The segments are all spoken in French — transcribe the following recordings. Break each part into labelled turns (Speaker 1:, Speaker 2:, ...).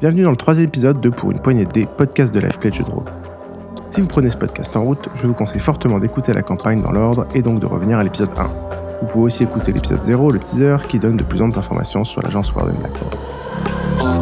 Speaker 1: Bienvenue dans le troisième épisode de Pour une poignée des podcasts de Life Play de jeux de rôle. Si vous prenez ce podcast en route, je vous conseille fortement d'écouter la campagne dans l'ordre et donc de revenir à l'épisode 1. Vous pouvez aussi écouter l'épisode 0, le teaser, qui donne de plus amples informations sur l'agence Warden Blackboard.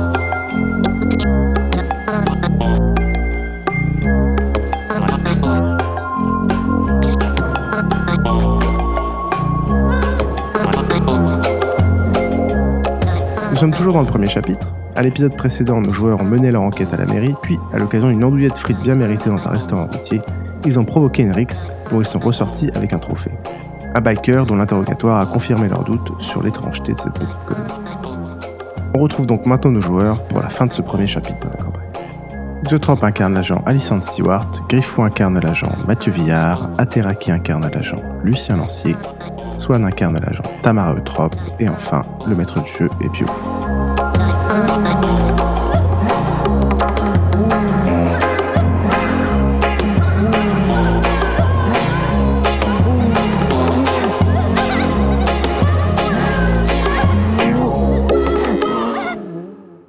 Speaker 1: Nous sommes toujours dans le premier chapitre. À l'épisode précédent, nos joueurs ont mené leur enquête à la mairie, puis, à l'occasion d'une andouillette frites bien méritée dans un restaurant routier, ils ont provoqué une rixe dont ils sont ressortis avec un trophée. Un biker dont l'interrogatoire a confirmé leurs doutes sur l'étrangeté de cette petite commune. On retrouve donc maintenant nos joueurs pour la fin de ce premier chapitre de la campagne. Xotrop incarne l'agent Alison Stewart, Griffou incarne l'agent Mathieu Villard, Ateraki incarne l'agent Lucien Lancier, Swan incarne l'agent Tamara Eutrop, et enfin le maître du jeu est Piouf.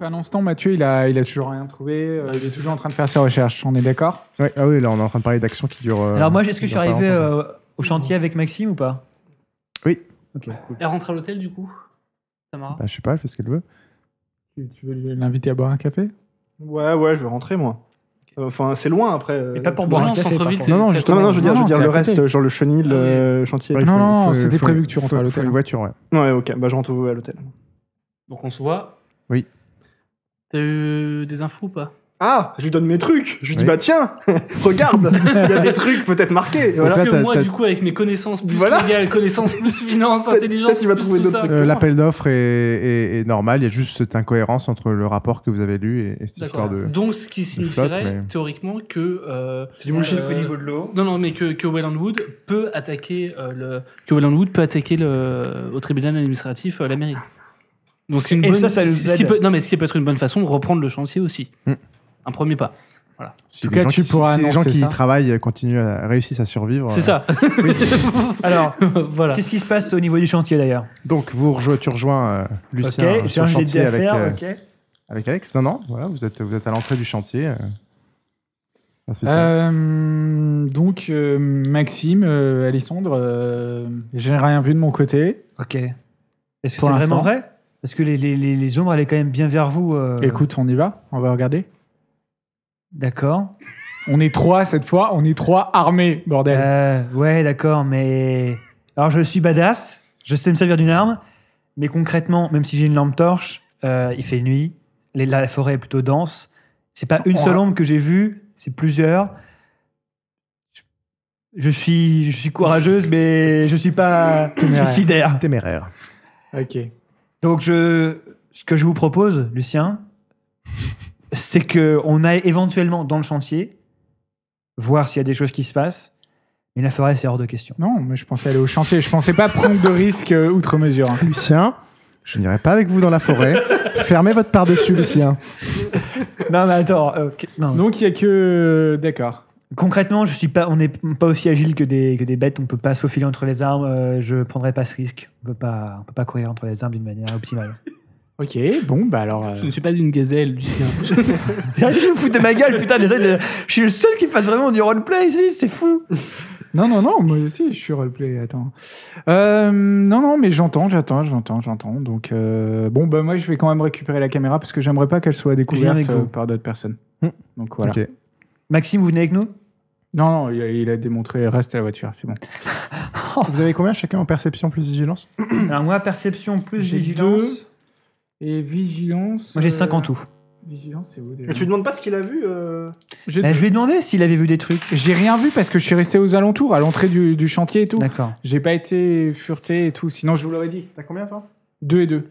Speaker 2: Un instant, Mathieu, il a, il a toujours rien trouvé.
Speaker 3: Bah,
Speaker 2: euh, il est toujours en train de faire ses recherches. On est d'accord
Speaker 1: Ouais, ah oui, là on est en train de parler d'actions qui durent. euh,
Speaker 3: Alors moi, est-ce que
Speaker 1: qui
Speaker 3: je suis
Speaker 1: durent pas
Speaker 3: arrivé
Speaker 1: longtemps.
Speaker 3: euh, au chantier avec Maxime ou pas
Speaker 1: Oui.
Speaker 3: Ok.
Speaker 4: Elle rentre à l'hôtel du coup Tamara
Speaker 1: Bah, je sais pas, elle fait ce qu'elle veut.
Speaker 2: Tu, tu veux l'inviter à boire un café
Speaker 5: Ouais, ouais, je vais rentrer, moi. Euh, Enfin, c'est loin après. euh,
Speaker 3: Mais pas pour
Speaker 5: tout
Speaker 3: boire
Speaker 5: le
Speaker 3: un
Speaker 4: Non,
Speaker 5: monde.
Speaker 3: café.
Speaker 4: centre-ville,
Speaker 3: par
Speaker 4: c'est-
Speaker 3: contre.
Speaker 5: Non, non,
Speaker 4: c'est
Speaker 5: juste- non, non, je veux dire, je veux
Speaker 2: Non,
Speaker 5: dire
Speaker 2: c'est
Speaker 5: le
Speaker 2: à côté.
Speaker 5: reste, genre le chenil,
Speaker 4: Ah,
Speaker 5: le chantier.
Speaker 1: Ouais, il
Speaker 2: Non,
Speaker 1: faut-
Speaker 2: non,
Speaker 1: il faut-
Speaker 2: c'était
Speaker 1: faut-
Speaker 2: prévu que tu rentres à
Speaker 1: faut-
Speaker 2: l'hôtel. hein.
Speaker 1: faut une voiture, ouais.
Speaker 5: Ouais, ok, bah je rentre au- à l'hôtel.
Speaker 4: Donc on se voit.
Speaker 1: Oui.
Speaker 4: T'as eu des infos ou pas
Speaker 5: Ah, je lui donne mes trucs. Je lui dis,
Speaker 1: Oui.
Speaker 5: bah tiens, regarde, il y a des trucs peut-être marqués.
Speaker 1: Voilà.
Speaker 4: Parce
Speaker 1: ça,
Speaker 4: que
Speaker 1: t'as-
Speaker 4: moi,
Speaker 1: t'as-
Speaker 4: du coup, avec mes connaissances plus
Speaker 5: Voilà.
Speaker 4: légales, connaissances plus finance,
Speaker 5: Peut-être-
Speaker 4: intelligence,
Speaker 5: peut-être il va
Speaker 4: plus
Speaker 5: trouver
Speaker 4: tout
Speaker 5: d'autres
Speaker 4: ça.
Speaker 5: trucs.
Speaker 1: Euh,
Speaker 5: Comment
Speaker 1: L'appel d'offres est, est- est normal, il y a juste cette incohérence entre le rapport que vous avez lu et, et cette
Speaker 4: D'accord.
Speaker 1: histoire de.
Speaker 4: Donc, ce qui signifierait
Speaker 1: flotte, mais-
Speaker 4: théoriquement que. euh,
Speaker 5: C'est du
Speaker 4: bullshit au niveau
Speaker 5: de l'eau.
Speaker 4: non, non, mais que, que Welland Wood peut attaquer euh, le. Que Welland Wood peut attaquer le, au tribunal administratif euh, la mairie. Donc, c'est une
Speaker 3: Et
Speaker 4: bonne.
Speaker 3: ça, ça nous
Speaker 4: ce- ce qui
Speaker 3: aide.
Speaker 4: peut- non, mais ce qui peut être une bonne façon de reprendre le chantier aussi.
Speaker 1: Hmm.
Speaker 4: Un premier pas.
Speaker 1: Si
Speaker 2: En tout
Speaker 1: les
Speaker 2: cas,
Speaker 1: gens
Speaker 2: tu
Speaker 1: qui-
Speaker 2: pourras
Speaker 1: si les gens
Speaker 2: annoncer
Speaker 1: qui y
Speaker 2: ça.
Speaker 1: travaillent euh, continuent à réussissent à survivre.
Speaker 4: C'est
Speaker 1: euh,
Speaker 4: ça.
Speaker 3: Alors,
Speaker 4: voilà.
Speaker 3: qu'est-ce qui se passe au niveau du chantier d'ailleurs
Speaker 1: Donc vous rejoins, tu rejoins euh, Lucien euh,
Speaker 3: Ok, j'ai
Speaker 1: sur
Speaker 3: un
Speaker 1: le
Speaker 3: jet de
Speaker 1: chantier
Speaker 3: dés à
Speaker 1: avec,
Speaker 3: faire.
Speaker 1: euh,
Speaker 3: ok.
Speaker 1: avec Alex. Non, non, voilà, vous êtes, vous êtes à l'entrée du chantier. euh. Pas spécial.
Speaker 2: Euh, donc, euh, Maxime, euh, Alissandre, euh, j'ai rien vu de mon côté.
Speaker 3: Ok. Est-ce que
Speaker 2: Pour
Speaker 3: c'est vraiment
Speaker 2: l'instant.
Speaker 3: vrai Parce que les, les, les, les ombres allaient quand même bien vers vous. euh,
Speaker 2: Écoute, on y va, on va regarder.
Speaker 3: D'accord.
Speaker 2: On est trois cette fois, on est trois armés, bordel.
Speaker 3: Euh, ouais, d'accord, mais. Alors, je suis badass, je sais me servir d'une arme, mais concrètement, même si j'ai une lampe torche, euh, il fait nuit, les- la forêt est plutôt dense. C'est pas une
Speaker 2: On
Speaker 3: seule
Speaker 2: ra-
Speaker 3: ombre que j'ai vue, c'est plusieurs. Je- Je suis, je suis courageuse, mais je suis pas
Speaker 2: Téméraire.
Speaker 3: suicidaire.
Speaker 1: Téméraire.
Speaker 3: Euh.
Speaker 2: Ok.
Speaker 3: Donc, je, ce que je vous propose, Lucien, c'est que on aille éventuellement dans le chantier, voir s'il y a des choses qui se passent. Mais la forêt, c'est hors de question.
Speaker 2: Non, mais je pensais aller au chantier, je pensais pas prendre de risques euh, outre mesure. hein.
Speaker 1: Lucien, je n'irai pas avec vous dans la forêt. Fermez votre par-dessus, Lucien.
Speaker 3: Non, mais attends. euh, que- non.
Speaker 2: Donc, il y a que. euh, D'accord.
Speaker 3: Concrètement, je suis pas, on n'est pas aussi agile que des, que des bêtes. On peut pas se faufiler entre les arbres. euh, je prendrai pas ce risque. On peut pas, on peut pas courir entre les arbres d'une manière optimale.
Speaker 2: Ok, bon, bah alors. euh,
Speaker 4: Je ne suis pas une gazelle, Lucien.
Speaker 3: Arrêtez de vous foutre de ma gueule, putain. les autres, je suis le seul qui fasse vraiment du roleplay ici. C'est fou.
Speaker 2: Non, non, non, moi aussi, je suis roleplay, attends. Euh, non, non, mais j'entends, j'attends, j'entends, j'entends. Donc, euh, bon, bah moi, je vais quand même récupérer la caméra parce que j'aimerais pas qu'elle soit
Speaker 3: Viens
Speaker 2: découverte
Speaker 3: avec vous.
Speaker 2: euh, par d'autres personnes.
Speaker 1: Hmm.
Speaker 2: Donc, voilà.
Speaker 1: Ok.
Speaker 3: Maxime, vous venez avec nous
Speaker 2: Non, non, il a, il a démontré, reste à la voiture, c'est bon.
Speaker 1: Vous avez combien chacun en perception plus vigilance
Speaker 3: Alors moi, perception plus
Speaker 2: J'ai
Speaker 3: vigilance.
Speaker 2: deux. Et vigilance.
Speaker 3: Moi, j'ai
Speaker 2: euh,
Speaker 3: 5 en tout.
Speaker 2: Vigilance, c'est où déjà
Speaker 5: Mais tu lui demandes pas ce qu'il a vu euh,
Speaker 2: J'ai
Speaker 3: Eh,
Speaker 2: deux.
Speaker 3: je lui ai demandé s'il avait vu des trucs.
Speaker 2: J'ai rien vu parce que je suis resté aux alentours, à l'entrée du, du chantier et tout.
Speaker 3: D'accord.
Speaker 2: J'ai pas été fureté et tout, sinon je vous l'aurais dit.
Speaker 1: T'as combien toi
Speaker 2: Deux et deux.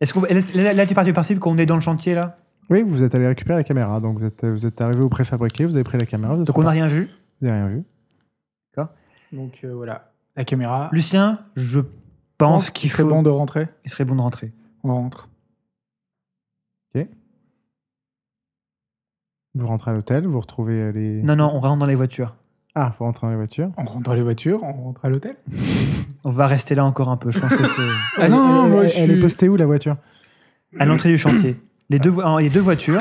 Speaker 3: Est-ce qu'on là, là, tu es parti du principe qu'on est dans le chantier là
Speaker 1: Oui, vous êtes allé récupérer la caméra. Donc vous êtes, vous êtes arrivé au préfabriqué, vous avez pris la caméra. Vous
Speaker 3: Donc on n'a rien vu.
Speaker 1: n'avez rien vu.
Speaker 2: Donc, euh, voilà. La caméra.
Speaker 3: Lucien, je pense qu'il
Speaker 2: serait
Speaker 3: faut-
Speaker 2: bon de rentrer.
Speaker 3: Il serait bon de rentrer.
Speaker 2: On rentre.
Speaker 1: Vous rentrez à l'hôtel, vous retrouvez les.
Speaker 3: Non, non, on rentre dans les voitures.
Speaker 1: Ah, faut rentrer dans les voitures.
Speaker 2: On rentre dans les voitures, on rentre à l'hôtel.
Speaker 3: On va rester là encore un peu. Je pense que c'est
Speaker 2: Ah non, non, non,
Speaker 1: elle,
Speaker 2: moi
Speaker 1: elle-
Speaker 2: je
Speaker 1: elle est
Speaker 2: suis.
Speaker 1: postée où la voiture
Speaker 3: à l'entrée du chantier. Les deux, vo- les deux voitures.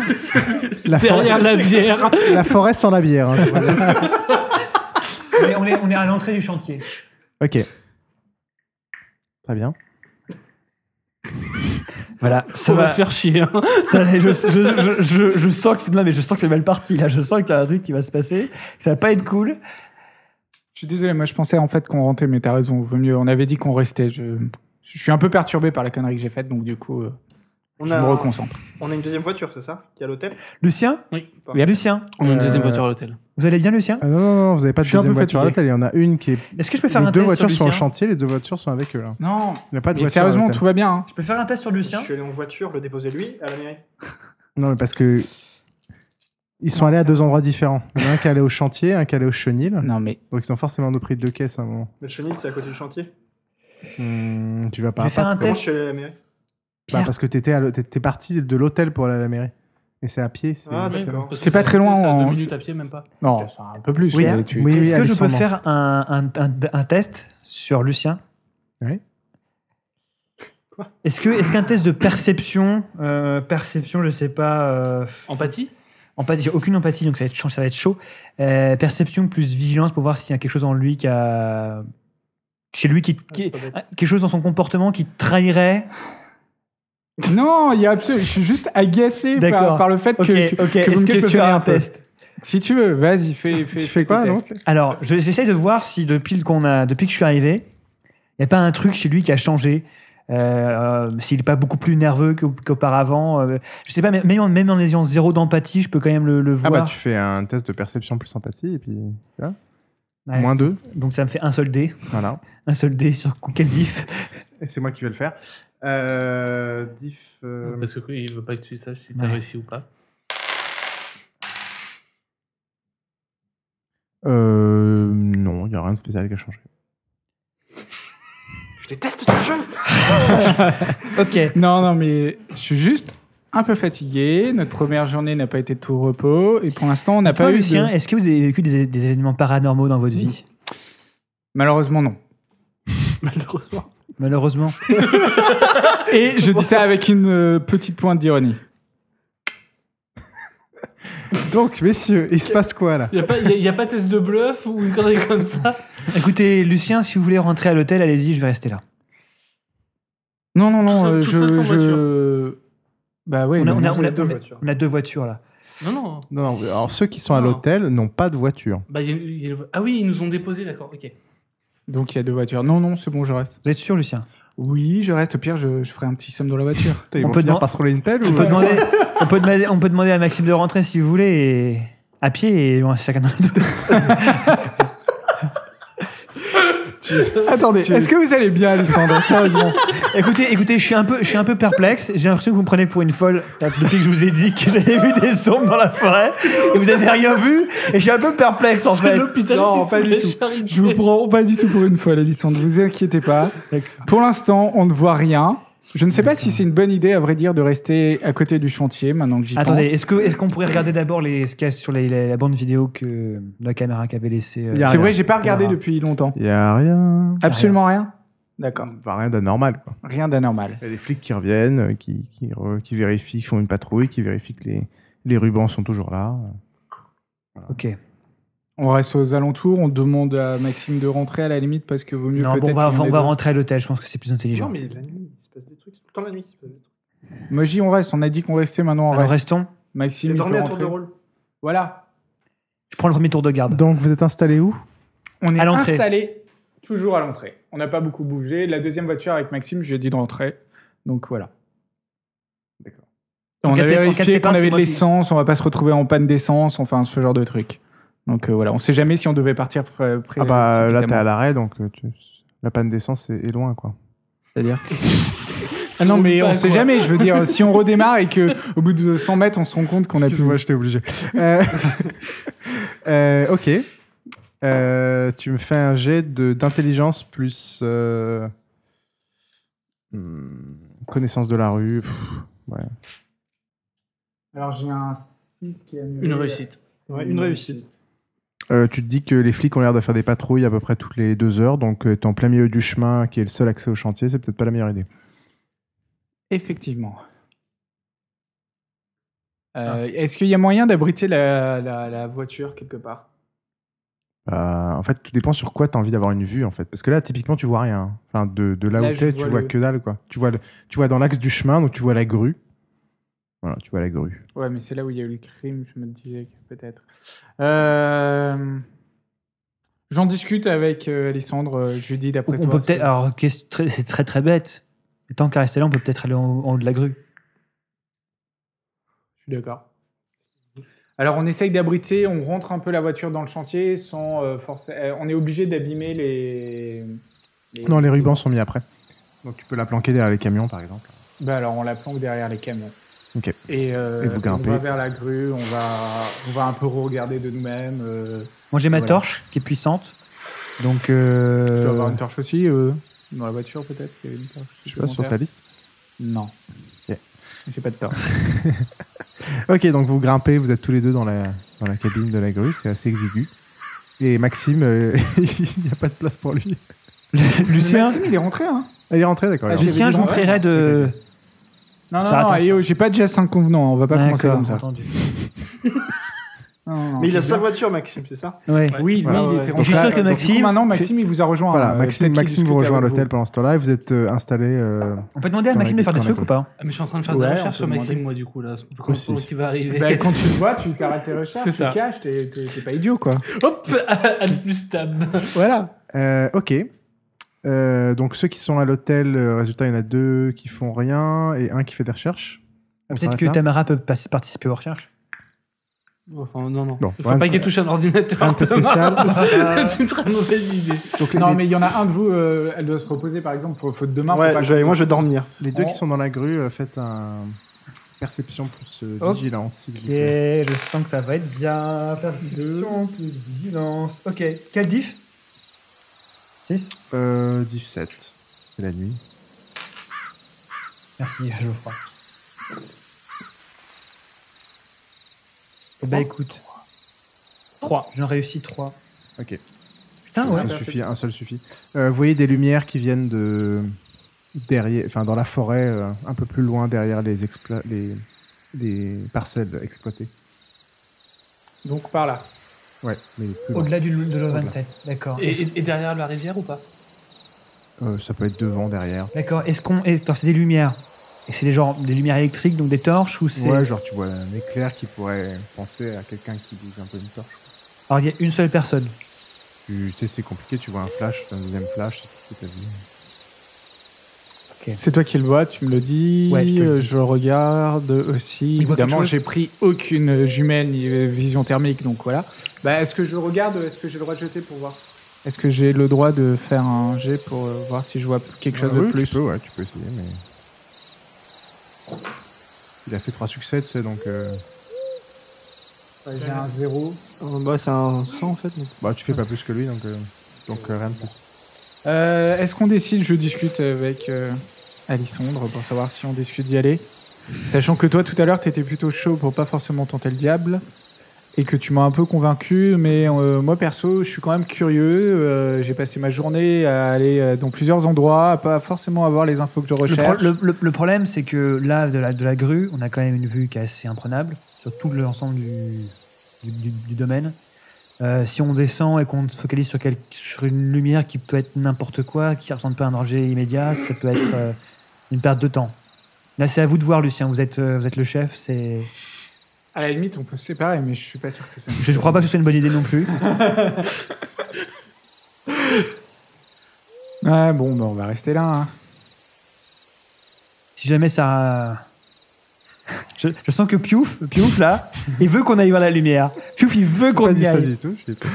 Speaker 1: la forêt,
Speaker 4: Derrière la bière.
Speaker 1: la forêt sans la bière. hein, je vois bien.
Speaker 3: Mais on est, on est à l'entrée du chantier.
Speaker 1: ok. Très bien.
Speaker 3: Voilà. Ça
Speaker 4: Ça va
Speaker 3: va.
Speaker 4: se faire chier. hein.
Speaker 3: ça va- je, je- je- je- je sens que c'est non, mais je sens que c'est mal parti. Là, je sens qu'il y a un truc qui va se passer. que Ça va pas être cool.
Speaker 2: Je suis désolé, moi je pensais en fait qu'on rentrait, mais t'as raison, vaut mieux. On avait dit qu'on restait. Je... je suis un peu perturbé par la connerie que j'ai faite, donc du coup, euh,
Speaker 5: On
Speaker 2: je
Speaker 5: a,
Speaker 2: me reconcentre.
Speaker 5: on a une deuxième voiture, c'est ça Qui est à l'hôtel
Speaker 3: Lucien.
Speaker 4: Oui.
Speaker 2: Yep.
Speaker 3: Lucien.
Speaker 4: On a une deuxième
Speaker 1: Euh,
Speaker 4: voiture à l'hôtel.
Speaker 3: Vous allez bien, Lucien
Speaker 1: Ah non, non, non, vous n'avez pas de
Speaker 2: Je suis un
Speaker 1: deuxième
Speaker 2: peu
Speaker 1: voiture à
Speaker 2: fatigué.
Speaker 1: l'hôtel. Il y en a une qui est.
Speaker 3: Est-ce que je peux faire
Speaker 1: Les
Speaker 3: un
Speaker 1: deux
Speaker 3: test sur
Speaker 1: voitures sont
Speaker 3: Lucien
Speaker 1: en chantier, les deux voitures sont avec eux là.
Speaker 2: Non,
Speaker 1: Il n'y a pas de
Speaker 2: mais
Speaker 1: voiture à
Speaker 2: sérieusement,
Speaker 1: l'hôtel.
Speaker 2: tout va bien. hein.
Speaker 3: Je peux faire un test sur
Speaker 5: Je
Speaker 3: Lucien
Speaker 5: suis allé en voiture, le déposer lui à la mairie.
Speaker 1: Non, mais parce que. Ils sont allés à deux endroits différents. Il y en a un qui est allé au chantier, un qui est allé au chenil.
Speaker 2: Non, mais
Speaker 1: Donc ils ont forcément nous pris deux caisses à un moment.
Speaker 5: Mais le chenil, c'est à côté du chantier.
Speaker 1: Hmm, tu vas
Speaker 3: Je
Speaker 1: pas.
Speaker 3: vais faire un
Speaker 5: Comment je
Speaker 3: test.
Speaker 5: suis allé à la mairie
Speaker 1: Bah,
Speaker 3: Pierre.
Speaker 1: parce que t'étais à l'hô- t'es t'es parti de l'hôtel pour aller à la mairie. Et c'est à pied. c'est-
Speaker 5: Ah,
Speaker 1: c'est-
Speaker 5: d'accord.
Speaker 4: Parce
Speaker 2: C'est
Speaker 4: que
Speaker 2: pas très loin,
Speaker 4: c'est à
Speaker 2: on-
Speaker 4: Deux minutes à pied, même pas.
Speaker 2: non, enfin, un peu plus.
Speaker 3: Oui,
Speaker 2: euh,
Speaker 3: hein.
Speaker 2: tu-
Speaker 1: Oui,
Speaker 3: Est-ce que je peux
Speaker 1: Alexandre.
Speaker 3: faire un, un- un- un test sur Lucien
Speaker 1: Oui.
Speaker 3: Est-ce que est-ce qu'un test de perception, euh, perception, je sais pas, euh,
Speaker 4: Empathie
Speaker 3: empathie, j'ai aucune empathie, donc ça va être, chaud- ça va être chaud. Euh, perception plus vigilance pour voir s'il y a quelque chose en lui qui a, chez lui qui, qui-
Speaker 5: c'est pas bête.
Speaker 3: ah, quelque chose dans son comportement qui trahirait.
Speaker 2: Non, il y a absolument. Je suis juste agacé
Speaker 3: D'accord.
Speaker 2: par, par le fait
Speaker 3: Ok,
Speaker 2: que, que-
Speaker 3: ok.
Speaker 2: que vous
Speaker 3: Est-ce
Speaker 2: me
Speaker 3: que tu
Speaker 2: questionnez
Speaker 3: as un
Speaker 2: peu.
Speaker 3: test
Speaker 2: Si tu veux, vas-y, fais, fais,
Speaker 1: Tu fais quoi
Speaker 2: tes
Speaker 1: donc
Speaker 2: tests.
Speaker 3: Alors, je- j'essaie de voir si depuis le- qu'on a, depuis que je suis arrivé, il n'y a pas un truc chez lui qui a changé. Euh, euh, S'il n'est pas beaucoup plus nerveux qu'au- qu'auparavant. euh, je sais pas, mais- même, en- même en ayant zéro d'empathie, je peux quand même le, le
Speaker 1: Ah
Speaker 3: voir.
Speaker 1: bah tu fais un test de perception plus empathie et puis tu vois,
Speaker 3: Ouais,
Speaker 1: moins deux,
Speaker 3: Donc ça me fait un seul dé.
Speaker 1: voilà.
Speaker 3: Un seul dé sur quel diff.
Speaker 1: Et c'est moi qui vais le faire. Euh, diff. euh,
Speaker 4: Parce qu'il veut pas que tu saches si t'as
Speaker 3: Ouais.
Speaker 4: réussi ou pas.
Speaker 1: euh, non, il y a rien de spécial qui a changé.
Speaker 5: Je déteste ce jeu
Speaker 3: Ok.
Speaker 2: Non, non, mais je suis juste un peu fatigué. Notre première journée n'a pas été de tout repos. Et pour l'instant, on n'a pas
Speaker 3: Toi,
Speaker 2: eu. de-
Speaker 3: Lucien, est-ce que vous avez vécu des, des événements paranormaux dans votre vie
Speaker 2: Malheureusement, non.
Speaker 4: Malheureusement.
Speaker 3: Malheureusement.
Speaker 2: Et je dis ça avec une euh, petite pointe d'ironie.
Speaker 1: Donc messieurs, il se passe quoi là
Speaker 4: Il n'y a, pas test de bluff ou une connerie comme ça
Speaker 3: Écoutez, Lucien, si vous voulez rentrer à l'hôtel, allez-y, je vais rester là.
Speaker 2: Non, non, non.
Speaker 4: Tout seul-
Speaker 2: euh,
Speaker 4: tout seul
Speaker 2: je,
Speaker 4: sans
Speaker 2: je... Bah oui.
Speaker 3: On a,
Speaker 2: mais
Speaker 3: on a-
Speaker 2: non.
Speaker 3: on a-
Speaker 5: deux
Speaker 3: on a-
Speaker 5: voitures.
Speaker 3: on a deux voitures là.
Speaker 4: Non, non.
Speaker 1: Non, non, alors ceux qui sont à
Speaker 4: Non.
Speaker 1: l'hôtel n'ont pas de voiture.
Speaker 4: Bah, il y a- il y a- Ah oui, ils nous ont déposé, d'accord, ok.
Speaker 2: Donc il y a deux voitures. Non, non, c'est bon, je reste.
Speaker 3: Vous êtes sûr, Lucien
Speaker 2: Oui, je reste. Au pire, je, je ferai un petit somme dans la voiture.
Speaker 1: Putain, ils
Speaker 3: On
Speaker 1: vont
Speaker 3: peut
Speaker 1: finir
Speaker 3: demand-
Speaker 1: par se rouler une pelle ou
Speaker 3: On peut, demander, on, peut demander, on peut demander à Maxime de rentrer si vous voulez, et à pied, et on reste chacun dans notre
Speaker 2: Attendez, est-ce que vous allez bien, Alessandra Sérieusement
Speaker 3: Écoutez, écoutez, je suis un peu, je suis un peu perplexe. J'ai l'impression que vous me prenez pour une folle depuis que je vous ai dit que j'avais vu des ombres dans la forêt et vous avez rien vu. Et je suis un peu perplexe en
Speaker 4: C'est
Speaker 3: fait.
Speaker 4: l'hôpital
Speaker 2: non,
Speaker 4: qui se
Speaker 2: pas
Speaker 4: fout de
Speaker 2: du
Speaker 4: la
Speaker 2: tout.
Speaker 4: charité.
Speaker 2: Je vous prends pas du tout pour une folle, Alessandra. Vous inquiétez pas. Pour l'instant, on ne voit rien. Je ne sais pas si c'est une bonne idée, à vrai dire, de rester à côté du chantier maintenant que j'y pense.
Speaker 3: Attendez, est-ce que, est-ce qu'on pourrait regarder d'abord les ce qu'il y a sur les- la, la bande vidéo que la caméra qu'avait laissée euh,
Speaker 1: Il y a
Speaker 2: C'est
Speaker 1: rien.
Speaker 2: vrai, j'ai pas regardé
Speaker 3: Voilà.
Speaker 2: depuis longtemps.
Speaker 1: Il y a rien.
Speaker 2: Absolument rien. D'accord.
Speaker 1: Enfin, rien d'anormal quoi.
Speaker 2: Rien d'anormal.
Speaker 1: Il y a des flics qui reviennent, euh, qui, qui, re- qui vérifient, qui font une patrouille, qui vérifient que les, les rubans sont toujours là.
Speaker 3: Ok.
Speaker 2: On reste aux alentours, on demande à Maxime de rentrer à la limite parce que vaut mieux
Speaker 3: Non,
Speaker 2: peut-être.
Speaker 3: bon, on va,
Speaker 2: qu'on
Speaker 3: on
Speaker 2: les
Speaker 3: va
Speaker 2: deux.
Speaker 3: rentrer à l'hôtel. Je pense que c'est plus intelligent.
Speaker 5: Non, mais la nuit, il se passe des trucs. Tout le temps la nuit, il se passe des trucs.
Speaker 2: Moji, on reste. On a dit qu'on restait, maintenant on
Speaker 3: Alors
Speaker 2: reste.
Speaker 3: restons.
Speaker 2: Maxime,
Speaker 5: J'ai
Speaker 2: il
Speaker 5: dormi
Speaker 2: peut
Speaker 5: à tour de
Speaker 2: rentrer.
Speaker 5: rôle.
Speaker 2: Voilà.
Speaker 3: Je prends le premier tour de garde.
Speaker 1: Donc vous êtes installés où
Speaker 2: On est
Speaker 3: À l'entrée.
Speaker 2: installé toujours à l'entrée. On n'a pas beaucoup bougé. La deuxième voiture avec Maxime, j'ai dit de rentrer. Donc voilà.
Speaker 1: D'accord.
Speaker 2: On
Speaker 3: En cas
Speaker 2: a
Speaker 3: de pé- en cas de
Speaker 2: vérifié
Speaker 3: pépin,
Speaker 2: qu'on
Speaker 3: c'est
Speaker 2: avait de
Speaker 3: moi qui-
Speaker 2: l'essence, on va pas se retrouver en panne d'essence, enfin ce genre de truc. Donc euh, voilà, on sait jamais si on devait partir pré- pré-
Speaker 1: Ah bah là t'es à
Speaker 2: précipitamment.
Speaker 1: l'arrêt donc euh, tu- la panne d'essence est, est loin quoi.
Speaker 2: C'est-à-dire Ah non, mais on
Speaker 4: Pas,
Speaker 2: sait
Speaker 4: quoi.
Speaker 2: jamais. Je veux dire, si on redémarre et que au bout de 100 mètres, on se rend compte qu'on a plus.
Speaker 1: Excuse-moi, j'étais obligé. Euh, euh, ok. Euh, tu me fais un jet de- d'intelligence plus euh, hmm, connaissance de la rue. Pff,
Speaker 2: Alors j'ai un 6 qui a
Speaker 4: Une réussite.
Speaker 5: Ouais, une réussite.
Speaker 1: Euh, tu te dis que les flics ont l'air de faire des patrouilles à peu près toutes les deux heures, donc euh, t'es en plein milieu du chemin qui est le seul accès au chantier, c'est peut-être pas la meilleure idée.
Speaker 2: Effectivement.
Speaker 3: Ah.
Speaker 2: Euh, Est-ce qu'il y a moyen d'abriter la, la- la voiture quelque part
Speaker 1: Euh, en fait, tout dépend sur quoi t'as envie d'avoir une vue, en fait. Parce que là, typiquement, tu vois rien. Enfin, de, de là,
Speaker 2: Là,
Speaker 1: où
Speaker 2: je
Speaker 1: t'es,
Speaker 2: vois
Speaker 1: tu vois
Speaker 2: le-
Speaker 1: que dalle, quoi. Tu vois, le- tu vois dans l'axe du chemin, donc tu vois la grue. Voilà, tu vois la grue.
Speaker 2: Ouais, mais c'est là où il y a eu le crime, je me disais que peut-être. Euh, J'en discute avec euh, Alessandre, euh, je lui dis
Speaker 3: On
Speaker 2: d'après toi.
Speaker 3: on peut
Speaker 2: ce
Speaker 3: peut-être.
Speaker 2: que-
Speaker 3: Alors, qu'est-ce- très- c'est très très bête. Tant qu'à rester là, on peut peut-être aller en, en haut de la grue.
Speaker 2: Je suis d'accord. Alors, on essaye d'abriter, on rentre un peu la voiture dans le chantier sans euh, forcer. euh, on est obligé d'abîmer les... les-
Speaker 1: Non, les rubans sont mis après. Donc tu peux la planquer derrière les camions, par exemple.
Speaker 2: Bah alors, on la planque derrière les camions.
Speaker 1: Ok.
Speaker 2: Et, euh,
Speaker 1: Et vous
Speaker 2: on
Speaker 1: grimpez.
Speaker 2: va vers la grue, on va, on va un peu regarder de nous-mêmes. euh,
Speaker 3: Moi, j'ai ma
Speaker 2: Voilà.
Speaker 3: torche qui est puissante. Donc. euh,
Speaker 2: Je dois avoir une torche aussi, euh, dans la voiture peut-être qu'il y avait une torche
Speaker 1: Je sais pas, sur ta liste.
Speaker 2: Non.
Speaker 1: Ok.
Speaker 2: J'ai pas de torche.
Speaker 1: Ok, donc vous grimpez, vous êtes tous les deux dans la, dans la cabine de la grue, c'est assez exigu. Et Maxime, euh, il n'y a pas de place pour lui.
Speaker 3: Lucien,
Speaker 2: Maxime, il est rentré, hein
Speaker 1: Elle est rentrée, d'accord.
Speaker 2: Ah,
Speaker 1: elle est
Speaker 2: j'ai-
Speaker 3: Lucien, je vous
Speaker 2: Ouais.
Speaker 3: prierai de.
Speaker 2: Non, non,
Speaker 3: Faire
Speaker 2: non,
Speaker 3: attention.
Speaker 2: eh oh, j'ai pas déjà 5 convenants, on va pas commencer
Speaker 3: D'accord,
Speaker 2: comme ça.
Speaker 3: entendu.
Speaker 2: Non, non, non,
Speaker 5: Mais il a
Speaker 2: c'est
Speaker 5: sa
Speaker 2: bien.
Speaker 5: voiture, Maxime, c'est ça
Speaker 3: Ouais.
Speaker 4: Ouais.
Speaker 2: Oui,
Speaker 5: Voilà,
Speaker 2: lui, il
Speaker 5: ouais.
Speaker 2: était
Speaker 5: Donc,
Speaker 2: rentré.
Speaker 3: je suis sûr
Speaker 2: Donc,
Speaker 3: que
Speaker 2: du coup,
Speaker 3: Maxime-
Speaker 2: Maintenant, Maxime, il vous a rejoint.
Speaker 1: Voilà,
Speaker 2: euh,
Speaker 1: Maxime,
Speaker 2: peut-être qu'il
Speaker 1: Maxime vous
Speaker 2: discute
Speaker 1: rejoint à
Speaker 2: avec
Speaker 1: l'hôtel
Speaker 2: vous.
Speaker 1: pendant ce temps-là et vous êtes euh, installé. euh,
Speaker 3: On peut demander à
Speaker 1: Dans
Speaker 3: Maxime
Speaker 1: la
Speaker 3: de faire des
Speaker 1: grue, dans la
Speaker 3: trucs ou pas
Speaker 4: Ah, mais je suis en train de faire des
Speaker 2: Ouais, on
Speaker 4: recherches
Speaker 2: peut
Speaker 4: sur Maxime,
Speaker 2: demander.
Speaker 4: moi, Ben, du coup, là. Quand
Speaker 1: Aussi.
Speaker 4: qui va arriver
Speaker 2: Bah, quand tu le vois, tu t'arrêtes tes recherches,
Speaker 4: C'est
Speaker 2: tu
Speaker 4: ça.
Speaker 2: te caches, t'es t'es- t'es pas idiot, quoi.
Speaker 4: Hop Anne plus tab
Speaker 2: Voilà.
Speaker 1: euh, ok. Euh, donc ceux qui sont à l'hôtel, euh, résultat, il y en a deux qui font rien et un qui fait des recherches. On
Speaker 3: Ah, Peut-être
Speaker 1: s'arrête
Speaker 3: que
Speaker 1: là
Speaker 3: Tamara peut pas- participer aux recherches.
Speaker 4: Enfin, non, non.
Speaker 1: Bon,
Speaker 4: Faut
Speaker 1: rien
Speaker 4: pas
Speaker 1: de-
Speaker 4: qu'il touche un ordinateur,
Speaker 1: rien de
Speaker 4: Thomas.
Speaker 1: spécial.
Speaker 4: C'est une très mauvaise idée.
Speaker 1: Donc,
Speaker 2: Non,
Speaker 1: les,
Speaker 2: mais il y en a un de vous, euh, elle doit se reposer, par exemple. Faut, faut demain, faut pas
Speaker 5: Ouais, je vais- moi je vais dormir.
Speaker 1: les deux qui sont dans la grue, euh, faites un perception plus euh,
Speaker 3: Ok.
Speaker 1: vigilance. s'il vous
Speaker 3: Ok,
Speaker 1: plaît.
Speaker 3: je sens que ça va être bien. Perception plus vigilance. Ok, quel diff 6
Speaker 1: Euh, 17. C'est la nuit.
Speaker 2: euh,
Speaker 3: Merci, Geoffroy. Eh ben écoute. 3. J'en réussis 3.
Speaker 1: Ok.
Speaker 3: Putain, Ah, ouais.
Speaker 1: Ça suffit, un seul suffit. Euh, vous voyez des lumières qui viennent de derrière, enfin dans la forêt, euh, un peu plus loin derrière les, explo- les, les parcelles exploitées.
Speaker 2: Donc, par là.
Speaker 1: Ouais, mais plus loin.
Speaker 3: Au-delà du, de l'O27. D'accord.
Speaker 4: Et, et- et derrière la rivière ou pas
Speaker 1: Euh, ça peut être devant, derrière.
Speaker 3: D'accord. Est-ce qu'on. est- attends, c'est des lumières. Et c'est des, genre, des lumières électriques, donc des torches ou c'est.
Speaker 1: Ouais, genre tu vois un éclair qui pourrait penser à quelqu'un qui bouge un peu une torche.
Speaker 3: Alors il y a une seule personne.
Speaker 1: Tu tu sais, c'est compliqué, tu vois un flash, un deuxième flash, c'est tout ce que t'as vu.
Speaker 2: C'est toi qui le vois, tu me le dis.
Speaker 3: Ouais, je te le dis.
Speaker 2: euh, regarde aussi.
Speaker 3: Il voit quelque
Speaker 2: Évidemment,
Speaker 3: chose
Speaker 2: j'ai pris aucune jumelle ni euh, vision thermique, donc voilà. Bah, est-ce que je regarde Est-ce que j'ai le droit de jeter pour voir Est-ce que j'ai le droit de faire un jet pour euh, voir si je vois quelque chose
Speaker 1: Ouais,
Speaker 2: de
Speaker 1: oui,
Speaker 2: plus
Speaker 1: Tu peux, ouais, tu peux essayer, mais. Il a fait trois succès, tu sais, donc. euh,
Speaker 2: Ouais, J'ai un zéro.
Speaker 1: Euh,
Speaker 5: Bah, c'est un 100 en fait.
Speaker 1: Bah, tu fais pas plus que lui, donc. euh, Donc, euh, rien de plus.
Speaker 2: Euh, est-ce qu'on décide Je discute avec euh, Alissandre pour savoir si on discute d'y aller. Sachant que toi, tout à l'heure, t'étais plutôt chaud pour pas forcément tenter le diable et que tu m'as un peu convaincu, mais euh, moi perso, je suis quand même curieux. euh, j'ai passé ma journée à aller euh, dans plusieurs endroits, à pas forcément avoir les infos que je
Speaker 3: Le,
Speaker 2: recherche.
Speaker 3: pro- le- le- le problème, c'est que là, de la, de la grue, on a quand même une vue qui est assez imprenable sur tout l'ensemble du, du, du- du domaine. Euh, si on descend et qu'on se focalise sur, quel- sur une lumière qui peut être n'importe quoi, qui ne ressemble pas à un danger immédiat, ça peut être euh, une perte de temps. Là, c'est à vous de voir, Lucien. Vous êtes, euh, vous êtes le chef. C'est...
Speaker 2: À la limite, on peut se séparer, mais je suis pas sûr que ça.
Speaker 3: Je ne crois pas que ce soit une bonne idée non plus. Ah,
Speaker 2: Ouais, bon, bah, on va rester là. hein.
Speaker 3: Si jamais ça. Je, je sens que Piouf, Piouf là, il veut qu'on aille voir la lumière. Piouf, il veut
Speaker 1: J'ai
Speaker 3: qu'on
Speaker 1: pas dit
Speaker 3: y
Speaker 1: ça
Speaker 3: aille.
Speaker 1: du tout. je l'ai pas dit.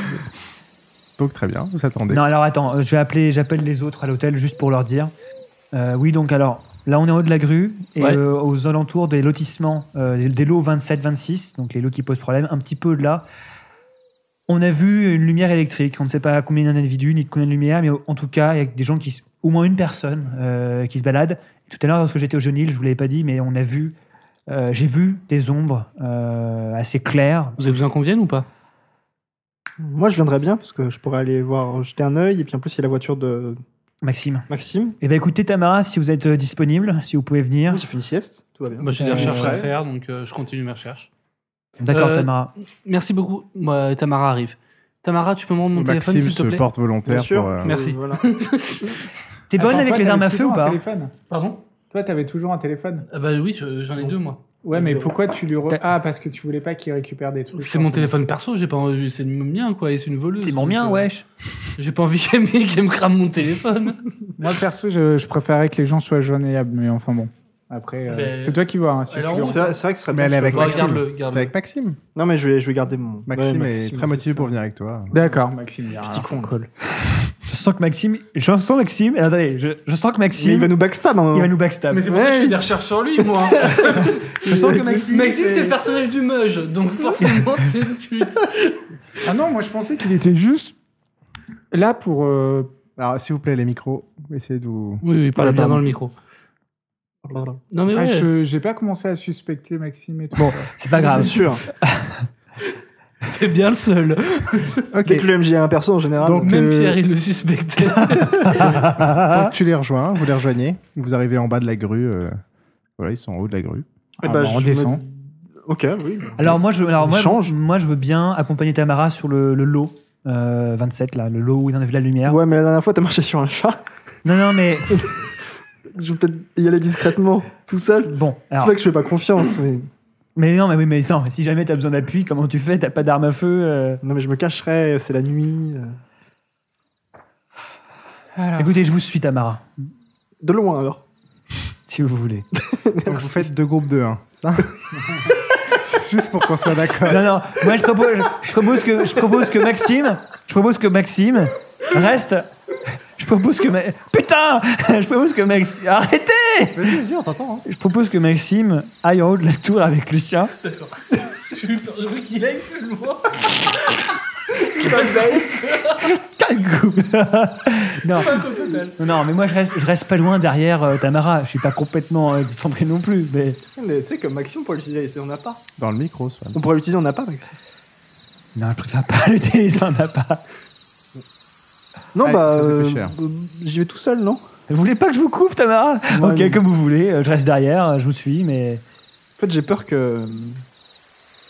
Speaker 1: Donc très bien, vous attendez.
Speaker 3: Non, alors attends, euh, je vais appeler, j'appelle les autres à l'hôtel juste pour leur dire. Euh, oui, donc alors, là on est en haut de la grue et
Speaker 4: Ouais.
Speaker 3: euh, aux alentours des lotissements, euh, des- des lots 27-26, donc les lots qui posent problème, un petit peu au-delà. On a vu une lumière électrique, on ne sait pas combien d'individus ni de combien de lumières, mais en tout cas, il y a des gens qui, se- au moins une personne euh, qui se balade. Tout à l'heure, lorsque j'étais au Genil, je vous l'avais pas dit, mais on a vu, euh, j'ai vu des ombres euh, assez claires.
Speaker 4: Vous avez besoin qu'on vienne ou pas
Speaker 5: Moi, je viendrais bien parce que je pourrais aller voir jeter un œil. Et puis en plus, il y a la voiture de
Speaker 3: Maxime.
Speaker 5: Maxime.
Speaker 3: Eh bien, écoutez, Tamara, si vous êtes euh, disponible, si vous pouvez venir.
Speaker 5: J'ai fait Ah, une sieste, tout va bien.
Speaker 4: Moi, j'ai des
Speaker 5: Euh,
Speaker 4: recherches à
Speaker 5: ouais.
Speaker 4: faire, donc euh, je continue mes recherches.
Speaker 3: D'accord,
Speaker 4: Euh,
Speaker 3: Tamara.
Speaker 4: Merci beaucoup. Moi, Tamara arrive. Tamara, tu peux me rendre mon
Speaker 1: Maxime
Speaker 4: téléphone, s'il
Speaker 1: se
Speaker 4: te plaît
Speaker 1: porte
Speaker 5: Bien
Speaker 1: volontaire
Speaker 5: sûr.
Speaker 1: pour. euh,
Speaker 5: je-
Speaker 4: Merci.
Speaker 5: voilà.
Speaker 3: T'es bonne
Speaker 2: Attends,
Speaker 3: avec
Speaker 2: toi,
Speaker 3: les
Speaker 2: t'avais
Speaker 3: armes à feu ou
Speaker 2: toujours un
Speaker 3: pas
Speaker 2: téléphone
Speaker 4: Pardon
Speaker 2: Toi, t'avais toujours un téléphone.
Speaker 4: Ah Bah oui, je- j'en ai deux, moi.
Speaker 2: Ouais, mais
Speaker 5: Zéro.
Speaker 2: pourquoi tu lui. re-
Speaker 3: T'as-
Speaker 2: Ah, parce que tu voulais pas qu'il récupère des trucs.
Speaker 4: C'est mon téléphone perso, j'ai pas envie- c'est le mien, quoi, et c'est une voleuse.
Speaker 3: C'est mon
Speaker 4: donc,
Speaker 3: mien,
Speaker 4: euh,
Speaker 3: wesh.
Speaker 4: J'ai pas envie qu'elle me- qu'elle me crame mon téléphone.
Speaker 2: Moi, perso, je, je préférais que les gens soient joignables, mais enfin bon. Après, euh,
Speaker 4: Mais-
Speaker 2: c'est toi qui vois. hein, si
Speaker 4: Alors,
Speaker 2: tu veux.
Speaker 4: on-
Speaker 5: C'est vrai, c'est vrai que ce serait
Speaker 1: Mais
Speaker 5: bien.
Speaker 1: elle est
Speaker 5: que
Speaker 1: avec
Speaker 5: ce
Speaker 4: Bon,
Speaker 5: soit-
Speaker 1: Maxime.
Speaker 4: Regarde-le,
Speaker 1: T'es
Speaker 4: regarde-le.
Speaker 1: avec Maxime
Speaker 5: Non, mais je vais, je vais garder mon.
Speaker 1: Maxime,
Speaker 5: Ouais,
Speaker 1: est
Speaker 5: c'est
Speaker 1: très motivé
Speaker 5: ça.
Speaker 1: pour venir avec toi.
Speaker 2: D'accord, Maxime. il y a
Speaker 4: Ah,
Speaker 5: Petit
Speaker 2: un-
Speaker 5: con.
Speaker 3: Cool. Je sens que Maxime. Je sens Maxime. Attendez, je, je sens que Maxime.
Speaker 5: Mais il va nous backstab. hein.
Speaker 3: il va nous backstab.
Speaker 4: Mais c'est pour ça que je fais
Speaker 5: Ouais.
Speaker 4: des recherches sur lui, moi.
Speaker 3: Je sens que Maxime.
Speaker 4: Maxime, c'est le personnage du meuge, donc forcément, c'est une pute.
Speaker 2: Ah non, moi, je pensais qu'il était juste là pour. euh,
Speaker 1: Alors, s'il vous plaît, les micros, essayez de vous.
Speaker 4: Oui, oui, parle bien dans le micro. Non, mais
Speaker 2: ah,
Speaker 4: ouais.
Speaker 2: je- j'ai pas commencé à suspecter Maxime et tout.
Speaker 3: Bon, c'est pas
Speaker 5: Ça,
Speaker 3: grave.
Speaker 5: C'est sûr.
Speaker 4: T'es bien le seul.
Speaker 1: Ok.
Speaker 5: Dès que le MJ est un perso en général.
Speaker 1: Donc,
Speaker 4: Même
Speaker 1: euh,
Speaker 4: Pierre, il le suspectait.
Speaker 1: Tant que tu les rejoins, vous les rejoignez, vous arrivez en bas de la grue. euh, Voilà, ils sont en haut de la grue.
Speaker 5: eh
Speaker 2: Ah,
Speaker 5: ben,
Speaker 2: bah, on
Speaker 5: je me-
Speaker 2: descend.
Speaker 5: Ok, oui.
Speaker 3: Alors moi, je, alors
Speaker 5: Il
Speaker 3: moi,
Speaker 5: change.
Speaker 3: moi, je veux bien accompagner Tamara sur le, le lot euh, 27, là, le lot où il en a vu la lumière.
Speaker 5: Ouais, mais la dernière fois, t'as marché sur un chat.
Speaker 3: Non, non, mais
Speaker 5: Je vais peut-être y aller discrètement, tout seul.
Speaker 3: bon.
Speaker 5: C'est
Speaker 3: alors-
Speaker 5: vrai que je fais pas confiance, mais.
Speaker 3: mais non, mais, oui, mais non, mais si jamais t'as besoin d'appui, comment tu fais T'as pas d'arme à feu euh.
Speaker 5: Non, mais je me cacherai, c'est la nuit. euh.
Speaker 2: Alors,
Speaker 3: Écoutez, je vous suis, Tamara,
Speaker 5: De loin, alors.
Speaker 3: si vous voulez.
Speaker 1: Donc, vous faites deux groupes de 1, ça Juste pour qu'on soit d'accord.
Speaker 3: non, non. Moi, je propose, je propose que, je propose que Maxime, je propose que Maxime reste. Je propose que Ma- putain, je propose que Maxime arrêtez.
Speaker 5: Vas-y, vas-y, on t'entend. hein.
Speaker 3: Je propose que Maxime aille en haut de la tour avec Lucien.
Speaker 4: Je veux qu'il aille plus loin.
Speaker 3: Kangou. non.
Speaker 4: Cinq au total.
Speaker 3: Non, mais moi je reste, je reste pas loin derrière euh, Tamara. Je suis pas complètement euh, excentré non plus, mais
Speaker 5: Mais tu sais, comme Maxime, on pourrait l'utiliser, c'est- on n'a pas.
Speaker 1: Dans le micro, Swan.
Speaker 5: On pourrait l'utiliser, on n'a pas, Maxime.
Speaker 3: non, je préfère pas le télé, on n'a pas.
Speaker 5: Non,
Speaker 1: Allez, ça,
Speaker 5: bah.
Speaker 1: c'est plus
Speaker 5: euh,
Speaker 1: cher.
Speaker 5: euh, J'y vais tout seul, non
Speaker 3: Vous voulez pas que je vous couvre, Tamara
Speaker 5: Ouais,
Speaker 3: Ok,
Speaker 5: mais-
Speaker 3: comme vous voulez. euh, Je reste derrière, euh, je vous suis, mais
Speaker 5: En fait, j'ai peur que. euh,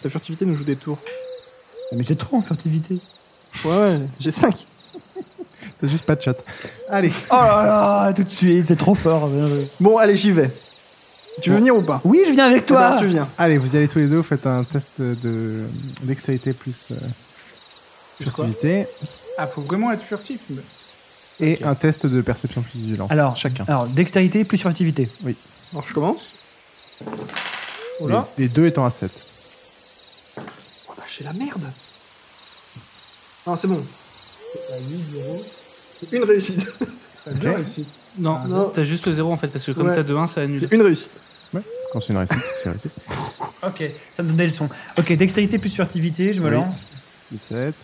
Speaker 5: La furtivité nous joue des tours.
Speaker 3: mais j'ai trop en furtivité.
Speaker 5: Ouais, ouais, j'ai 5.
Speaker 1: T'as juste pas de chat.
Speaker 5: Allez.
Speaker 3: Oh là là, tout de suite, c'est trop fort. bien joué.
Speaker 5: Bon, allez, j'y vais. Tu veux venir ou pas
Speaker 3: Oui, je viens avec toi.
Speaker 1: Eh ben,
Speaker 5: Alors, tu viens.
Speaker 1: Allez, vous y allez tous les deux, vous faites un test de dextérité plus euh, furtivité
Speaker 2: ah, faut vraiment être furtif.
Speaker 1: et un test de perception plus vigilance.
Speaker 3: Alors,
Speaker 1: chacun.
Speaker 3: Alors, dextérité plus furtivité.
Speaker 5: Alors, je commence. Oh
Speaker 1: Les,
Speaker 5: là.
Speaker 1: les deux étant à 7.
Speaker 5: Oh là, j'ai la merde. Non, c'est bon. Une réussite.
Speaker 4: Non,
Speaker 5: Non.
Speaker 4: t'as juste le zéro en fait, parce que comme
Speaker 5: Ouais.
Speaker 4: t'as 2-1, ça annule.
Speaker 5: Une réussite.
Speaker 1: Quand c'est une réussite, c'est que c'est réussi.
Speaker 3: Ok, ça me donnait le son. Ok, dextérité plus furtivité, je me
Speaker 1: Oui.
Speaker 3: lance.
Speaker 1: 7.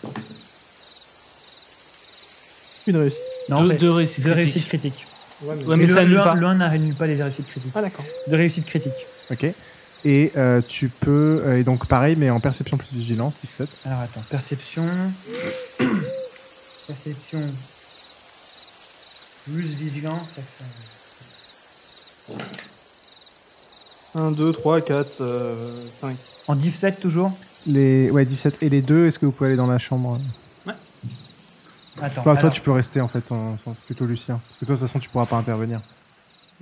Speaker 5: Une réussite.
Speaker 3: Non,
Speaker 4: deux,
Speaker 3: mais-
Speaker 4: deux réussites.
Speaker 3: deux
Speaker 4: critiques.
Speaker 3: réussites critiques.
Speaker 4: Ouais, mais
Speaker 3: le-
Speaker 4: ça annule
Speaker 3: le-
Speaker 4: pas.
Speaker 3: le un n'annule pas les réussites critiques.
Speaker 5: Ah, d'accord.
Speaker 3: Deux réussites critiques.
Speaker 1: Ok. Et euh, tu peux. euh, et donc, pareil, mais en perception plus vigilance, type 7.
Speaker 3: Alors attends, perception. perception. Plus vigilance, ça fait.
Speaker 5: 1, 2, 3, 4, 5.
Speaker 3: En div 7 toujours
Speaker 1: Les, ouais, div 7 et les deux, est-ce que vous pouvez aller dans la chambre Enfin,
Speaker 3: Attends.
Speaker 1: Bah, toi,
Speaker 3: alors,
Speaker 1: tu peux rester en fait, en, en- plutôt Lucien. Parce que toi, de toute façon, tu pourras pas intervenir.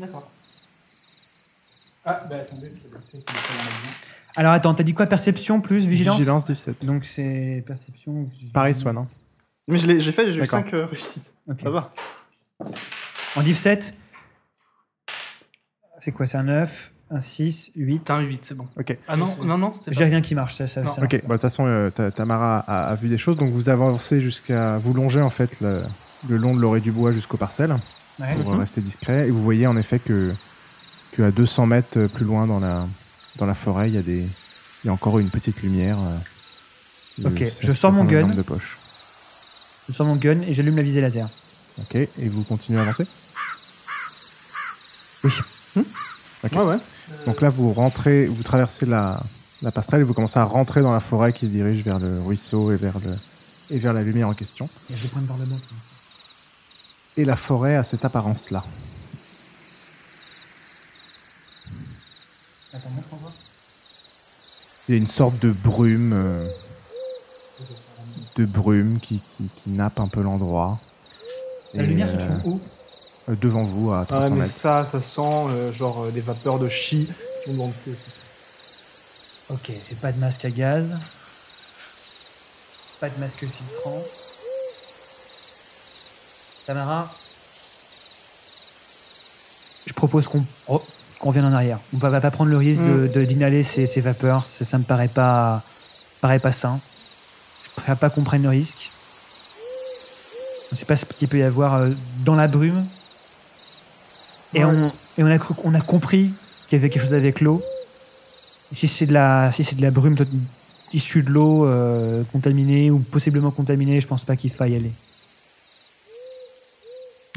Speaker 2: Ah, bah attendez, je vais laisser, c'est pas mal.
Speaker 3: alors attends, t'as dit quoi Perception plus vigilance
Speaker 1: Vigilance, div
Speaker 2: Ah,
Speaker 1: 7.
Speaker 3: Donc c'est perception. vigilance.
Speaker 1: Pareil, Swan. hein.
Speaker 5: Mais je l'ai- j'ai fait, j'ai eu
Speaker 1: D'accord.
Speaker 5: 5 réussites.
Speaker 3: Ok.
Speaker 5: Ça va.
Speaker 3: En div 7. C'est quoi C'est un 9, un 6, 8.
Speaker 4: T'as un 8, c'est bon.
Speaker 1: Ok.
Speaker 4: Ah non, non, non, c'est
Speaker 3: J'ai
Speaker 4: pas.
Speaker 3: rien qui marche, ça, ça,
Speaker 4: Non.
Speaker 1: Ok,
Speaker 3: ça
Speaker 1: bah, de
Speaker 3: marche pas.
Speaker 1: toute façon, euh, ta- Tamara a, a vu des choses, donc vous avancez jusqu'à. Vous longez en fait le, le long de l'orée du bois jusqu'aux parcelles
Speaker 3: Ouais.
Speaker 1: pour
Speaker 4: Mhm.
Speaker 1: euh, rester discret, et vous voyez en effet que, que à 200 mètres euh, plus loin dans la, dans la forêt, il y, a des- il y a encore une petite lumière. euh,
Speaker 3: Ok,
Speaker 1: euh, ça-
Speaker 3: je sors
Speaker 1: ça
Speaker 3: mon
Speaker 1: ressemble à une
Speaker 3: gun.
Speaker 1: lampe De poche.
Speaker 3: Je sors mon gun et j'allume la visée laser.
Speaker 1: Ok, et vous continuez à avancer Hmm Ok.
Speaker 5: Ouais, ouais.
Speaker 1: Donc là, vous rentrez, vous traversez la, la passerelle et vous commencez à rentrer dans la forêt qui se dirige vers le ruisseau et vers le, et vers la lumière en question.
Speaker 3: Il y a deux points de barre de mort.
Speaker 1: Et la forêt a cette apparence-là.
Speaker 3: Attends, montre-moi.
Speaker 1: Il y a une sorte de brume, euh, de brume qui, qui- qui nappe un peu l'endroit.
Speaker 3: La
Speaker 1: Et,
Speaker 3: lumière se
Speaker 1: euh,
Speaker 3: trouve où
Speaker 1: euh, devant vous à
Speaker 5: Ah,
Speaker 1: 300
Speaker 5: mais
Speaker 1: mètres.
Speaker 5: ça, ça sent euh, genre euh, des vapeurs de chi qui vont dans le feu.
Speaker 3: Ok, j'ai pas de masque à gaz. Pas de masque filtrant. Tamara Je propose qu'on re- qu'on vienne en arrière. On va, va pas prendre le risque de- de- d'inhaler ces, ces vapeurs. Ça, ça me paraît pas, paraît pas sain. Je préfère pas qu'on prenne le risque. On sait pas ce qu'il peut y avoir euh, dans la brume. Et, on, et on, a cru- on a compris qu'il y avait quelque chose avec l'eau. Si c'est de la, si c'est de la brume tot- issue de l'eau euh, contaminée ou possiblement contaminée, je pense pas qu'il faille aller.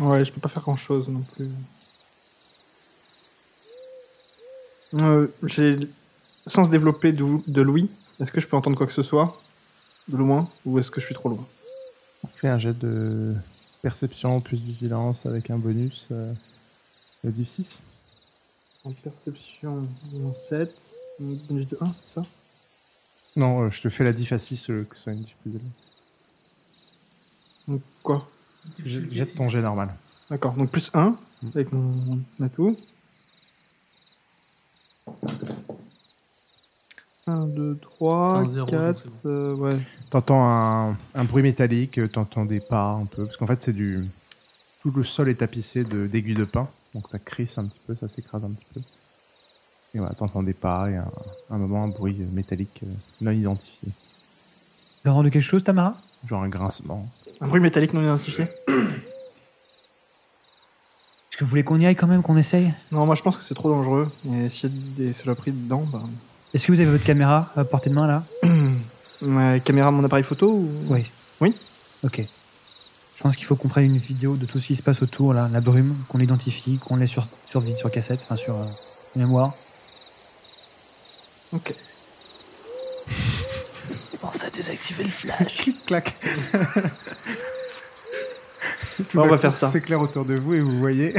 Speaker 5: Ouais, je peux pas faire grand chose non plus. Euh, J'ai. Sans se développer de, de Louis, est-ce que je peux entendre quoi que ce soit De loin Ou est-ce que je suis trop loin
Speaker 1: Fais un jet de perception plus vigilance avec un bonus. euh, le div 6.
Speaker 5: En perception, en 7. 1, c'est ça
Speaker 1: Non, euh, je te fais la diff à 6, euh, que ce soit une diff plus élevée.
Speaker 5: Donc quoi
Speaker 1: J- Jette ton jet normal.
Speaker 5: D'accord, donc plus 1 avec mon, mon atout. 1, 2, 3,
Speaker 4: Attends, zéro, donc
Speaker 5: 4,
Speaker 4: c'est
Speaker 5: euh, ouais.
Speaker 1: T'entends un, un bruit métallique, euh, t'entends des pas un peu, parce qu'en fait c'est du... Tout le sol est tapissé de- d'aiguilles de, pin, donc ça crisse un petit peu, ça s'écrase un petit peu. Et voilà, t'entends des pas et un, un moment un bruit euh, métallique euh, non identifié,
Speaker 3: T'as rendu quelque chose, Tamara
Speaker 1: genre un grincement.
Speaker 5: Un bruit métallique non identifié
Speaker 3: Est-ce que vous voulez qu'on y aille quand même, qu'on essaye
Speaker 5: Non, moi je pense que c'est trop dangereux. Et s'il y a des saloperies dedans, bah.
Speaker 3: Est-ce que vous avez votre caméra à portée de main là
Speaker 5: Ma caméra de mon appareil photo ou...
Speaker 3: Oui.
Speaker 5: Oui.
Speaker 3: Ok. Je pense qu'il faut qu'on prenne une vidéo de tout ce qui se passe autour, là, la brume, qu'on l'identifie, qu'on l'ait sur, sur, vide- sur cassette, enfin sur euh, mémoire.
Speaker 5: Ok.
Speaker 4: Pense à désactiver le flash.
Speaker 1: Clac
Speaker 5: Bah, on va faire ça.
Speaker 1: C'est clair autour de vous et vous voyez.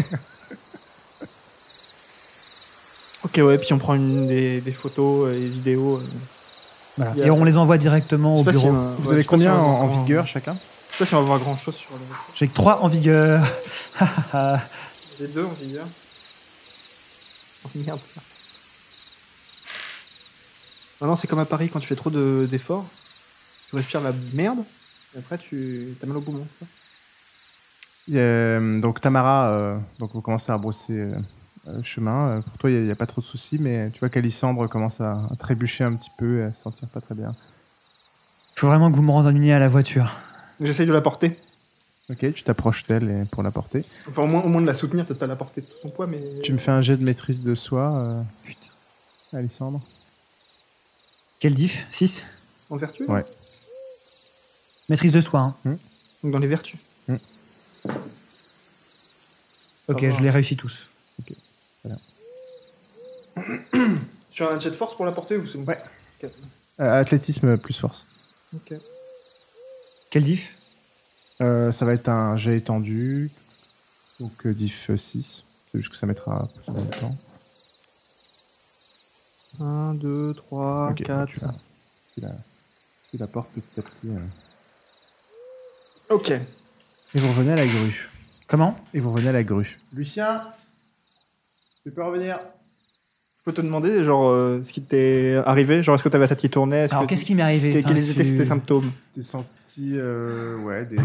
Speaker 5: Ok, ouais, puis on prend une des, des photos et vidéos. euh.
Speaker 3: Voilà.
Speaker 5: Il y a-
Speaker 3: Et on les envoie directement au
Speaker 5: Je sais pas si
Speaker 3: bureau.
Speaker 5: on-
Speaker 1: vous
Speaker 5: Euh, ouais,
Speaker 1: avez
Speaker 5: je sais pas si
Speaker 1: combien
Speaker 5: on va euh,
Speaker 1: en, en
Speaker 5: voir-
Speaker 1: vigueur chacun
Speaker 5: Je sais pas si on va voir grand chose sur le.
Speaker 3: J'ai que trois en vigueur.
Speaker 5: J'ai deux en vigueur. Oh, merde. Ah Non, non, c'est comme à Paris quand tu fais trop de- d'efforts. tu respires la merde. Et après, tu as mal au poumon. tu vois.
Speaker 1: Il y a, hum, donc Tamara, euh, donc vous commencez à brosser euh, euh, le chemin. Euh, Pour toi, il n'y a, pas trop de soucis, mais tu vois qu'Alisandre commence à, à trébucher un petit peu et à se sentir pas très bien.
Speaker 3: Il faut vraiment que vous me rendaminiez à la voiture.
Speaker 5: Donc, J'essaye de la porter.
Speaker 1: Ok, tu t'approches d'elle et- pour la porter.
Speaker 5: Enfin, au moins, au moins de la soutenir, peut-être pas la porter de tout son poids, mais.
Speaker 1: Tu me fais un jet de maîtrise de soi, euh, Alissandre
Speaker 3: Quel diff 6
Speaker 5: En vertu
Speaker 1: Ouais.
Speaker 3: Maîtrise de soi, hein.
Speaker 5: Donc, dans les vertus.
Speaker 3: Ok, je les réussis tous.
Speaker 5: Sur un jet de force pour la porter ou c'est bon
Speaker 1: Ouais. Euh, Athlétisme plus force.
Speaker 5: Ok.
Speaker 3: Quel diff
Speaker 1: Euh, ça va être un jet étendu, donc euh, diff 6. C'est juste que ça mettra plus de temps.
Speaker 5: 1, 2, 3,
Speaker 1: Ok, bah,
Speaker 5: 4,
Speaker 1: tu, la, tu, la, tu la portes petit à petit. euh.
Speaker 5: Ok.
Speaker 1: Et vous revenez à la grue.
Speaker 3: Comment
Speaker 1: Et vous revenez à la grue.
Speaker 5: Lucien, tu peux revenir Je peux te demander, genre, euh, ce qui t'est arrivé Genre, est-ce que t'avais ta tête qui tournait Est-ce
Speaker 3: Alors,
Speaker 5: que-
Speaker 3: qu'est-ce qui m'est arrivé
Speaker 5: Quels
Speaker 3: Enfin,
Speaker 5: quels étaient
Speaker 3: tu-
Speaker 5: tes symptômes
Speaker 1: T'es senti, euh, ouais, des...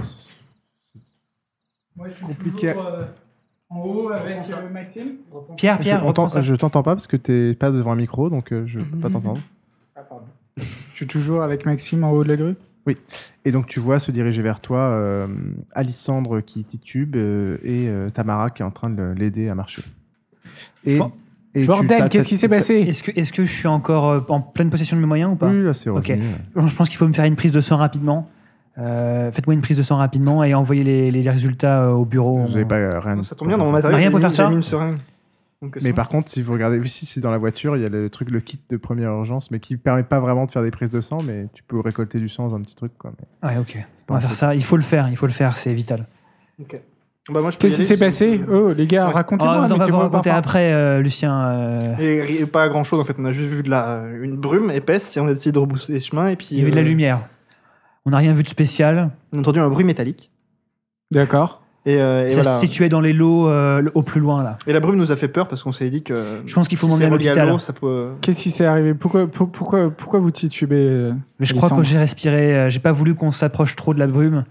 Speaker 2: Moi, je suis
Speaker 1: Compliqué.
Speaker 2: toujours, euh, en haut avec
Speaker 4: Reprends ça.
Speaker 2: euh, Maxime.
Speaker 3: Pierre,
Speaker 1: Je,
Speaker 3: Pierre,
Speaker 1: on
Speaker 3: reprends
Speaker 1: t'en-
Speaker 3: ça. Mhm.
Speaker 1: je t'entends pas parce que t'es pas devant un micro, donc euh, je peux pas t'entendre.
Speaker 2: Je suis toujours avec Maxime en haut de la grue.
Speaker 1: Et donc tu vois se diriger vers toi euh, Alissandre qui titube euh, et euh, Tamara qui est en train de le- l'aider à marcher.
Speaker 3: Je pense-
Speaker 1: et tu
Speaker 2: Bordel,
Speaker 1: t'as-
Speaker 2: qu'est-ce qui s'est passé
Speaker 3: Est-ce que, est que je suis encore euh, en pleine possession de mes moyens ou pas
Speaker 5: Mm.
Speaker 1: Oui, là c'est
Speaker 3: Ok.
Speaker 1: revenu.
Speaker 3: Je pense qu'il faut me faire une prise de sang rapidement. Euh, Faites-moi une prise de sang rapidement et envoyez les, les- les résultats euh, au bureau.
Speaker 1: Vous avez pas euh, rien.
Speaker 5: Ça tombe bien, dans mon matériel,
Speaker 3: Rien
Speaker 5: j'ai
Speaker 3: pour
Speaker 5: mis-
Speaker 3: Ah, faire ça
Speaker 5: j'ai mis une seringue. Donc,
Speaker 1: Mais
Speaker 5: sinon-
Speaker 1: par contre, si vous regardez, si c'est dans la voiture, il y a le truc, le kit de première urgence, mais qui permet pas vraiment de faire des prises de sang, mais tu peux récolter du sang dans un petit truc. Quoi. Mais
Speaker 3: Ouais, ok.
Speaker 1: pas
Speaker 3: On va
Speaker 1: un
Speaker 3: faire
Speaker 1: truc.
Speaker 3: ça. Il faut le faire. Il faut le faire. C'est vital.
Speaker 5: Ok. Bah, moi, je peux y
Speaker 2: Qu'est-ce qui
Speaker 5: aller,
Speaker 2: s'est
Speaker 5: sinon-
Speaker 2: passé Oh, les gars,
Speaker 5: Ouais. Ah,
Speaker 2: racontez-moi.
Speaker 3: on va vous
Speaker 2: mettez-moi au
Speaker 3: raconter
Speaker 2: parfum.
Speaker 3: après, euh, Lucien. euh,
Speaker 5: Et ri- pas grand chose en fait, on a juste vu de la, une brume épaisse et on a décidé de rebousser les chemins. Et puis,
Speaker 3: il y avait de la
Speaker 5: euh,
Speaker 3: lumière. On n'a rien vu de spécial.
Speaker 5: On a entendu un bruit métallique.
Speaker 2: D'accord.
Speaker 5: Et, euh, et
Speaker 3: ça
Speaker 5: voilà.
Speaker 3: se situait dans les lots euh, au plus loin, là.
Speaker 5: Et la brume nous a fait peur parce qu'on s'est dit que.
Speaker 3: Je pense qu'il faut
Speaker 5: si
Speaker 3: m'emmener
Speaker 5: c'est
Speaker 3: à
Speaker 5: relié
Speaker 3: l'hôpital.
Speaker 5: l'eau, Ça peut...
Speaker 2: Qu'est-ce qui s'est arrivé pourquoi, pour- pourquoi, pourquoi vous titubez euh,
Speaker 3: Mais je
Speaker 2: Il
Speaker 3: crois que
Speaker 2: semble.
Speaker 3: j'ai respiré. euh, j'ai pas voulu qu'on s'approche trop de la brume.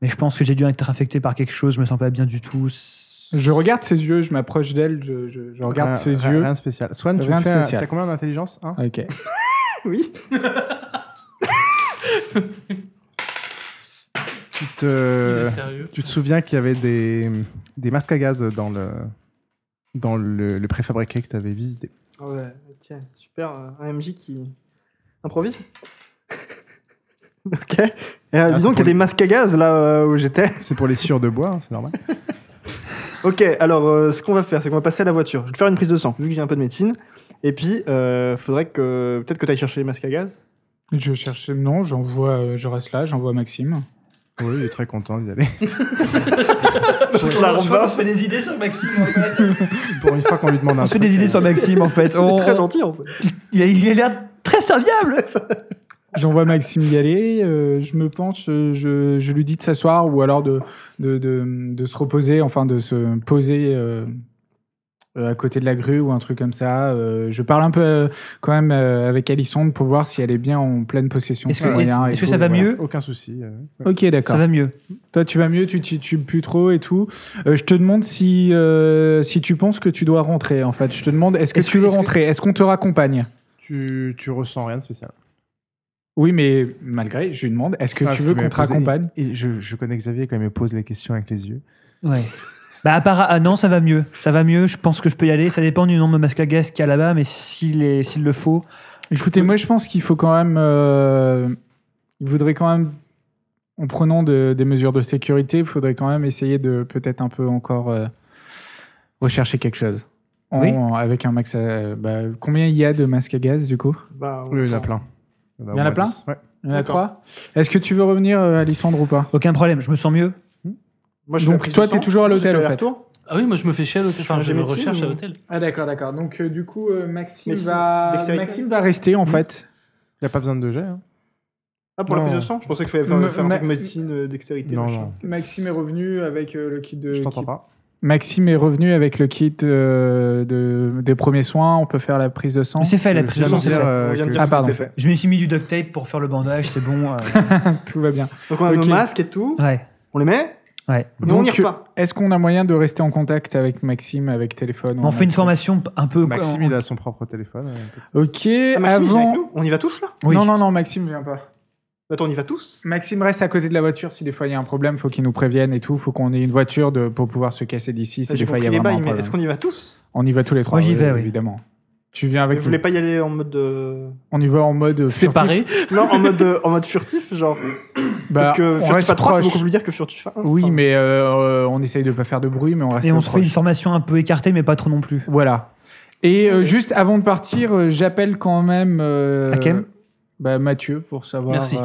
Speaker 3: Mais je pense que j'ai dû être infecté par quelque chose. Je me sens pas bien du tout. C'est-
Speaker 2: Je regarde ses yeux, je m'approche d'elle, je, je- je regarde
Speaker 1: rien-
Speaker 2: ses
Speaker 1: rien-
Speaker 2: yeux.
Speaker 1: Rien de spécial. Swan, tu
Speaker 2: Rien
Speaker 1: me
Speaker 2: de
Speaker 1: fais un-
Speaker 2: spécial. Ah.
Speaker 1: c'est à combien d'intelligence hein
Speaker 2: Ok.
Speaker 5: Oui.
Speaker 1: tu,
Speaker 4: Il
Speaker 1: te,
Speaker 4: est sérieux.
Speaker 1: tu te souviens qu'il y avait des, des masques à gaz dans le, dans le, le préfabriqué que tu avais visité.
Speaker 5: Ah Ouais, ok. Super. euh, Un MJ qui improvise. ok. Et,
Speaker 1: c'est
Speaker 5: euh, disons qu'il y a
Speaker 1: pour
Speaker 5: des masques à gaz là euh, où j'étais.
Speaker 1: C'est pour les sciures de bois, hein, c'est normal.
Speaker 5: Ok, alors euh, ce qu'on va faire, c'est qu'on va passer à la voiture. Je vais te faire une prise de sang, vu que j'ai un peu de médecine. Et puis, euh, faudrait que. Peut-être que tu ailles chercher les masques à gaz.
Speaker 2: Je cherche. Non, j'envoie. euh, Je reste là, j'envoie Maxime.
Speaker 1: Oui, il est très content d'y aller.
Speaker 5: la
Speaker 6: on, se-
Speaker 5: rumba.
Speaker 6: on se fait des idées sur Maxime, en fait.
Speaker 1: Pour une fois qu'on lui demande un
Speaker 3: On se fait
Speaker 1: truc, euh,
Speaker 3: des idées sur Maxime, en fait. On-
Speaker 5: Très gentil en fait.
Speaker 3: il, a, il a l'air très serviable.
Speaker 2: J'envoie Maxime y aller. euh, je me penche. euh, Je, je lui dis de s'asseoir ou alors de, de, de, de se reposer, enfin de se poser euh, euh, à côté de la grue ou un truc comme ça. Euh, je parle un peu euh, quand même euh, avec Alissonde pour voir si elle est bien en pleine possession.
Speaker 3: Est-ce
Speaker 2: de
Speaker 3: que,
Speaker 2: ses moyens
Speaker 3: est-ce-
Speaker 2: et
Speaker 3: est-ce que
Speaker 2: tout,
Speaker 3: ça va
Speaker 2: voilà.
Speaker 3: mieux
Speaker 1: Aucun souci. euh, ouais.
Speaker 2: Ok, d'accord.
Speaker 3: Ça va mieux.
Speaker 2: Toi, tu vas mieux, tu titubes plus trop et tout. Euh, je te demande si, euh, si tu penses que tu dois rentrer, en fait. Je te demande, est-ce que
Speaker 3: Est-ce
Speaker 2: tu
Speaker 3: que-
Speaker 2: veux
Speaker 3: est-ce que-
Speaker 2: rentrer Est-ce qu'on te raccompagne
Speaker 1: Tu, tu ressens rien de spécial.
Speaker 2: Oui, mais malgré, je lui demande, est-ce que
Speaker 1: Ah,
Speaker 2: tu
Speaker 1: ce
Speaker 2: veux
Speaker 1: qu'il
Speaker 2: qu'on
Speaker 1: m'avait
Speaker 2: te
Speaker 1: posé,
Speaker 2: raccompagne
Speaker 1: il- je, je connais Xavier quand il me pose les questions avec les yeux.
Speaker 3: Ouais. Bah, à part, ah non, ça va mieux. Ça va mieux. Je pense que je peux y aller. Ça dépend du nombre de masques à gaz qu'il y a là-bas, mais s'il est- s'il le faut.
Speaker 2: Écoutez, moi, je pense qu'il faut quand même... euh, il voudrait quand même, en prenant de- des mesures de sécurité, il faudrait quand même essayer de peut-être un peu encore euh, rechercher quelque chose. En-
Speaker 3: Oui.
Speaker 2: Avec un max... à- bah, combien il y a de masques à gaz, du coup
Speaker 5: Bah,
Speaker 1: Oui, il y en a plein. Il
Speaker 2: Il y en a
Speaker 1: au moins
Speaker 2: plein
Speaker 1: dix. Ouais.
Speaker 2: Il y en a
Speaker 5: D'accord.
Speaker 2: trois Est-ce que tu veux revenir, euh, Alissandre, ou pas
Speaker 3: Aucun problème. Je me sens mieux.
Speaker 5: Moi,
Speaker 2: Donc,
Speaker 5: la prise
Speaker 2: toi,
Speaker 5: de
Speaker 2: t'es
Speaker 5: sang,
Speaker 2: toujours à
Speaker 5: je
Speaker 2: l'hôtel,
Speaker 5: fais
Speaker 2: en fait.
Speaker 5: l'aller-retour.
Speaker 4: Ah oui, moi je me fais chier à l'hôtel. Enfin,
Speaker 5: fais
Speaker 4: je
Speaker 5: un
Speaker 4: me
Speaker 5: jet médecine
Speaker 4: recherche à
Speaker 5: ou-
Speaker 4: l'hôtel.
Speaker 2: Ah d'accord, d'accord. Donc euh, du coup, euh, Maxime,
Speaker 5: Maxime,
Speaker 2: va...
Speaker 5: dextérité.
Speaker 2: Maxime va rester en fait.
Speaker 1: Il n'y a pas besoin de jet. hein.
Speaker 5: Ah, pour la
Speaker 1: Non.
Speaker 5: prise de sang Je pensais qu'il fallait faire,
Speaker 2: Me-
Speaker 5: faire un
Speaker 2: ma-
Speaker 5: truc médecine, euh, dextérité.
Speaker 1: Non,
Speaker 5: machin.
Speaker 1: non,
Speaker 2: Maxime est revenu avec euh, le kit de...
Speaker 1: je t'entends
Speaker 2: kit-
Speaker 1: pas.
Speaker 2: Maxime est revenu avec le kit euh, de... des premiers soins. On peut faire la prise de sang.
Speaker 3: Mais c'est fait, la
Speaker 1: Je
Speaker 3: prise de
Speaker 1: viens
Speaker 3: sang,
Speaker 1: de
Speaker 3: c'est
Speaker 1: dire,
Speaker 3: fait.
Speaker 1: euh,
Speaker 5: On vient de
Speaker 1: que-
Speaker 5: dire
Speaker 2: Ah,
Speaker 5: que
Speaker 2: pardon.
Speaker 5: c'était fait.
Speaker 3: Je me suis mis du duct tape pour faire le bandage. C'est bon. euh,
Speaker 2: Tout va bien.
Speaker 5: Donc, on a
Speaker 2: Ok.
Speaker 5: nos masques et tout.
Speaker 3: ouais.
Speaker 5: On les met
Speaker 3: Ouais.
Speaker 5: Mais on n'y
Speaker 2: Donc,
Speaker 5: repart.
Speaker 2: Est-ce qu'on a moyen de rester en contact avec Maxime avec téléphone ou
Speaker 3: On
Speaker 2: en
Speaker 3: fait une
Speaker 2: autre
Speaker 3: formation un peu.
Speaker 1: Maxime, il a son propre téléphone. euh, peut-être.
Speaker 2: Ok.
Speaker 5: Ah, Maxime, il vient
Speaker 2: avant.
Speaker 5: avec nous On y va tous là
Speaker 3: Oui.
Speaker 2: Non non non, Maxime vient pas.
Speaker 5: Attends, on y va tous
Speaker 2: Maxime reste à côté de la voiture si des fois il y a un problème, faut qu'il nous prévienne et tout, faut qu'on ait une voiture de... pour pouvoir se casser d'ici si
Speaker 5: Ah, J'ai
Speaker 2: des fois il y
Speaker 5: compris
Speaker 2: a
Speaker 5: les
Speaker 2: vraiment un
Speaker 5: bails, mais
Speaker 2: problème.
Speaker 5: est-ce qu'on y va tous
Speaker 2: On y va tous les trois.
Speaker 3: Moi,
Speaker 2: oui,
Speaker 3: j'y vais, oui.
Speaker 2: évidemment. Tu viens
Speaker 5: Vous
Speaker 2: avec nous.
Speaker 5: voulez pas y aller en mode. euh,
Speaker 2: On y va en mode euh, furtif.
Speaker 4: Séparés.
Speaker 5: Non, en mode, euh, en mode furtif, genre.
Speaker 2: Bah,
Speaker 5: parce
Speaker 2: on
Speaker 5: que furtif
Speaker 2: reste
Speaker 5: à 3, c'est
Speaker 2: proche.
Speaker 5: beaucoup plus dire que furtif à 1.
Speaker 2: Oui, mais euh, euh, on essaye de pas faire de bruit, mais on reste
Speaker 3: Et on se
Speaker 2: proche.
Speaker 3: fait une formation un peu écartée, mais pas trop non plus.
Speaker 2: Voilà. Et euh, juste avant de partir, euh, j'appelle quand même euh,
Speaker 3: Hakem
Speaker 2: bah, Mathieu pour savoir.
Speaker 4: Merci.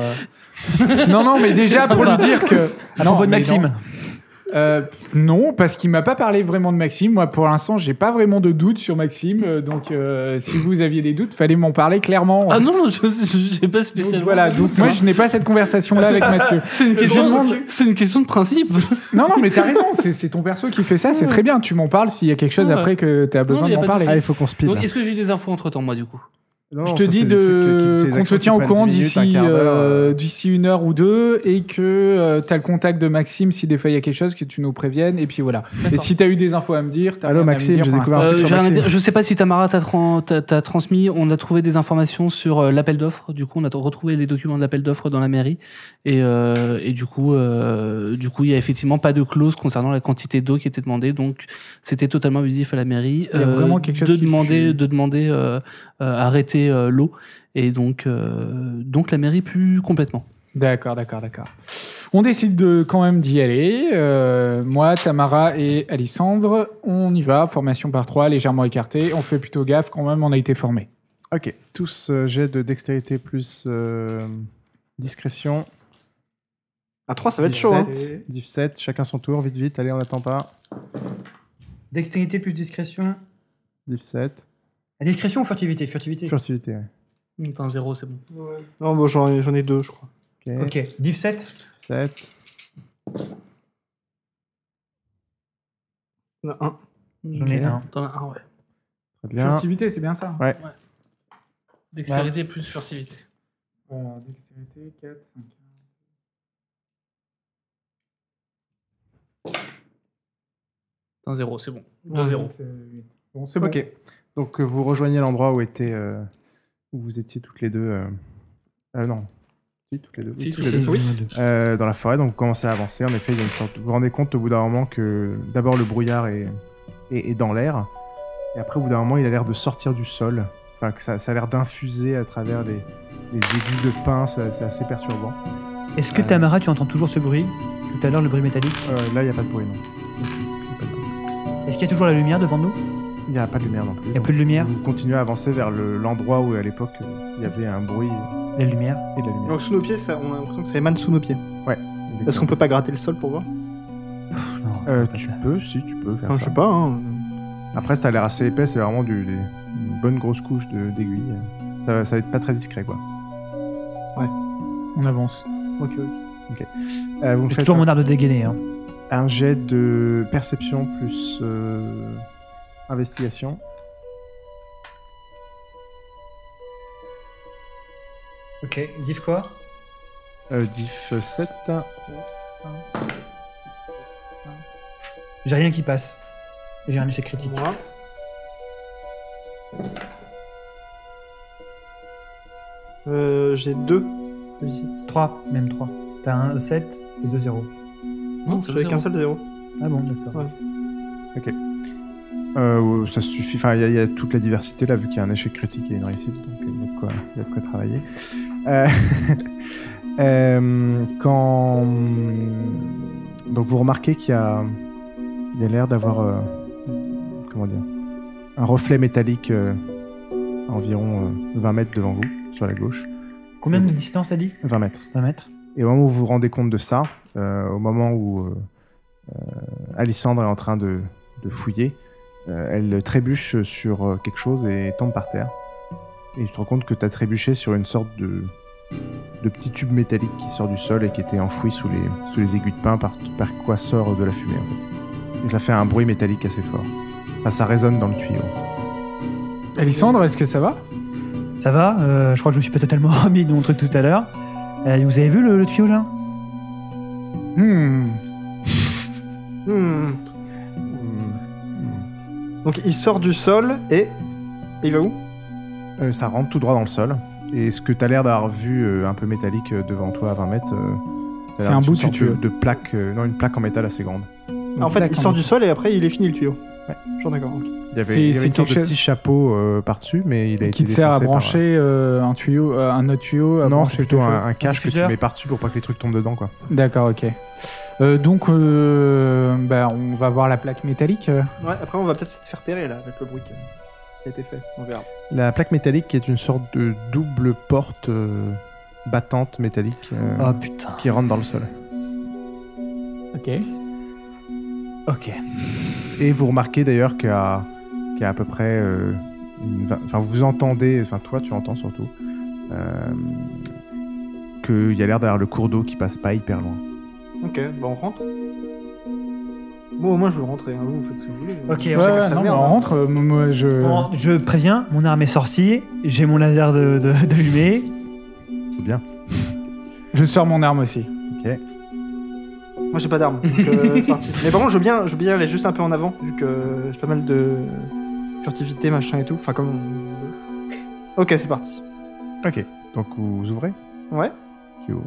Speaker 2: euh, non, non, mais déjà pour lui dire que.
Speaker 3: À
Speaker 2: Ah Non,
Speaker 3: propos de
Speaker 2: mais
Speaker 3: Maxime.
Speaker 2: Non, Euh, non, parce qu'il m'a pas parlé vraiment de Maxime. Moi, pour l'instant, j'ai pas vraiment de doute sur Maxime. euh, donc, euh, si vous aviez des doutes, fallait m'en parler clairement.
Speaker 4: Ah non, je je- j'ai pas
Speaker 2: Donc,
Speaker 4: spécialement.
Speaker 2: voilà. Donc moi, je n'ai pas cette conversation là avec Mathieu.
Speaker 4: C'est une
Speaker 2: Je
Speaker 4: question.
Speaker 2: demande-
Speaker 4: C'est une question de principe.
Speaker 2: Non, non, mais t'as raison, c'est c'est ton perso qui fait ça, c'est très bien. Tu m'en parles s'il y a quelque chose
Speaker 4: Ouais.
Speaker 2: après que t'as besoin
Speaker 4: y a
Speaker 2: de m'en
Speaker 4: pas
Speaker 2: parler.
Speaker 4: de souci.
Speaker 1: Allez, Ah, faut qu'on speed.
Speaker 4: Donc
Speaker 1: là.
Speaker 4: est-ce que j'ai eu des infos entre temps, moi, du coup
Speaker 1: Non,
Speaker 2: Je te
Speaker 1: ça,
Speaker 2: dis
Speaker 1: c'est des trucs euh, qui- c'est
Speaker 2: de
Speaker 1: des
Speaker 2: qu'on
Speaker 1: actions
Speaker 2: se
Speaker 1: qui
Speaker 2: tient au
Speaker 1: prennent
Speaker 2: courant
Speaker 1: 10 minutes, un
Speaker 2: d'ici
Speaker 1: quart d'heure,
Speaker 2: euh,
Speaker 1: euh.
Speaker 2: d'ici une heure ou deux et que euh, t'as le contact de Maxime si des fois il y a quelque chose que tu nous préviennes et puis voilà. Et si t'as eu des infos à me dire, t'as
Speaker 1: Allô,
Speaker 2: rien à me
Speaker 1: Maxime,
Speaker 2: dire
Speaker 1: j'ai
Speaker 2: pour
Speaker 1: découvert un
Speaker 2: l'instant.
Speaker 4: Euh,
Speaker 1: truc
Speaker 4: j'ai
Speaker 1: sur
Speaker 4: rien à
Speaker 1: Maxime.
Speaker 4: dire. Je sais pas si Tamara t'a tran- t'a- t'a transmis. On a trouvé des informations sur euh, l'appel d'offres. Du coup, on a t- retrouvé les documents de l'appel d'offres dans la mairie. Et, euh, et du coup, euh, du coup, il y a effectivement pas de clause concernant la quantité d'eau qui était demandée. Donc, c'était totalement abusif à la mairie. euh,
Speaker 2: Il y a vraiment quelque chose
Speaker 4: de
Speaker 2: qui pue.
Speaker 4: demander, de demander euh, euh, arrêter euh, l'eau. Et donc, euh, donc la mairie pue complètement.
Speaker 2: D'accord, d'accord, d'accord. On décide de quand même d'y aller. Euh, moi, Tamara et Alissandre, on y va. Formation par trois, légèrement écartée. On fait plutôt gaffe quand même, on a été formés.
Speaker 1: Ok, tous euh, jets de dextérité plus euh, discrétion.
Speaker 5: À 3, ça va être chaud. hein.
Speaker 1: 17, 17, chacun son tour, vite, vite, allez, on n'attend pas.
Speaker 7: Dextérité plus discrétion.
Speaker 1: 17,
Speaker 7: La discrétion ou furtivité Furtivité.
Speaker 1: furtivité, ouais.
Speaker 4: T'as un zéro, c'est bon.
Speaker 5: hein. Non, bon, j'en ai, j'en ai deux, je crois.
Speaker 1: Ok,
Speaker 7: Ok. Div 7.
Speaker 1: 7,
Speaker 5: Il y en a un.
Speaker 4: J'en
Speaker 3: ai un.
Speaker 4: T'en as un, ah ouais.
Speaker 1: très bien.
Speaker 2: Furtivité, c'est bien ça hein.
Speaker 1: Ouais.
Speaker 4: Dextérité plus furtivité.
Speaker 2: Alors, dextérité, 4, 5.
Speaker 4: T'as un zéro, c'est bon. Deux zéro.
Speaker 2: Bon, c'est bon.
Speaker 1: Ok, donc euh, vous rejoignez l'endroit où, était, euh, où vous étiez toutes les deux. euh, euh, non, si, toutes les deux.
Speaker 4: Si,
Speaker 1: oui, toutes
Speaker 4: toutes
Speaker 1: les
Speaker 4: les
Speaker 1: deux. Euh, dans la forêt, donc vous commencez à avancer. En effet, il y a une sorte. Vous vous rendez compte au bout d'un moment que d'abord le brouillard est, est- est dans l'air, et après au bout d'un moment, il a l'air de sortir du sol. Enfin, que ça, ça a l'air d'infuser à travers les, les aiguilles de pin, ça- c'est assez perturbant.
Speaker 3: Est-ce que
Speaker 1: Euh.
Speaker 3: Tamara, tu entends toujours ce bruit Tout à l'heure, le bruit métallique.
Speaker 1: Euh, là, il n'y a pas de bruit, non.
Speaker 3: Est-ce qu'il y a toujours la lumière devant nous
Speaker 1: Il n'y a pas de lumière non plus.
Speaker 3: Il n'y a plus de lumière
Speaker 1: Vous continuez à avancer vers le- l'endroit où, à l'époque, il y avait un bruit
Speaker 3: La lumière.
Speaker 1: et de la lumière.
Speaker 5: Donc sous nos pieds, ça, on a l'impression que ça émane sous nos pieds. Est-ce qu'on peut pas gratter le sol pour voir
Speaker 3: Non,
Speaker 1: Euh,
Speaker 3: pas
Speaker 1: tu
Speaker 3: de-
Speaker 1: peux, si, tu peux faire
Speaker 5: Enfin,
Speaker 1: ça.
Speaker 5: Je sais pas. Hein.
Speaker 1: Après, ça a l'air assez épais, c'est vraiment du, des- une bonne grosse couche de- d'aiguilles. Ça, ça va être pas très discret, quoi.
Speaker 2: On avance.
Speaker 5: Ok, ok.
Speaker 1: Euh, vous me
Speaker 3: J'ai
Speaker 1: faites
Speaker 3: toujours
Speaker 1: un,
Speaker 3: mon arbre de dégainé. Hein.
Speaker 1: un jet de perception plus euh, investigation.
Speaker 7: Ok. Div quoi
Speaker 1: Euh, diff 7.
Speaker 3: J'ai rien qui passe. J'ai un échec critique.
Speaker 5: Moi. Euh, j'ai deux. Ici.
Speaker 3: 3, même 3. T'as un 7 et 2 0.
Speaker 4: Non, c'est le
Speaker 5: J'avais
Speaker 4: zéro.
Speaker 5: qu'un seul zéro.
Speaker 3: Ah bon, d'accord.
Speaker 1: Euh, ça suffit. Enfin, il y, a- il y a toute la diversité là, vu qu'il y a un échec critique et une réussite, donc il y a de quoi, il y a de quoi travailler. Euh, euh, quand donc vous remarquez qu'il y a, il y a l'air d'avoir euh, comment dire un reflet métallique euh, à environ euh, 20 mètres devant vous sur la gauche,
Speaker 3: Combien de distance t'as dit
Speaker 1: 20 mètres.
Speaker 3: 20 mètres.
Speaker 1: Et au moment où vous vous rendez compte de ça, euh, au moment où euh, euh, Alissandre est en train de, de fouiller, euh, elle trébuche sur euh, quelque chose et tombe par terre. Et tu te rends compte que tu as trébuché sur une sorte de, de petit tube métallique qui sort du sol et qui était enfoui sous les, sous les aiguilles de pin par, par quoi sort de la fumée. en fait. Et ça fait un bruit métallique assez fort. Enfin, ça résonne dans le tuyau.
Speaker 2: Alissandre, est-ce que ça va
Speaker 3: Ça va Euh, Je crois que je me suis pas totalement remis de mon truc tout à l'heure. Euh, vous avez vu le, le tuyau là
Speaker 2: Hmm.
Speaker 5: Hmm. Donc il sort du sol et... et il va où
Speaker 1: Euh, ça rentre tout droit dans le sol. Et ce que tu as l'air d'avoir vu euh, un peu métallique euh, devant toi à 20 mètres, euh, ça a
Speaker 2: C'est
Speaker 1: l'air
Speaker 2: un
Speaker 1: d'une
Speaker 2: bout de
Speaker 1: sorte
Speaker 2: tuyau.
Speaker 1: de plaque, euh, non, une plaque en métal assez grande.
Speaker 5: En fait, il
Speaker 2: D'accord.
Speaker 5: sort du sol et après il est fini le tuyau.
Speaker 1: Ouais.
Speaker 5: Genre d'accord. ok.
Speaker 1: Il y avait,
Speaker 2: C'est-
Speaker 1: il y avait
Speaker 2: c'est
Speaker 1: une sorte de
Speaker 2: quelque
Speaker 1: petit chapeau euh, par-dessus, mais il a été
Speaker 2: Qui te sert à
Speaker 1: défoncé par-
Speaker 2: brancher euh, un tuyau, euh, un autre tuyau à
Speaker 1: non,
Speaker 2: brancher
Speaker 1: c'est plutôt
Speaker 2: quelque
Speaker 1: un, un cache que tu
Speaker 3: diffuseur.
Speaker 1: mets par-dessus pour pas que les trucs tombent dedans, quoi.
Speaker 2: chose D'accord, ok. Euh, donc, euh, bah, on va voir la plaque métallique. euh.
Speaker 5: Ouais, après on va peut-être se faire pérer là avec le bruit qui qui a été fait. On verra.
Speaker 1: La plaque métallique qui est une sorte de double porte euh, battante métallique euh,
Speaker 2: Ah.
Speaker 3: Oh putain.
Speaker 1: qui rentre dans le sol.
Speaker 2: Ok.
Speaker 3: Ok.
Speaker 1: Et vous remarquez d'ailleurs qu'à qu'à à peu près. euh, une vingt- Enfin, vous entendez, enfin, toi, tu entends surtout, euh, qu'il y a l'air derrière le cours d'eau qui passe pas hyper loin.
Speaker 5: Ok, bah on rentre. Bon, au moins je veux rentrer. hein. Vous, vous faites ce que vous voulez.
Speaker 3: Ok,
Speaker 2: Ouais,
Speaker 3: on-
Speaker 5: chacun sa
Speaker 2: non, mais
Speaker 5: merde,
Speaker 2: on
Speaker 5: hein.
Speaker 2: rentre. euh, moi, je...
Speaker 3: Bon, je préviens, mon arme est sortie, j'ai mon laser de- de- d'allumé.
Speaker 1: C'est bien.
Speaker 2: je sors mon arme aussi.
Speaker 5: Moi j'ai pas d'arme, donc euh, c'est parti. Mais par contre, je veux bien, je veux bien aller juste un peu en avant, vu que j'ai pas mal de furtivité, machin et tout. Enfin, comme. on- Ok, c'est parti.
Speaker 1: Ok, donc vous ouvrez
Speaker 5: Ouais.
Speaker 1: Tu ouvres.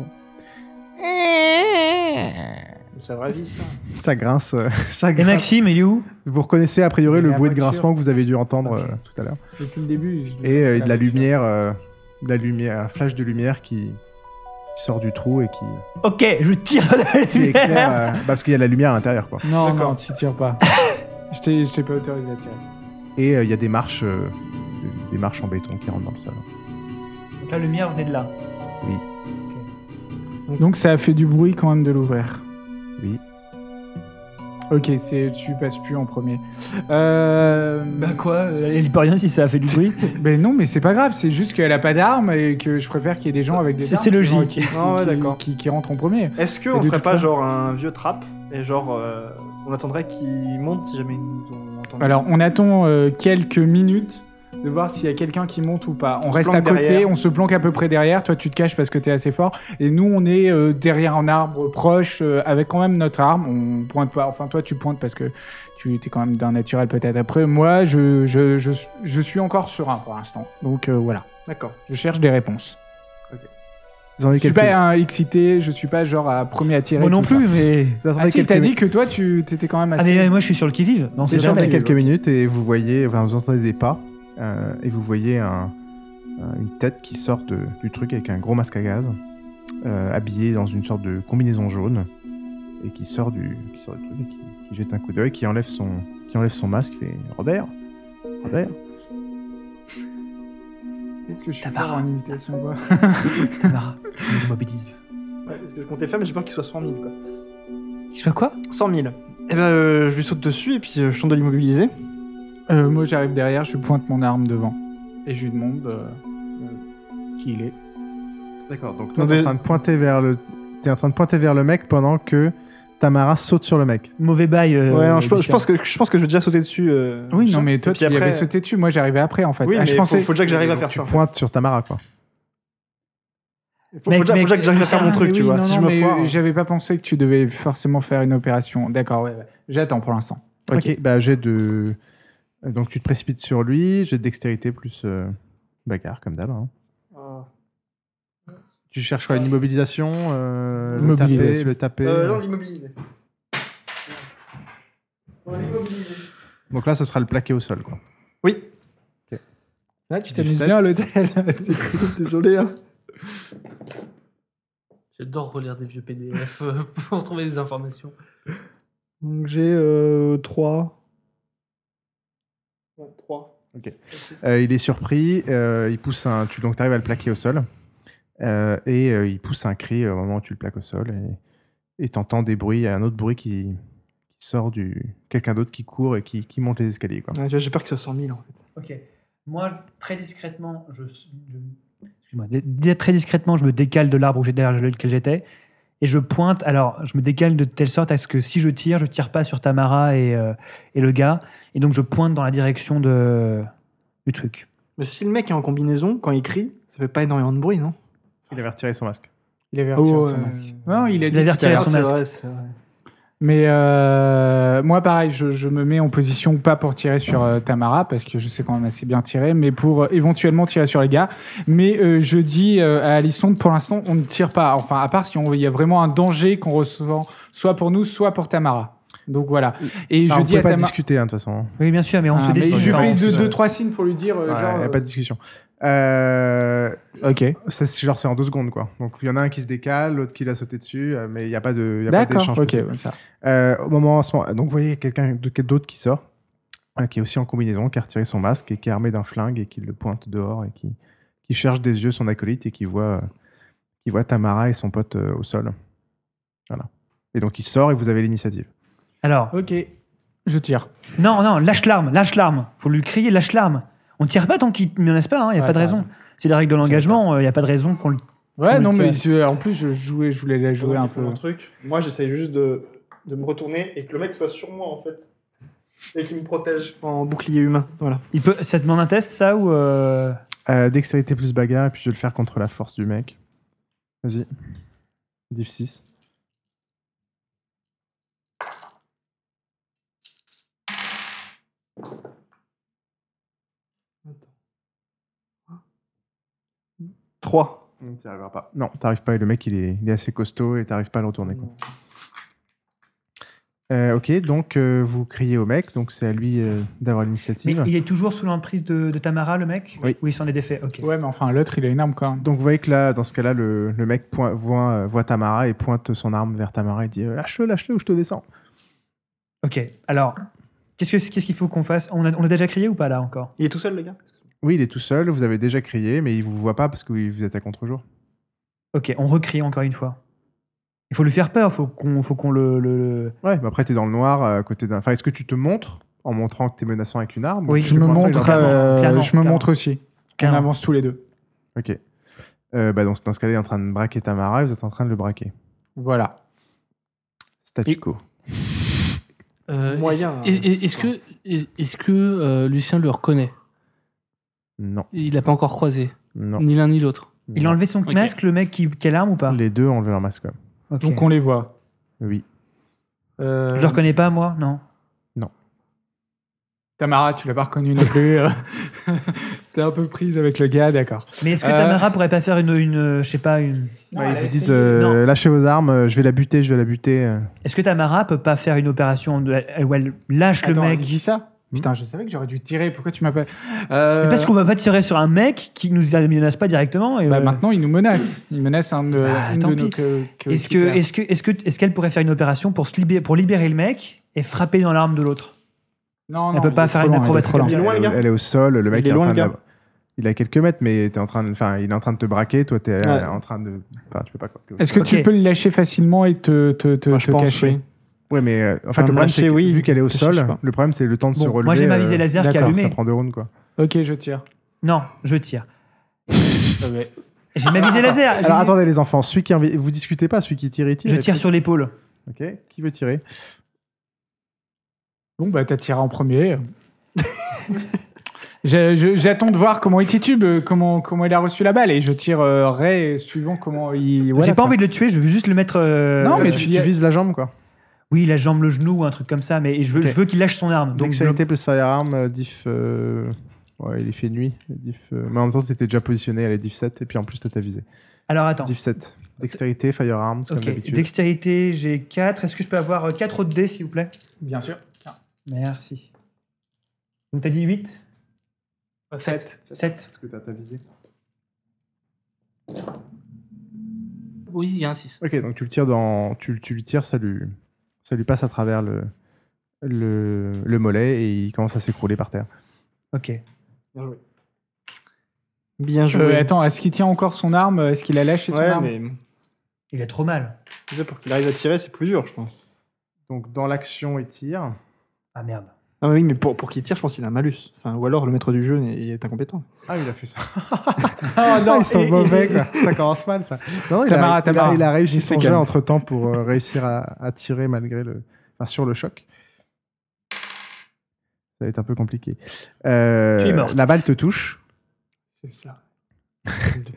Speaker 5: C'est la vraie vie, ça.
Speaker 1: Ça grince, euh, ça
Speaker 3: Et
Speaker 1: grince.
Speaker 3: Maxime, il est où
Speaker 1: Vous reconnaissez a priori
Speaker 2: Et
Speaker 1: le
Speaker 2: la
Speaker 1: bruit de
Speaker 2: voiture.
Speaker 1: grincement que vous avez dû entendre
Speaker 2: Ok.
Speaker 1: euh, tout à l'heure.
Speaker 2: Depuis le début.
Speaker 1: euh, Et euh, de la lumière, euh, de la lumière, un flash de lumière qui, qui sort du trou et qui,
Speaker 3: Ok, je tire de la
Speaker 1: qui éclaire.
Speaker 3: lumière.
Speaker 1: euh, parce qu'il y a la lumière à l'intérieur, quoi.
Speaker 2: Non,
Speaker 5: D'accord.
Speaker 2: non, tu tires pas. je t'ai je t'ai pas autorisé à tirer.
Speaker 1: Et euh, il y a des marches, euh, des- des marches en béton qui rentrent dans le sol.
Speaker 6: Donc la lumière venait de là.
Speaker 2: Donc ça a fait du bruit quand même de l'ouvrir.
Speaker 1: Oui.
Speaker 2: Ok, c'est tu passes plus en premier. Euh...
Speaker 3: Bah quoi, euh, elle dit pas rien si ça a fait du bruit.
Speaker 2: Ben non, mais c'est pas grave, c'est juste qu'elle a pas d'armes et que je préfère qu'il y ait des gens avec des
Speaker 3: C'est-
Speaker 2: armes.
Speaker 3: c'est
Speaker 2: qui-
Speaker 3: logique.
Speaker 2: Qui, qui-
Speaker 5: Ah ouais,
Speaker 2: qui-
Speaker 5: d'accord.
Speaker 2: qui- qui rentrent en premier.
Speaker 5: Est-ce
Speaker 2: Et
Speaker 5: qu'on
Speaker 2: de
Speaker 5: ferait
Speaker 2: toute
Speaker 5: pas
Speaker 2: façon-
Speaker 5: genre un vieux trap et genre euh, on attendrait qu'il monte si jamais ils nous ont entendu
Speaker 2: Alors, on attend euh, quelques minutes de voir s'il y a quelqu'un qui monte ou pas. On,
Speaker 5: se
Speaker 2: reste à
Speaker 5: planque
Speaker 2: côté,
Speaker 5: derrière.
Speaker 2: on se planque à peu près derrière. Toi, tu te caches parce que t'es assez fort. Et nous, on est euh, derrière un arbre proche, euh, avec quand même notre arme. On pointe pas. Enfin, toi, tu pointes parce que tu étais quand même d'un naturel peut-être après. Moi, je, je, je, je suis encore serein pour l'instant. Donc euh, voilà,
Speaker 5: D'accord.
Speaker 2: je cherche des réponses.
Speaker 1: Vous en
Speaker 2: Je
Speaker 1: avez
Speaker 2: suis
Speaker 1: quelques-
Speaker 2: pas un excité, je suis pas genre à premier à tirer.
Speaker 3: Moi non
Speaker 2: tout ça.
Speaker 3: plus, mais.
Speaker 1: vous attendez
Speaker 2: Ah si,
Speaker 1: quelques
Speaker 2: t'as
Speaker 1: mi-
Speaker 2: dit que toi, tu t'étais quand même
Speaker 3: Ah,
Speaker 2: assez...
Speaker 3: mais moi je suis sur le qui-vive. Non, c'est
Speaker 1: Vous attendez
Speaker 3: jamais.
Speaker 1: quelques minutes et vous voyez, enfin, vous entendez des pas euh, et vous voyez un- un- une tête qui sort de- du truc avec un gros masque à gaz, euh, habillé dans une sorte de combinaison jaune et qui sort du, qui sort du truc et qui, qui jette un coup d'œil, qui enlève son, qui enlève son masque, qui fait Robert, Robert.
Speaker 2: Est-ce que je suis
Speaker 3: Tabara.
Speaker 2: fort en imitation de voix
Speaker 3: Tamara, tu me mobilises.
Speaker 5: Ouais, parce que je comptais faire, mais j'ai peur qu'il soit 100 000 quoi.
Speaker 3: Qu'il soit quoi
Speaker 5: 100 000. Et ben euh, je lui saute dessus et puis euh, je tente de l'immobiliser.
Speaker 2: Euh, moi, j'arrive derrière, je pointe mon arme devant. Et je lui demande euh, euh, qui il est.
Speaker 1: D'accord. Donc
Speaker 5: toi,
Speaker 1: toi, t'es
Speaker 5: t'es
Speaker 1: en train de pointer vers le, t'es en train de pointer vers le mec pendant que Tamara saute sur le mec.
Speaker 3: Mauvais bail. euh,
Speaker 5: ouais, non, je, pense- je
Speaker 3: Lucien.
Speaker 5: pense que je pense que je vais déjà sauter dessus. euh,
Speaker 2: Oui,
Speaker 5: machin.
Speaker 2: non, mais toi,
Speaker 5: Et
Speaker 2: tu
Speaker 5: puis
Speaker 2: y
Speaker 5: après-
Speaker 2: avais sauté dessus. Moi, j'arrivais après, en fait.
Speaker 5: Oui,
Speaker 2: Ah,
Speaker 5: mais
Speaker 2: je
Speaker 5: faut-
Speaker 2: pensais.
Speaker 5: faut, que j'arrive à
Speaker 1: Donc,
Speaker 5: faire
Speaker 1: tu
Speaker 5: ça.
Speaker 1: pointes sur Tamara, quoi.
Speaker 5: Faut, faut
Speaker 3: Mec,
Speaker 5: déjà- faut
Speaker 3: mec,
Speaker 5: déjà que j'arrive à faire mon
Speaker 2: Ah,
Speaker 5: truc,
Speaker 2: mais
Speaker 5: tu
Speaker 2: oui,
Speaker 5: vois.
Speaker 2: non,
Speaker 5: si
Speaker 2: non,
Speaker 5: je me
Speaker 2: mais
Speaker 5: foire. hein.
Speaker 2: J'avais pas pensé que tu devais forcément faire une opération. D'accord, ouais, ouais. J'attends pour l'instant.
Speaker 1: Ok. Bah j'ai de, euh, donc tu te précipites sur lui, j'ai de dextérité plus euh, bagarre comme d'hab. hein.
Speaker 5: Ah.
Speaker 1: Tu cherches quoi Une immobilisation euh, le
Speaker 2: Immobilisation.
Speaker 1: taper, Le taper,
Speaker 5: Euh,
Speaker 1: euh.
Speaker 5: non, l'immobiliser. On va l'immobiliser.
Speaker 1: Donc là, ce sera le plaqué au sol. Quoi.
Speaker 5: Oui.
Speaker 2: Là, tu t'amuses
Speaker 1: 17.
Speaker 2: bien à l'hôtel.
Speaker 5: Désolé. hein.
Speaker 4: J'adore relire des vieux PDF euh, pour trouver des informations.
Speaker 5: Donc j'ai euh, 3. 3.
Speaker 1: Euh, il est surpris, euh, il pousse un. Tu, donc tu arrives à le plaquer au sol. euh, et euh, il pousse un cri euh, au moment où tu le plaques au sol. Et- Et t'entends des bruits, un autre bruit qui, qui sort du. Quelqu'un d'autre qui court et qui, qui monte les escaliers. Quoi.
Speaker 5: j'ai peur que ce soit 100 000 en fait.
Speaker 6: Ok. Moi, très discrètement, je. je-
Speaker 3: Excuse-moi. Dé- dé- Très discrètement, je me décale de l'arbre où j'ai- derrière lequel j'étais. Et je pointe. Alors, je me décale de telle sorte à ce que si je tire, je tire pas sur Tamara et, euh, et le gars. Et donc, je pointe dans la direction de, du truc.
Speaker 5: Mais si le mec est en combinaison, quand il crie, ça fait pas énormément de bruit, non
Speaker 1: Il avait retiré son masque.
Speaker 2: Il avait retiré
Speaker 5: Oh,
Speaker 2: son
Speaker 5: euh,
Speaker 2: masque. Non, il a
Speaker 3: Il
Speaker 2: dit
Speaker 3: avait
Speaker 2: tout à
Speaker 3: retiré
Speaker 2: l'heure.
Speaker 3: son
Speaker 5: c'est
Speaker 3: masque.
Speaker 5: vrai, c'est vrai.
Speaker 2: Mais euh, moi, pareil, je, je me mets en position pas pour tirer sur euh, Tamara, parce que je sais quand même assez bien tirer, mais pour euh, éventuellement tirer sur les gars. Mais euh, je dis euh, à Alison, pour l'instant, on ne tire pas. Enfin, à part si on- il y a vraiment un danger qu'on ressent, soit pour nous, soit pour Tamara. Donc voilà. Et
Speaker 1: Ah,
Speaker 2: je
Speaker 1: on
Speaker 2: dis
Speaker 1: pouvait
Speaker 2: à
Speaker 1: pas
Speaker 2: Tamara.
Speaker 1: discuter, hein, de toute façon.
Speaker 3: Oui, bien sûr, mais on
Speaker 2: Ah,
Speaker 3: se
Speaker 2: mais
Speaker 3: décide.
Speaker 2: je
Speaker 1: Non,
Speaker 2: fais
Speaker 1: on
Speaker 2: deux,
Speaker 1: se-
Speaker 2: deux, trois signes pour lui dire. euh,
Speaker 1: Il
Speaker 2: genre,
Speaker 1: n'y a
Speaker 2: euh,
Speaker 1: pas de discussion. Euh,
Speaker 2: Ok.
Speaker 1: Ça, c'est genre, c'est en deux secondes, quoi. Donc, il y en a un qui se décale, l'autre qui l'a sauté dessus, euh, mais il n'y a pas de- il y a pas
Speaker 2: D'accord.
Speaker 1: d'échange.
Speaker 2: Ok.
Speaker 1: possible.
Speaker 2: ouais, ça.
Speaker 1: Euh, au moment, à ce moment- donc, vous voyez quelqu'un de- d'autre qui sort, euh, qui est aussi en combinaison, qui a retiré son masque et qui est armé d'un flingue et qui le pointe dehors et qui, qui cherche des yeux son acolyte et qui voit, euh, qui voit Tamara et son pote euh, au sol. Voilà. Et donc, il sort et vous avez l'initiative.
Speaker 3: Alors,
Speaker 2: Ok. Je tire.
Speaker 3: non, non, lâche l'arme, lâche l'arme. Faut lui crier, lâche l'arme. On tire pas tant qu'il ne laisse pas, il n'y
Speaker 2: Ouais,
Speaker 3: a pas de
Speaker 2: t'as
Speaker 3: raison.
Speaker 2: raison.
Speaker 3: C'est la règle de l'engagement, il n'y a pas de raison qu'on le.
Speaker 2: Ouais,
Speaker 3: Oui,
Speaker 2: non,
Speaker 3: tu
Speaker 2: mais
Speaker 3: as-
Speaker 2: je- en plus, je, jouais, je voulais la jouer un peu.
Speaker 5: truc. Moi, j'essaye juste de, de me retourner et que le mec soit sur moi en fait. Et qu'il me protège en bouclier humain. Voilà.
Speaker 3: Il peut... Ça demande un test, ça, ou. euh,
Speaker 1: Euh, dextérité plus bagarre, et puis je vais le faire contre la force du mec. Vas-y. Div 6.
Speaker 5: Trois.
Speaker 1: Non, t'y arriveras pas. Non, t'arrives pas, et le mec, il est, il est assez costaud et t'arrives pas à le retourner. Quoi. Euh, ok, donc euh, vous criez au mec, donc c'est à lui euh, d'avoir
Speaker 3: Mais
Speaker 1: l'initiative.
Speaker 3: il est toujours sous l'emprise de, de Tamara, le mec
Speaker 1: Oui.
Speaker 3: il s'en est défait. Ok.
Speaker 2: Ouais, mais enfin, l'autre, il est énorme quand même.
Speaker 1: Donc vous voyez que là, dans ce cas-là, le, le mec point- voit, euh, voit Tamara et pointe son arme vers Tamara et dit euh, Lâche-le, lâche-le ou je te descends.
Speaker 3: Ok. Alors, qu'est-ce que- qu'est-ce qu'il faut qu'on fasse on a, on a déjà crié ou pas là encore
Speaker 5: Il est tout seul, le gars
Speaker 1: Oui, il est tout seul, vous avez déjà crié, mais il vous voit pas parce que vous êtes à contre-jour.
Speaker 3: Ok, on recrie encore une fois. Il faut lui faire peur, faut qu'on faut qu'on le, le- le-
Speaker 1: Ouais, mais après, t'es dans le noir euh, à côté d'un. Enfin, est-ce que tu te montres en montrant que t'es menaçant avec une arme
Speaker 3: Oui,
Speaker 1: Parce
Speaker 2: Je
Speaker 1: que
Speaker 2: me
Speaker 1: pour l'instant, il est
Speaker 2: montre,
Speaker 1: dans le noir.
Speaker 2: euh,
Speaker 3: clairement,
Speaker 2: je me
Speaker 3: clairement.
Speaker 2: montre aussi. On
Speaker 3: Clairement.
Speaker 2: avance tous les deux.
Speaker 1: Ok. Euh, bah, dans, ce- dans ce cas-là, il est en train de braquer Tamara et vous êtes en train de le braquer.
Speaker 2: Voilà.
Speaker 1: Statu quo.
Speaker 4: Euh,
Speaker 5: Moyen,
Speaker 4: est-ce- est-
Speaker 5: euh,
Speaker 4: Est-ce que, est-ce que euh, Lucien le reconnaît
Speaker 1: Non.
Speaker 4: Il l'a pas encore croisé,
Speaker 1: Non.
Speaker 4: ni l'un ni l'autre.
Speaker 3: Il a
Speaker 1: non.
Speaker 3: enlevé son
Speaker 4: Ok.
Speaker 3: masque, le mec qui, qui a l'arme ou pas
Speaker 1: Les deux ont enlevé leur masque quand même.
Speaker 3: Ok.
Speaker 2: Donc on les voit.
Speaker 1: Oui.
Speaker 5: Euh,
Speaker 3: Je le reconnais pas, moi Non.
Speaker 2: Tamara, tu l'as pas reconnu non plus. euh. T'es un peu prise avec le gars, d'accord.
Speaker 3: Mais est-ce que
Speaker 2: Euh.
Speaker 3: Tamara pourrait pas faire une, une euh, je sais pas, une.
Speaker 8: Non,
Speaker 1: Ouais,
Speaker 8: elle
Speaker 1: ils
Speaker 8: a
Speaker 1: vous disent
Speaker 8: essayé.
Speaker 1: euh,
Speaker 3: Non.
Speaker 1: Lâchez vos armes, euh, je vais la buter, je vais la buter. euh.
Speaker 3: Est-ce que Tamara peut pas faire une opération de- où elle lâche le
Speaker 2: Attends,
Speaker 3: mec
Speaker 2: il dit ça Putain, je savais que j'aurais dû tirer. Pourquoi tu m'appelles Hmm Euh,
Speaker 3: Mais Parce qu'on va pas tirer sur un mec qui nous menace pas directement. et,
Speaker 2: bah,
Speaker 3: euh,
Speaker 2: maintenant, il nous menace. Il menace un de,
Speaker 3: Bah,
Speaker 2: une
Speaker 3: tant
Speaker 2: de nos
Speaker 3: pis.
Speaker 2: que- que-
Speaker 3: Est-ce que, est-ce que, est-ce que, est-ce qu'elle pourrait faire une opération pour se libérer, pour libérer le mec et frapper dans l'arme de l'autre
Speaker 2: Non,
Speaker 3: elle
Speaker 2: non,
Speaker 3: peut
Speaker 2: il
Speaker 3: pas
Speaker 2: est
Speaker 3: faire
Speaker 2: trop
Speaker 3: une
Speaker 2: lent, il est
Speaker 3: acrobatie
Speaker 2: trop lent.
Speaker 5: Il est loin, le
Speaker 1: Elle,
Speaker 5: gars
Speaker 1: elle est au sol, le mec
Speaker 5: est
Speaker 1: est,
Speaker 5: loin,
Speaker 1: en train
Speaker 5: le
Speaker 1: de la-
Speaker 5: gars.
Speaker 1: Il a quelques mètres, mais t'es en train de... enfin, il est en train de te braquer, toi t'es euh,
Speaker 5: Ouais.
Speaker 1: en train de. Enfin, tu peux pas.
Speaker 2: Est-ce que tu
Speaker 3: Ok.
Speaker 2: peux le lâcher facilement et te, te, te,
Speaker 5: Moi, je
Speaker 2: te
Speaker 5: pense,
Speaker 2: cacher
Speaker 5: oui.
Speaker 1: Ouais, mais euh, en fait,
Speaker 5: Enfin,
Speaker 1: le problème,
Speaker 5: lâcher,
Speaker 1: c'est que,
Speaker 5: oui,
Speaker 1: vu qu'elle est au
Speaker 5: je sais
Speaker 1: sol,
Speaker 5: pas.
Speaker 1: le problème, c'est le temps de
Speaker 3: Bon,
Speaker 1: se
Speaker 3: moi,
Speaker 1: relever.
Speaker 3: j'ai ma visée
Speaker 1: euh,
Speaker 3: laser qui est
Speaker 1: ça- Ça
Speaker 3: allumée. Ah,
Speaker 1: prend deux rounds, quoi.
Speaker 2: Ok, je tire.
Speaker 3: Non, je tire. J'ai ma visée laser. j'ai-
Speaker 1: Alors attendez, les enfants, celui qui. a envie- Vous discutez pas, celui qui tire, il tire.
Speaker 3: je
Speaker 1: et
Speaker 3: tire
Speaker 1: puis-
Speaker 3: sur l'épaule.
Speaker 1: Ok, qui veut tirer
Speaker 2: Bon, bah, t'as tiré en premier. Je- je- J'attends de voir comment il titube, euh, comment, comment il a reçu la balle, et je tire euh, Ray suivant comment il. voilà,
Speaker 3: J'ai pas
Speaker 2: quoi.
Speaker 3: envie de le tuer, je veux juste le mettre. euh,
Speaker 2: Non, mais
Speaker 1: tu,
Speaker 2: tu y
Speaker 1: tu
Speaker 2: as-
Speaker 1: vises la jambe, quoi.
Speaker 3: Oui, la jambe, le genou, ou un truc comme ça, mais je veux,
Speaker 1: Ok.
Speaker 3: je veux qu'il lâche son arme. Donc,
Speaker 1: Donc,
Speaker 3: je-
Speaker 1: Dextérité plus firearm, euh, diff. euh, Ouais, il est fait nuit. Diff, euh, Mais en même temps, t'étais déjà positionné à la diff 7, et puis en plus, t'as ta visée.
Speaker 3: alors attends.
Speaker 1: Diff 7. Dextérité, firearms, comme
Speaker 3: Ok,
Speaker 1: d'habitude.
Speaker 3: dextérité, j'ai 4. Est-ce que je peux avoir 4 autres dés, s'il vous plaît
Speaker 2: Bien sûr.
Speaker 3: Merci. Donc, t'as dit 8
Speaker 2: 7.
Speaker 3: 7
Speaker 1: Est-ce que t'as ta visée
Speaker 4: Oui, il y a un 6.
Speaker 1: Ok, donc tu le tires dans, tu, tu lui tires, ça lui, ça lui passe à travers le, le, le mollet et il commence à s'écrouler par terre.
Speaker 3: Ok.
Speaker 5: Bien joué.
Speaker 1: Euh,
Speaker 2: Euh, attends, est-ce qu'il tient encore son arme Est-ce qu'il a lâché son
Speaker 5: ouais,
Speaker 2: arme
Speaker 5: mais
Speaker 3: Il a trop mal.
Speaker 5: tu sais, pour qu'il arrive à tirer, c'est plus dur, je pense.
Speaker 1: Donc dans l'action, il tire.
Speaker 3: Ah merde.
Speaker 5: Ah oui, mais pour, pour qu'il tire, je pense qu'il a un malus. Enfin, ou alors le maître du jeu n'est- est incompétent.
Speaker 1: Ah, il a fait ça.
Speaker 2: Ah non,
Speaker 1: ils sont
Speaker 2: et-
Speaker 1: mauvais,
Speaker 2: et-
Speaker 1: quoi. ça commence mal, ça. Non, il,
Speaker 2: Tamara,
Speaker 1: a, il a-
Speaker 2: Tamara.
Speaker 1: il a réussi
Speaker 2: Restez
Speaker 1: son jeu
Speaker 2: calme.
Speaker 1: entre temps pour euh, réussir à, à tirer malgré le, enfin, sur le choc. Ça va être un peu compliqué. Euh,
Speaker 3: Tu es morte.
Speaker 1: la balle te touche.
Speaker 5: C'est ça.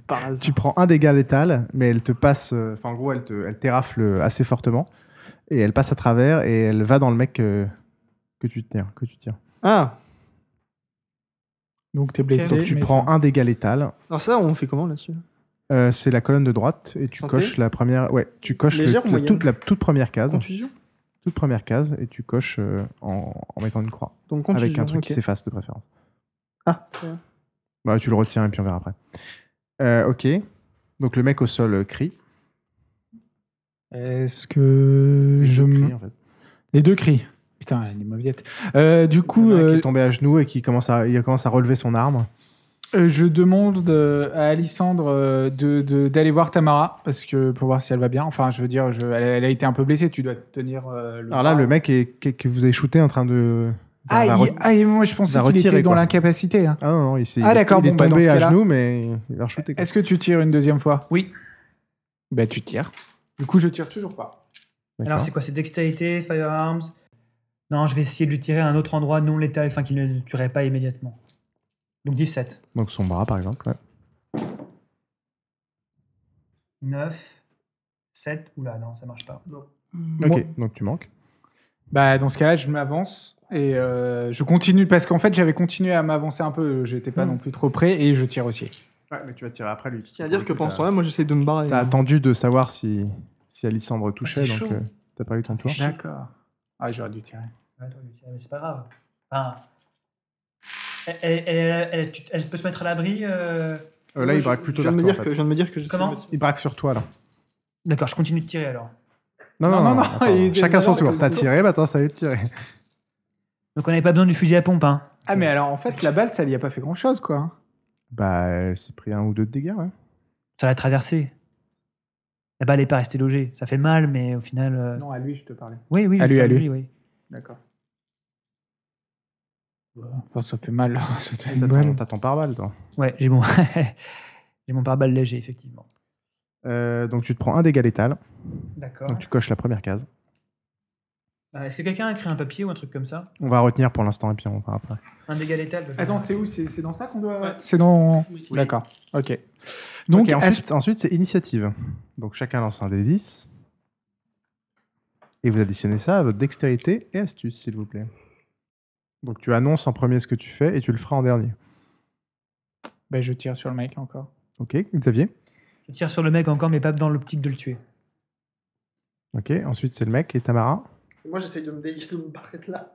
Speaker 5: Par hasard.
Speaker 1: Tu prends un dégât létal, mais elle te passe, euh, enfin en gros, elle te, elle t'érafle assez fortement et elle passe à travers et elle va dans le mec euh, que tu tires, que tu tires.
Speaker 5: Ah,
Speaker 2: Donc t'es blessé.
Speaker 1: Donc tu prends un dégât létal.
Speaker 5: alors ça, on fait comment là-dessus
Speaker 1: Euh, c'est la colonne de droite et tu
Speaker 5: Santé
Speaker 1: coches la première, ouais, tu coches le-
Speaker 5: Légère ou
Speaker 1: la,
Speaker 5: moyenne
Speaker 1: toute, la toute première case,
Speaker 5: Contusion
Speaker 1: toute première case et tu coches euh, en, en mettant une croix
Speaker 5: Donc contusion.
Speaker 1: avec un truc
Speaker 5: ok.
Speaker 1: qui s'efface de préférence.
Speaker 5: Ah,
Speaker 1: Bah tu le retiens et puis on verra après. Euh, ok. Donc le mec au sol euh, crie.
Speaker 2: Est-ce que
Speaker 1: Il
Speaker 2: je.
Speaker 1: crie,
Speaker 2: me-
Speaker 1: en fait.
Speaker 2: Les deux crient. Putain, elle est mauviette. Euh,
Speaker 1: Il
Speaker 2: du
Speaker 1: y en
Speaker 2: coup,
Speaker 1: a un qui
Speaker 2: euh,
Speaker 1: est tombé à genoux et qui commence à, il commence à relever son arme.
Speaker 2: Euh, je demande euh, à Alissandre euh, de- de- d'aller voir Tamara parce que pour voir si elle va bien. Enfin, je veux dire, je- elle, elle a été un peu blessée. Tu dois te tenir. euh, le
Speaker 1: Alors là,
Speaker 2: bras.
Speaker 1: le mec est, qui, qui vous a shooté en train de.
Speaker 2: Ah,
Speaker 1: va
Speaker 2: il-
Speaker 1: re-
Speaker 2: ah, et moi, je pensais
Speaker 1: va
Speaker 2: qu'il
Speaker 1: retirer,
Speaker 2: était dans
Speaker 1: quoi.
Speaker 2: l'incapacité. hein.
Speaker 1: Ah non, non, il, s'est-
Speaker 2: Ah,
Speaker 1: il est-
Speaker 2: d'accord,
Speaker 1: il est
Speaker 2: bon, bah, dans
Speaker 1: tombé
Speaker 2: ce
Speaker 1: à
Speaker 2: cas-là-
Speaker 1: genoux, mais il va re-shooter. quoi.
Speaker 2: Est-ce que tu tires une deuxième fois
Speaker 3: Oui.
Speaker 2: Bah, tu tires. Du coup, je tire toujours pas.
Speaker 1: D'accord.
Speaker 3: Alors c'est quoi C'est dextérité, firearms Non, je vais essayer de lui tirer à un autre endroit non létal, enfin qui ne le tuerait pas immédiatement. Donc 17.
Speaker 1: Donc son bras, par exemple. ouais.
Speaker 3: 9, 7, oula, non, ça marche pas.
Speaker 1: Ok,
Speaker 2: Moi-
Speaker 1: donc tu manques.
Speaker 2: Bah, dans ce cas-là, je m'avance et euh, je continue parce qu'en fait, j'avais continué à m'avancer un peu. J'étais pas non plus trop près et je tire aussi.
Speaker 1: Ouais, mais tu vas tirer après lui.
Speaker 5: Je tiens à dire que pendant ce temps-là, moi j'essaie de me barrer.
Speaker 1: T'as attendu de savoir si, si Alissandre touchait,
Speaker 3: Ah, c'est
Speaker 1: donc
Speaker 3: chaud.
Speaker 1: euh, t'as pas eu ton tour.
Speaker 2: D'accord. Ouais, j'aurais dû tirer.
Speaker 6: Ouais, toi, Lucie, mais c'est pas grave. Enfin, elle, elle- elle- elle- tu- elle peut se mettre à l'abri. euh,
Speaker 1: Euh, là,
Speaker 5: Ouais,
Speaker 1: il
Speaker 5: je-
Speaker 1: braque plutôt
Speaker 5: je viens,
Speaker 1: vers
Speaker 5: de me
Speaker 1: toi.
Speaker 5: dire
Speaker 1: en
Speaker 5: que, je
Speaker 1: fait.
Speaker 5: viens de me dire que je
Speaker 6: Comment
Speaker 5: suis
Speaker 1: Il braque sur toi, là.
Speaker 6: D'accord, je continue de tirer alors.
Speaker 1: Non, non,
Speaker 2: Non,
Speaker 1: non.
Speaker 2: non, non,
Speaker 1: attends,
Speaker 2: il-
Speaker 1: Chacun son tour.
Speaker 2: il-
Speaker 1: T'as tiré, maintenant, ça va être tiré.
Speaker 3: Donc on n'avait pas besoin du fusil à pompe. Hein.
Speaker 2: Ah, mais alors en fait, la balle, ça lui a pas fait grand chose, quoi.
Speaker 1: Bah, euh, c'est pris un ou deux de dégâts, ouais.
Speaker 3: Ça l'a traversé. La balle n'est pas restée logée. Ça fait mal, mais au final. euh,
Speaker 2: Non, à lui, je te parlais.
Speaker 3: Oui, oui,
Speaker 2: À
Speaker 3: je
Speaker 2: lui,
Speaker 3: parle
Speaker 2: à
Speaker 3: de
Speaker 2: lui.
Speaker 3: oui.
Speaker 2: D'accord. Enfin, ça fait mal. C'était
Speaker 1: T'as
Speaker 2: une
Speaker 1: ton-
Speaker 2: balle.
Speaker 1: T'as ton pare-balles, toi.
Speaker 3: Ouais, j'ai mon, j'ai mon pare-balles léger, effectivement.
Speaker 1: Euh, donc, tu te prends un dégât létal.
Speaker 6: D'accord.
Speaker 1: Donc, tu coches la première case.
Speaker 6: Euh, Est-ce que quelqu'un a écrit un papier ou un truc comme ça
Speaker 1: On va retenir pour l'instant et puis on va après.
Speaker 6: Un dégât létal je-
Speaker 2: Attends, c'est où C'est c'est dans ça qu'on doit. C'est dans.
Speaker 4: Oui.
Speaker 2: D'accord. Ok. Donc,
Speaker 1: Ok,
Speaker 2: ensuite...
Speaker 1: ensuite, ensuite, c'est initiative. Donc chacun lance un des 10. Et vous additionnez ça à votre dextérité et astuce, s'il vous plaît. Donc tu annonces en premier ce que tu fais et tu le feras en dernier.
Speaker 2: Bah, je tire sur le mec encore.
Speaker 1: Ok, Xavier
Speaker 3: Je tire sur le mec encore, mais pas dans l'optique de le tuer.
Speaker 1: Ok, ensuite c'est le mec et Tamara.
Speaker 5: Moi, j'essaye de me dégager de me barrer de là.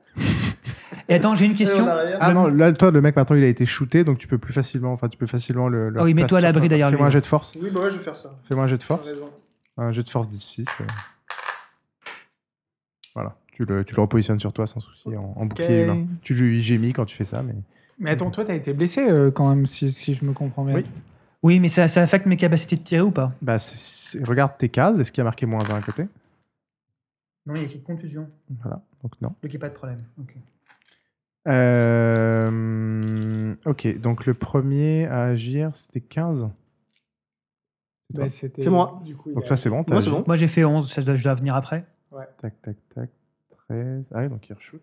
Speaker 3: Et
Speaker 6: Euh,
Speaker 3: attends, j'ai une question.
Speaker 1: Ah non, là, toi, le mec, maintenant, il a été shooté, donc tu peux plus facilement, enfin, tu peux facilement le... le
Speaker 3: Ah oui, mets-toi
Speaker 1: placer
Speaker 3: à
Speaker 1: sur
Speaker 3: l'abri
Speaker 1: toi.
Speaker 3: derrière
Speaker 1: Fais-moi
Speaker 3: lui.
Speaker 1: un jet de force.
Speaker 5: Oui, bah ouais, je vais faire ça.
Speaker 1: Fais-moi un jet de
Speaker 5: T'as
Speaker 1: force.
Speaker 5: raison.
Speaker 1: Un jet de force 10-6. euh. Voilà, tu le, tu le repositionnes sur toi sans souci, en, en bouclier
Speaker 5: Ok.
Speaker 1: humain. Tu lui gémis quand tu fais ça, mais...
Speaker 2: Mais attends, toi, t'as été blessé euh, quand même, si, si je me comprends bien.
Speaker 1: Oui.
Speaker 3: Oui, mais ça, ça affecte mes capacités de tirer ou pas
Speaker 1: Bah, c'est- c'est- regarde tes cases. Est-ce qu'il y a marqué moins 1 à côté
Speaker 6: Non, il y a écrit contusion.
Speaker 1: Voilà, donc non.
Speaker 6: Donc il n'y a pas de problème. Ok.
Speaker 1: Euh, Ok, donc le premier à agir, c'était 15.
Speaker 2: Bah,
Speaker 1: toi.
Speaker 2: c'était-
Speaker 5: C'est moi.
Speaker 2: Du coup, il
Speaker 1: Donc
Speaker 2: a-
Speaker 1: là, c'est bon. t'as
Speaker 5: bah Moi, c'est
Speaker 1: agi.
Speaker 5: bon.
Speaker 3: Moi, j'ai fait 11, ça doit, je dois venir après.
Speaker 1: Tac, tac, tac. 13. Ah oui, donc il reshoot.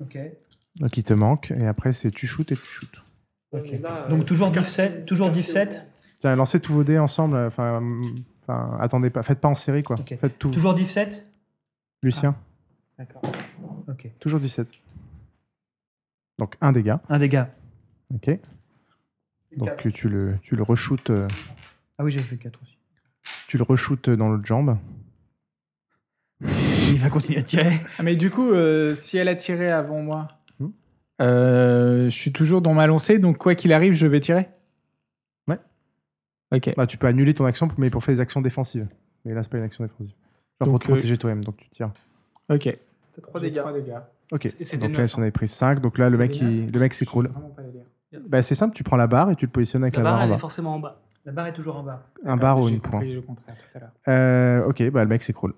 Speaker 6: Ok.
Speaker 1: Donc il te manque. Et après, c'est tu shoots et tu shoots.
Speaker 3: Ok.
Speaker 6: euh,
Speaker 3: Donc toujours 17, toujours 17,
Speaker 1: Tiens, lancez tous vos dés ensemble. Enfin, hum, enfin, attendez pas. Faites pas en série, quoi.
Speaker 3: Ok.
Speaker 1: Faites tout.
Speaker 3: toujours 17.
Speaker 1: Lucien,
Speaker 6: D'accord.
Speaker 1: toujours 17. Donc un dégât.
Speaker 3: Un dégât.
Speaker 1: Ok. Donc tu le, tu le reshootes. euh,
Speaker 3: Ah oui, j'ai fait 4 aussi.
Speaker 1: Tu le reshootes dans l'autre jambe.
Speaker 3: Il va continuer à tirer.
Speaker 2: Ah, mais du coup, euh, si elle a tiré avant moi,
Speaker 1: Hmm.
Speaker 2: euh, je suis toujours dans ma lancée, donc quoi qu'il arrive, je vais tirer.
Speaker 1: Ouais.
Speaker 2: Ok.
Speaker 1: Bah, tu peux annuler ton action, mais pour faire des actions défensives. Mais là, c'est pas une action défensive. Genre pour
Speaker 2: Donc,
Speaker 1: te
Speaker 2: euh,
Speaker 1: protéger toi-même, donc tu tires.
Speaker 2: Ok.
Speaker 5: T'as 3 dégâts.
Speaker 1: Ok.
Speaker 4: Et c'est des
Speaker 1: Donc là,
Speaker 4: neufs,
Speaker 1: si on avait pris 5, donc là, le mec,
Speaker 2: C'est des
Speaker 1: il- le mec s'écroule. Bah, c'est simple, tu prends la barre et tu le positionnes avec
Speaker 4: La
Speaker 1: la,
Speaker 4: barre,
Speaker 1: barre en
Speaker 4: elle est
Speaker 1: bas.
Speaker 4: forcément en bas.
Speaker 6: La barre est toujours en bas.
Speaker 1: Un
Speaker 2: Ah,
Speaker 1: bar ou une pointe. Euh, ok, bah, le mec s'écroule.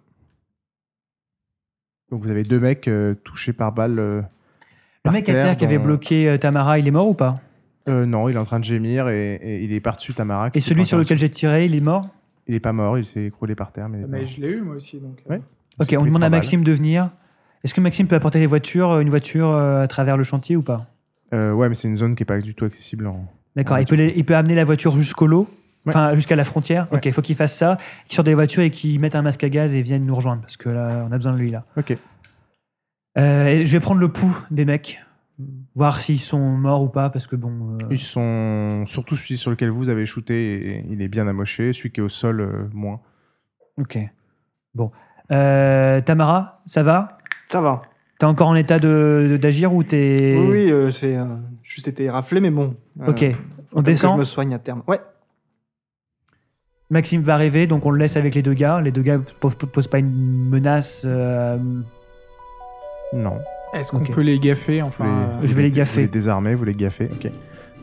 Speaker 1: Donc vous avez deux mecs euh, touchés par balle. euh,
Speaker 3: Le mec à
Speaker 1: terre,
Speaker 3: terre qui avait
Speaker 1: dans-
Speaker 3: bloqué euh, Tamara, il est mort ou pas
Speaker 1: euh, non, il est en train de gémir et, et il est par-dessus Tamara. qui
Speaker 3: Et
Speaker 1: s'est
Speaker 3: celui
Speaker 1: planté
Speaker 3: sur
Speaker 1: en
Speaker 3: lequel j'ai tiré, il est mort
Speaker 1: dessous. Il est pas mort, il s'est écroulé par terre. Mais, il est pas
Speaker 2: Ah, Mais
Speaker 1: mort.
Speaker 2: je l'ai eu, moi aussi, donc. euh.
Speaker 1: Ouais. Il
Speaker 3: Ok,
Speaker 1: s'est
Speaker 3: on
Speaker 1: pris
Speaker 3: demande
Speaker 1: trois
Speaker 3: à Maxime de venir. Est-ce que Maxime peut apporter les voitures, euh, une voiture euh, à travers le chantier ou pas
Speaker 1: balles. Euh, ouais, mais c'est une zone qui est pas du tout accessible en.
Speaker 3: D'accord,
Speaker 1: En
Speaker 3: il, peut les- il peut amener la voiture jusqu'au lot, enfin jusqu'à la frontière. Ok, il faut qu'il fasse ça, qu'il sorte des voitures et qu'il mette un masque à gaz et vienne nous rejoindre parce que là, on a besoin de lui là.
Speaker 1: Ok.
Speaker 3: Euh, et je vais prendre le pouls des mecs, voir s'ils sont morts ou pas parce que bon. euh,
Speaker 1: Ils sont surtout celui sur lequel vous avez shooté, et il est bien amoché. Celui qui est au sol, euh, moins.
Speaker 3: Ok. Bon. Euh, Tamara, ça va
Speaker 5: Ça va.
Speaker 3: T'es encore en état de de- d'agir ou t'es.
Speaker 5: Oui, oui, euh, c'est euh, juste été raflé, mais bon. euh,
Speaker 3: Ok.
Speaker 5: faut quand
Speaker 3: On
Speaker 5: même que
Speaker 3: descend.
Speaker 5: Je me soigne à terme. Ouais.
Speaker 3: Maxime va arriver, donc on le laisse avec les deux gars. Les deux gars po- po- posent pas une menace. euh,
Speaker 1: Non.
Speaker 2: Est-ce qu'on
Speaker 3: Ok.
Speaker 2: peut les gaffer
Speaker 1: Vous
Speaker 2: Enfin,
Speaker 1: vous
Speaker 3: euh, Je vais les
Speaker 1: dé-
Speaker 3: gaffer.
Speaker 1: Vous les désarmez, vous les gaffez. Ok.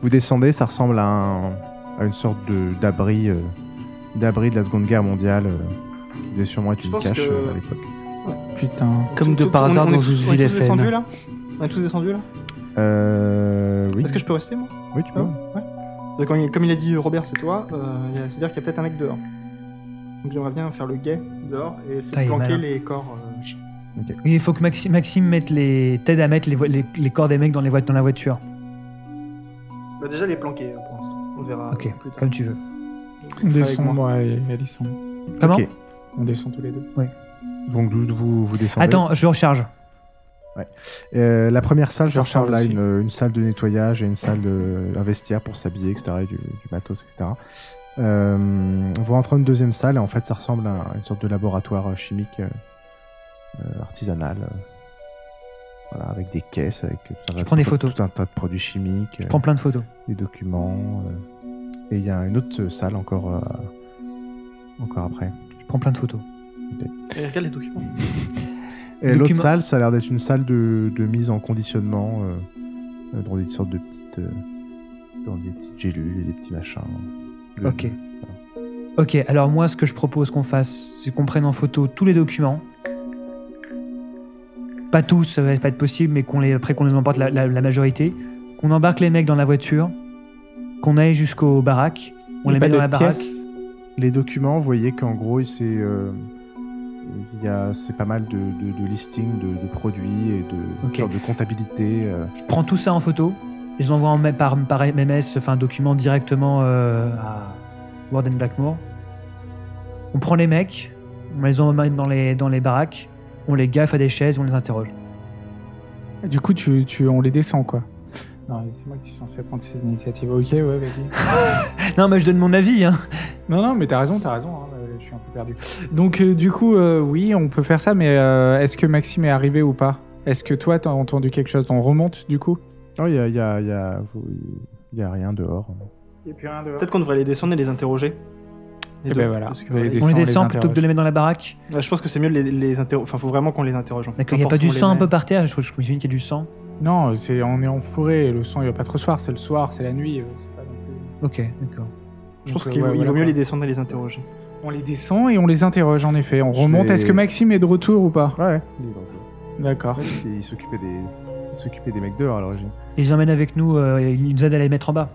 Speaker 1: Vous descendez, ça ressemble à, un- à une sorte de d'abri, euh, d'abri de la Seconde Guerre mondiale. euh, qui devait sûrement être
Speaker 5: Je
Speaker 1: une
Speaker 5: pense
Speaker 1: cache
Speaker 5: que-
Speaker 1: euh, à l'époque.
Speaker 2: euh, putain.
Speaker 4: Comme
Speaker 5: Tout-
Speaker 4: de
Speaker 5: tout-
Speaker 4: par
Speaker 5: on-
Speaker 4: hasard
Speaker 5: on est-
Speaker 4: dans une
Speaker 5: On
Speaker 4: ville
Speaker 5: est tous descendus,
Speaker 4: FN.
Speaker 5: là On est tous descendus, là
Speaker 1: Euh, oui.
Speaker 5: Est-ce que je Ah peux rester, moi
Speaker 1: Oui, tu peux.
Speaker 5: Donc, quand il- Comme il a dit, Robert, c'est toi. euh, il y a- C'est-à-dire qu'il y a peut-être un mec dehors. Donc, j'aimerais bien faire le guet dehors et essayer
Speaker 3: Putain, il
Speaker 5: de
Speaker 3: est
Speaker 5: planquer
Speaker 3: malin.
Speaker 5: les corps. euh,
Speaker 3: Il faut que Maxi- Maxime mette les t'aide à mettre les, vo- les- les corps des mecs dans, les vo- dans la voiture,
Speaker 5: Bah, déjà, les planquer, euh, pour l'instant. On verra
Speaker 3: Ok.
Speaker 5: plus tard.
Speaker 3: comme tu veux.
Speaker 2: On
Speaker 5: Avec
Speaker 2: descend,
Speaker 5: moi.
Speaker 2: moi et Alison.
Speaker 3: Comment
Speaker 1: Ok.
Speaker 2: On descend tous les deux.
Speaker 1: Donc douze, vous vous descendez.
Speaker 3: Attends, je recharge.
Speaker 1: Euh, la première salle,
Speaker 2: Je
Speaker 1: je ressemble
Speaker 2: recharge
Speaker 1: à
Speaker 2: aussi.
Speaker 1: une, une salle de nettoyage et une salle de euh, un vestiaire pour s'habiller, etc. et du, du matos, etc. Euh, vous rentrez dans une deuxième salle et en fait, ça ressemble à une sorte de laboratoire euh, chimique euh, euh, artisanale. euh, voilà, avec des caisses, avec tout un,
Speaker 3: Je
Speaker 1: tas
Speaker 3: prends
Speaker 1: de
Speaker 3: des
Speaker 1: pro-
Speaker 3: photos.
Speaker 1: tout un tas de produits chimiques,
Speaker 3: Je
Speaker 1: euh,
Speaker 3: prends plein de photos.
Speaker 1: des documents. euh, et il y a une autre euh, salle encore, euh, encore après.
Speaker 3: Je prends plein de photos.
Speaker 5: Et regarde les documents.
Speaker 1: Et l'autre
Speaker 3: Documents-
Speaker 1: salle, ça a l'air d'être une salle de, de mise en conditionnement euh, euh, dans des sortes de petites, euh, dans des petites gélules et des petits machins. Euh, De-
Speaker 3: Ok. Ok, alors moi, ce que je propose qu'on fasse, c'est qu'on prenne en photo tous les documents. Pas tous, ça va pas être possible, mais qu'on les, après qu'on les emporte la, la- la majorité. Qu'on embarque les mecs dans la voiture, qu'on aille jusqu'aux baraques, on les met dans la baraque.
Speaker 1: les documents, vous voyez qu'en gros, il s'est, euh, il y a- c'est pas mal de, de- de listings de, de produits et de
Speaker 3: Ok.
Speaker 1: sortes de comptabilité. euh.
Speaker 3: Je prends tout ça en photo, je les envoie en, ma- par, par MMS, enfin un document directement euh, à Warden Blackmore. On prend les mecs, on les emmène dans les, dans les baraques, on les gaffe à des chaises, on les interroge.
Speaker 2: Du coup, tu, tu, on les descend, quoi. Non, c'est moi qui suis censé prendre ces initiatives. Ok, ouais, vas-y.
Speaker 3: Non, mais je donne mon avis, hein.
Speaker 2: non, non, mais t'as raison, t'as raison. hein, euh, je suis un peu perdu. Donc, euh, du coup, euh, oui, on peut faire ça, mais euh, est-ce que Maxime est arrivé ou pas Est-ce que toi, t'as entendu quelque chose On remonte, du coup
Speaker 1: Non, il y a, il y a- il y a- vous- il y a rien dehors.
Speaker 2: Et puis rien de.
Speaker 5: Peut-être qu'on devrait les descendre et les interroger. Les
Speaker 2: Eh
Speaker 5: deux,
Speaker 2: ben voilà.
Speaker 5: parce que,
Speaker 2: On les
Speaker 5: ouais,
Speaker 3: on les
Speaker 2: on les
Speaker 3: descend plutôt que
Speaker 2: interroge.
Speaker 3: de les mettre dans la baraque.
Speaker 5: Ouais, Je pense que c'est mieux de les, les interroger. Enfin, faut vraiment qu'on les interroge. En fait.
Speaker 3: D'accord, il n'y a pas
Speaker 5: Qu'importe
Speaker 3: du
Speaker 5: où on les
Speaker 3: sang un
Speaker 5: met.
Speaker 3: peu par terre, je crois que je m'imagine qu'il y a du sang.
Speaker 2: Non, c'est, on est en forêt. Le sang, il va pas trop se voir. C'est le soir, c'est la nuit. euh, c'est pas non plus-
Speaker 3: Ok, d'accord.
Speaker 5: Je pense
Speaker 2: Donc,
Speaker 5: qu'il
Speaker 2: euh,
Speaker 5: vaut-
Speaker 2: ouais,
Speaker 5: il vaut
Speaker 2: voilà, quoi.
Speaker 5: mieux les descendre et les interroger.
Speaker 2: On les descend et on les interroge, en effet. On
Speaker 1: Je
Speaker 2: remonte.
Speaker 1: vais-
Speaker 2: Est-ce que Maxime est de retour ou pas
Speaker 1: Ouais.
Speaker 2: D'accord.
Speaker 1: Il s'occupait des, il s'occupait des mecs dehors à l'origine.
Speaker 3: Ils emmènent avec nous, euh, et ils nous aident à les mettre en bas.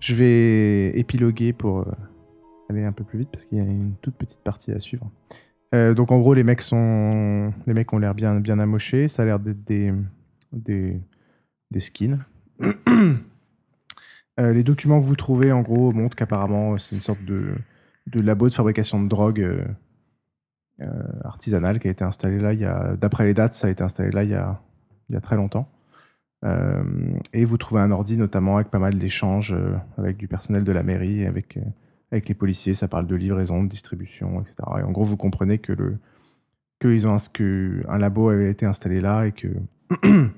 Speaker 1: Je vais épiloguer pour euh, aller un peu plus vite parce qu'il y a une toute petite partie à suivre. Euh, donc en gros, les mecs sont, les mecs ont l'air bien, bien amochés. Ça a l'air d'être des, des, des skins. Euh, les documents que vous trouvez en gros montrent qu'apparemment c'est une sorte de, de labo de fabrication de drogue euh, euh, artisanale qui a été installé là. Il y a, d'après les dates, ça a été installé là il y a, il y a très longtemps. Euh, et vous trouvez un ordi notamment avec pas mal d'échanges euh, avec du personnel de la mairie, avec, euh, avec les policiers. Ça parle de livraison, de distribution, etc. Et en gros, vous comprenez que le que ils ont un, que un labo avait été installé là et que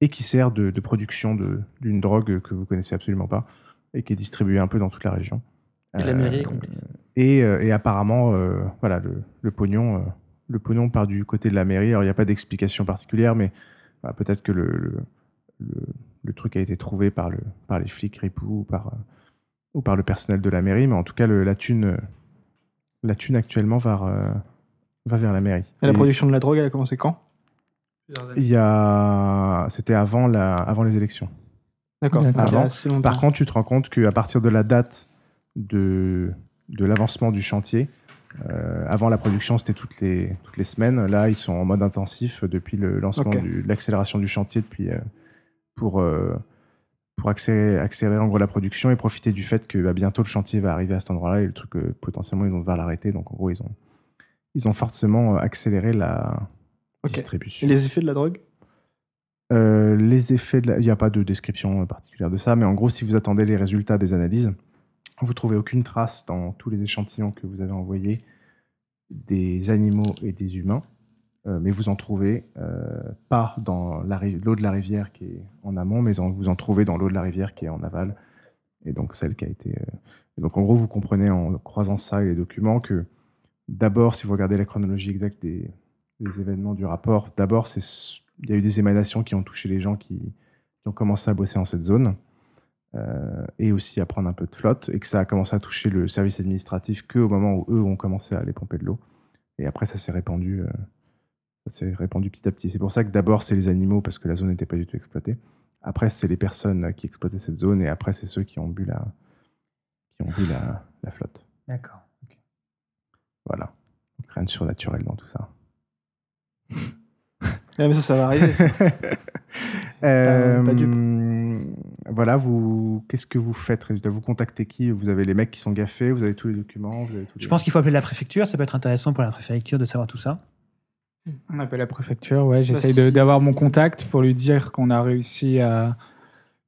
Speaker 1: et qui sert de, de production de- d'une drogue que vous connaissez absolument pas et qui est distribuée un peu dans toute la région.
Speaker 4: Et la
Speaker 1: Euh,
Speaker 4: mairie est complice.
Speaker 1: et, euh, et apparemment, euh, voilà, le, le pognon, euh, le pognon part du côté de la mairie. Alors il n'y a pas d'explication particulière, mais bah, peut-être que le, le, le- le truc a été trouvé par le par les flics ripoux ou par euh, ou par le personnel de la mairie. Mais en tout cas, le- la thune, euh, la thune actuellement va euh, va vers la mairie.
Speaker 5: Et la
Speaker 1: Et
Speaker 5: production de la drogue, elle a commencé quand
Speaker 1: Il y a, c'était avant la, avant les élections.
Speaker 5: D'accord.
Speaker 2: D'accord.
Speaker 5: Donc, il y a
Speaker 1: Avant.
Speaker 5: assez longtemps.
Speaker 1: Par contre, tu te rends compte qu'à partir de la date de, de l'avancement du chantier, euh, avant la production, c'était toutes les, toutes les semaines. Là, ils sont en mode intensif depuis le lancement
Speaker 5: Ok.
Speaker 1: du- de l'accélération du chantier depuis, euh, pour, euh, pour accélérer, accélérer en gros la production et profiter du fait que bah, bientôt le chantier va arriver à cet endroit-là et le truc, euh, potentiellement, ils vont devoir l'arrêter. Donc, en gros, ils ont, ils ont forcément accéléré la
Speaker 5: Ok.
Speaker 1: distribution.
Speaker 5: Et les effets de la drogue
Speaker 1: Euh, les effets de la- Il n'y a pas de description euh, particulière de ça, mais en gros, si vous attendez les résultats des analyses, vous trouvez aucune trace dans tous les échantillons que vous avez envoyés des animaux et des humains, euh, mais vous en trouvez euh, pas dans la ri- l'eau de la rivière qui est en amont, mais en- vous en trouvez dans l'eau de la rivière qui est en aval, et donc celle qui a été. euh, et donc en gros, vous comprenez en croisant ça et les documents que d'abord, si vous regardez la chronologie exacte des, des événements du rapport, d'abord, c'est s- il y a eu des émanations qui ont touché les gens qui, qui ont commencé à bosser en cette zone. euh, et aussi à prendre un peu de flotte, et que ça a commencé à toucher le service administratif que au moment où eux ont commencé à aller pomper de l'eau. Et après, ça s'est répandu, euh, ça s'est répandu petit à petit. C'est pour ça que d'abord, c'est les animaux, parce que la zone n'était pas du tout exploitée. Après, c'est les personnes qui exploitaient cette zone, et après, c'est ceux qui ont bu la, qui ont bu la, la flotte.
Speaker 3: D'accord.
Speaker 1: Voilà. Donc, rien de surnaturel dans tout ça. Ah,
Speaker 5: Ouais, mais ça, ça va arriver. ça.
Speaker 1: Euh,
Speaker 5: pas dupe.
Speaker 1: Voilà, vous, qu'est-ce que vous faites résultat Vous contactez qui Vous avez les mecs qui sont gaffés, vous avez tous les documents, vous avez tous
Speaker 3: Je
Speaker 1: les-
Speaker 3: pense qu'il faut appeler la préfecture, ça peut être intéressant pour la préfecture de savoir tout ça.
Speaker 2: On appelle la préfecture, ouais. J'essaye
Speaker 5: Bah,
Speaker 2: de-
Speaker 5: si-
Speaker 2: d'avoir mon contact pour lui dire qu'on a réussi à.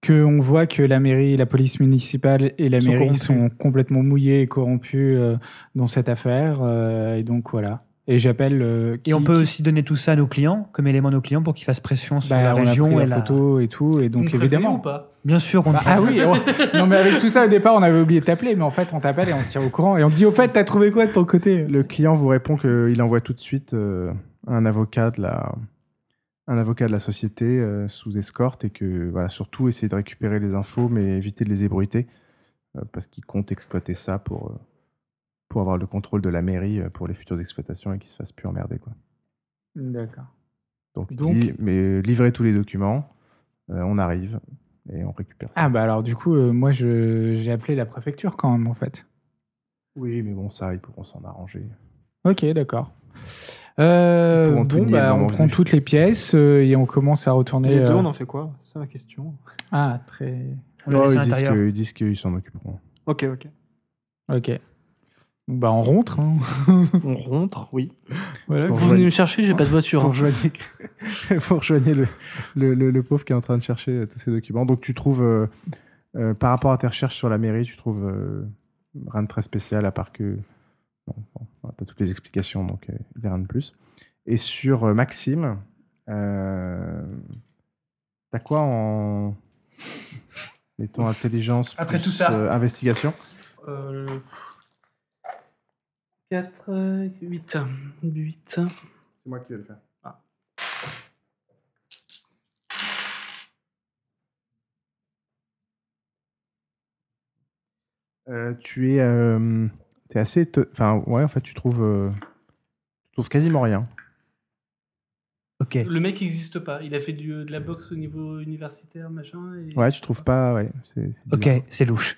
Speaker 2: Qu'on voit que la mairie, la police municipale et la
Speaker 3: Sont
Speaker 2: mairie
Speaker 3: corrompus.
Speaker 2: sont complètement mouillés et corrompus euh, dans cette affaire. euh, et donc voilà. Et j'appelle. euh, qui-
Speaker 3: Et on peut
Speaker 2: qui-
Speaker 3: aussi donner tout ça à nos clients, comme élément à nos clients, pour qu'ils fassent pression sur
Speaker 2: bah,
Speaker 3: la
Speaker 2: on a
Speaker 3: région
Speaker 2: pris
Speaker 3: et
Speaker 2: la
Speaker 3: la
Speaker 2: photo et tout. Et donc,
Speaker 4: Vous me
Speaker 2: évidemment.
Speaker 4: prévenez ou pas
Speaker 3: Bien sûr, on
Speaker 2: Bah, ah oui, on- non mais avec tout ça au départ on avait oublié de t'appeler, mais en fait on t'appelle et on te tient au courant et on te dit au fait t'as trouvé quoi de ton côté
Speaker 1: Le client vous répond qu'il envoie tout de suite euh, un avocat de la un avocat de la société euh, sous escorte et que voilà surtout essayer de récupérer les infos mais éviter de les ébruiter euh, parce qu'il compte exploiter ça pour euh, pour avoir le contrôle de la mairie euh, pour les futures exploitations et qu'ils se fassent plus emmerder quoi.
Speaker 2: D'accord.
Speaker 1: Donc, il
Speaker 2: Donc-
Speaker 1: dit, mais livrez tous les documents, euh, on arrive et on récupère ça.
Speaker 2: Ah bah alors du coup euh, moi je j'ai appelé la préfecture quand même en fait.
Speaker 1: Oui, mais bon ça ils pourront s'en arranger.
Speaker 2: Ok, d'accord. Euh,
Speaker 1: Ils pourront tout
Speaker 2: bon,
Speaker 1: nier
Speaker 2: bah,
Speaker 1: le
Speaker 2: on
Speaker 1: moment
Speaker 2: prend
Speaker 1: venu.
Speaker 2: toutes les pièces euh, et on commence à retourner.
Speaker 5: Les deux,
Speaker 2: euh,
Speaker 5: on en fait quoi C'est ma question.
Speaker 2: Ah, très.
Speaker 3: on l'a
Speaker 1: Oh,
Speaker 3: laissé à
Speaker 1: ils, disent
Speaker 3: l'intérieur.
Speaker 1: que- ils disent qu'ils s'en occuperont.
Speaker 5: Ok, ok.
Speaker 2: Ok. Donc, Bah, on rentre. hein.
Speaker 5: On rentre, oui.
Speaker 2: Voilà.
Speaker 1: Bon.
Speaker 4: Vous venez me chercher, j'ai pas de voiture.
Speaker 1: Vous
Speaker 4: hein.
Speaker 1: rejoignez, vous rejoignez le, le, le- le pauvre qui est en train de chercher euh, tous ces documents. Donc tu trouves, euh, euh, par rapport à tes recherches sur la mairie, tu trouves euh, rien de très spécial à part que... Bon, bon, on n'a pas toutes les explications, donc euh, il n'y a rien de plus. Et sur euh, Maxime, euh, t'as quoi en... Mettons intelligence,
Speaker 9: Après
Speaker 1: plus,
Speaker 9: tout ça.
Speaker 1: euh, investigation.
Speaker 6: Euh,
Speaker 4: 4, 8, 8.
Speaker 1: C'est moi qui vais le faire. Ah. tu es, euh, t'es assez, éto- enfin ouais, en fait, tu trouves, euh, tu trouves quasiment rien.
Speaker 3: Ok.
Speaker 4: Le mec n'existe pas. Il a fait du, de la boxe au niveau universitaire, machin. Et...
Speaker 1: Ouais, tu trouves pas, ouais. c'est- c'est
Speaker 3: Ok,
Speaker 1: bizarre.
Speaker 3: c'est louche.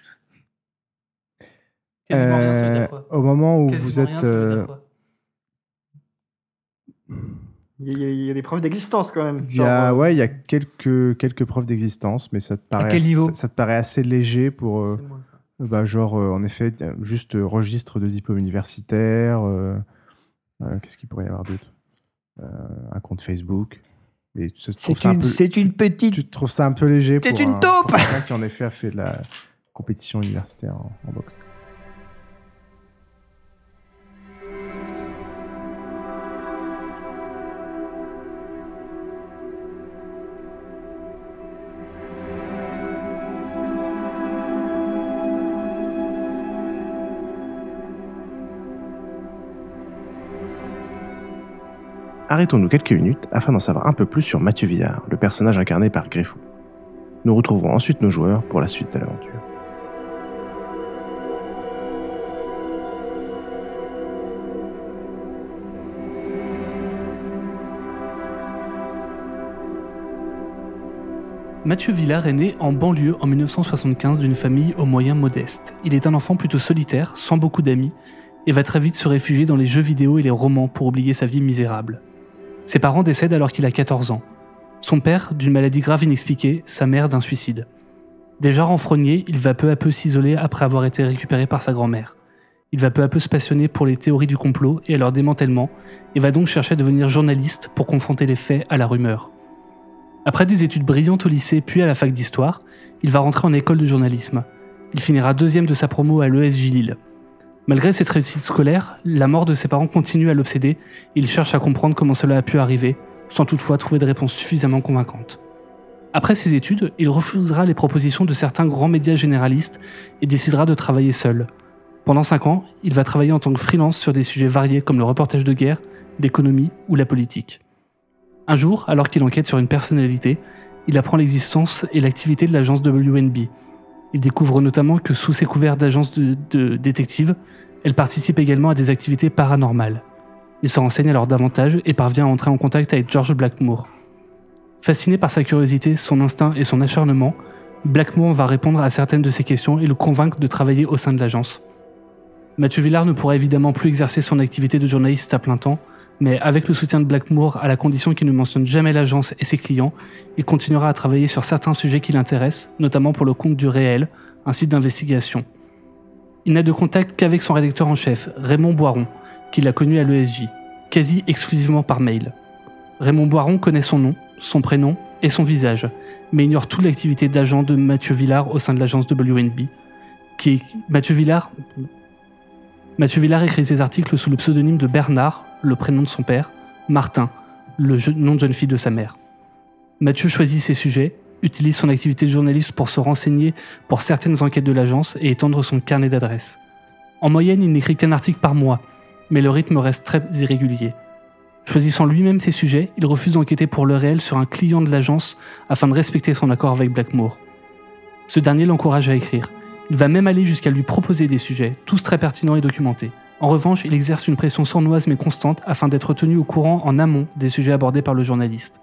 Speaker 4: Quasiment rien, ça veut
Speaker 1: Euh,
Speaker 4: dire quoi
Speaker 1: Au moment où
Speaker 4: Quasiment
Speaker 1: vous êtes,
Speaker 4: rien, ça veut
Speaker 1: euh,
Speaker 4: dire quoi
Speaker 5: Il y, a- il y a des preuves d'existence quand même. euh,
Speaker 1: Il y
Speaker 4: euh,
Speaker 1: a, ouais, il y a quelques, quelques preuves d'existence, mais ça te paraît,
Speaker 3: quel
Speaker 1: assez-
Speaker 3: niveau
Speaker 1: ça, te paraît assez léger pour, euh,
Speaker 4: C'est moi, ça.
Speaker 1: bah, genre, euh, en effet, t- juste euh, registre de diplôme universitaire. euh, euh, Qu'est-ce qu'il pourrait y avoir d'autre Euh, Un compte Facebook. Mais tu, tu trouves
Speaker 3: C'est
Speaker 1: ça un
Speaker 3: une,
Speaker 1: peu,
Speaker 3: c'est une petite.
Speaker 1: tu trouves ça un peu léger
Speaker 3: C'est
Speaker 1: pour
Speaker 3: une
Speaker 1: un-
Speaker 3: taupe
Speaker 1: pour quelqu'un qui en effet a fait de la compétition universitaire en, en boxe. Arrêtons-nous quelques minutes afin d'en savoir un peu plus sur Mathieu Villard, le personnage incarné par Griffou. Nous retrouverons ensuite nos joueurs pour la suite de l'aventure.
Speaker 4: Mathieu Villard est né en banlieue en 1975 d'une famille aux moyens modestes. Il est un enfant plutôt solitaire, sans beaucoup d'amis, et va très vite se réfugier dans les jeux vidéo et les romans pour oublier sa vie misérable. Ses parents décèdent alors qu'il a 14 ans. Son père d'une maladie grave inexpliquée, sa mère d'un suicide. Déjà renfrogné, il va peu à peu s'isoler après avoir été récupéré par sa grand-mère. Il va peu à peu se passionner pour les théories du complot et à leur démantèlement, et va donc chercher à devenir journaliste pour confronter les faits à la rumeur. Après des études brillantes au lycée puis à la fac d'histoire, il va rentrer en école de journalisme. Il finira deuxième de sa promo à l'ESJ Lille. Malgré cette réussite scolaire, la mort de ses parents continue à l'obséder. Il cherche à comprendre comment cela a pu arriver, sans toutefois trouver de réponse suffisamment convaincante. Après ses études, il refusera les propositions de certains grands médias généralistes et décidera de travailler seul. Pendant 5 ans, il va travailler en tant que freelance sur des sujets variés comme le reportage de guerre, l'économie ou la politique. Un jour, alors qu'il enquête sur une personnalité, il apprend l'existence et l'activité de l'agence WNB. Il découvre notamment que sous ses couverts d'agence de, de détective, elle participe également à des activités paranormales. Il se renseigne alors davantage et parvient à entrer en contact avec George Blackmore. Fasciné par sa curiosité, son instinct et son acharnement, Blackmore va répondre à certaines de ses questions et le convaincre de travailler au sein de l'agence. Mathieu Villard ne pourra évidemment plus exercer son activité de journaliste à plein temps, mais avec le soutien de Blackmore à la condition qu'il ne mentionne jamais l'agence et ses clients, il continuera à travailler sur certains sujets qui l'intéressent, notamment pour le compte du réel, un site d'investigation. Il n'a de contact qu'avec son rédacteur en chef, Raymond Boiron, qu'il a connu à l'ESJ, quasi exclusivement par mail. Raymond Boiron connaît son nom, son prénom et son visage, mais ignore toute l'activité d'agent de Mathieu Villard au sein de l'agence WNB, qui est Mathieu Villard Mathieu Villard écrit ses articles sous le pseudonyme de Bernard, le prénom de son père, Martin, le je- nom de jeune fille de sa mère. Mathieu choisit ses sujets, utilise son activité de journaliste pour se renseigner pour certaines enquêtes de l'agence et étendre son carnet d'adresses. En moyenne, il n'écrit qu'un article par mois, mais le rythme reste très irrégulier. Choisissant lui-même ses sujets, il refuse d'enquêter pour le réel sur un client de l'agence afin de respecter son accord avec Blackmore. Ce dernier l'encourage à écrire. Il va même aller jusqu'à lui proposer des sujets, tous très pertinents et documentés. En revanche, il exerce une pression sournoise mais constante afin d'être tenu au courant en amont des sujets abordés par le journaliste.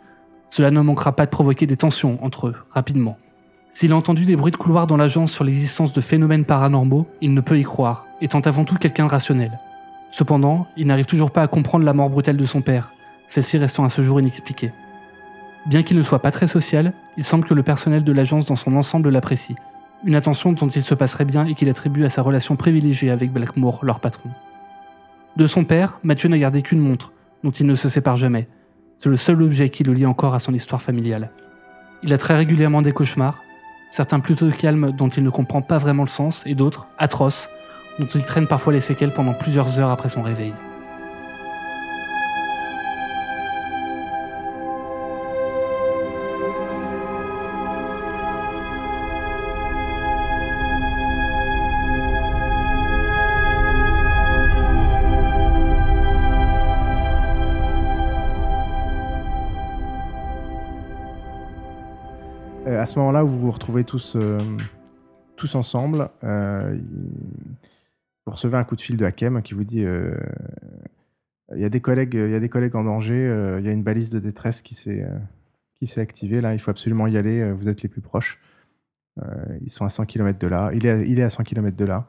Speaker 4: Cela ne manquera pas de provoquer des tensions entre eux, rapidement. S'il a entendu des bruits de couloir dans l'agence sur l'existence de phénomènes paranormaux, il ne peut y croire, étant avant tout quelqu'un de rationnel. Cependant, il n'arrive toujours pas à comprendre la mort brutale de son père, celle-ci restant à ce jour inexpliquée. Bien qu'il ne soit pas très social, il semble que le personnel de l'agence dans son ensemble l'apprécie. Une attention dont il se passerait bien et qu'il attribue à sa relation privilégiée avec Blackmore, leur patron. De son père, Mathieu n'a gardé qu'une montre, dont il ne se sépare jamais. C'est le seul objet qui le lie encore à son histoire familiale. Il a très régulièrement des cauchemars, certains plutôt calmes dont il ne comprend pas vraiment le sens, et d'autres, atroces, dont il traîne parfois les séquelles pendant plusieurs heures après son réveil.
Speaker 1: Euh, à ce moment-là, vous vous retrouvez tous, euh, tous ensemble. euh, vous recevez un coup de fil de Hakem qui vous dit euh, il, y a des collègues, il y a des collègues en danger, euh, il y a une balise de détresse qui s'est euh, qui s'est activée. Là, il faut absolument y aller, euh, vous êtes les plus proches. Euh, ils sont à 100 km de là. Il est à, il est à 100 km de là.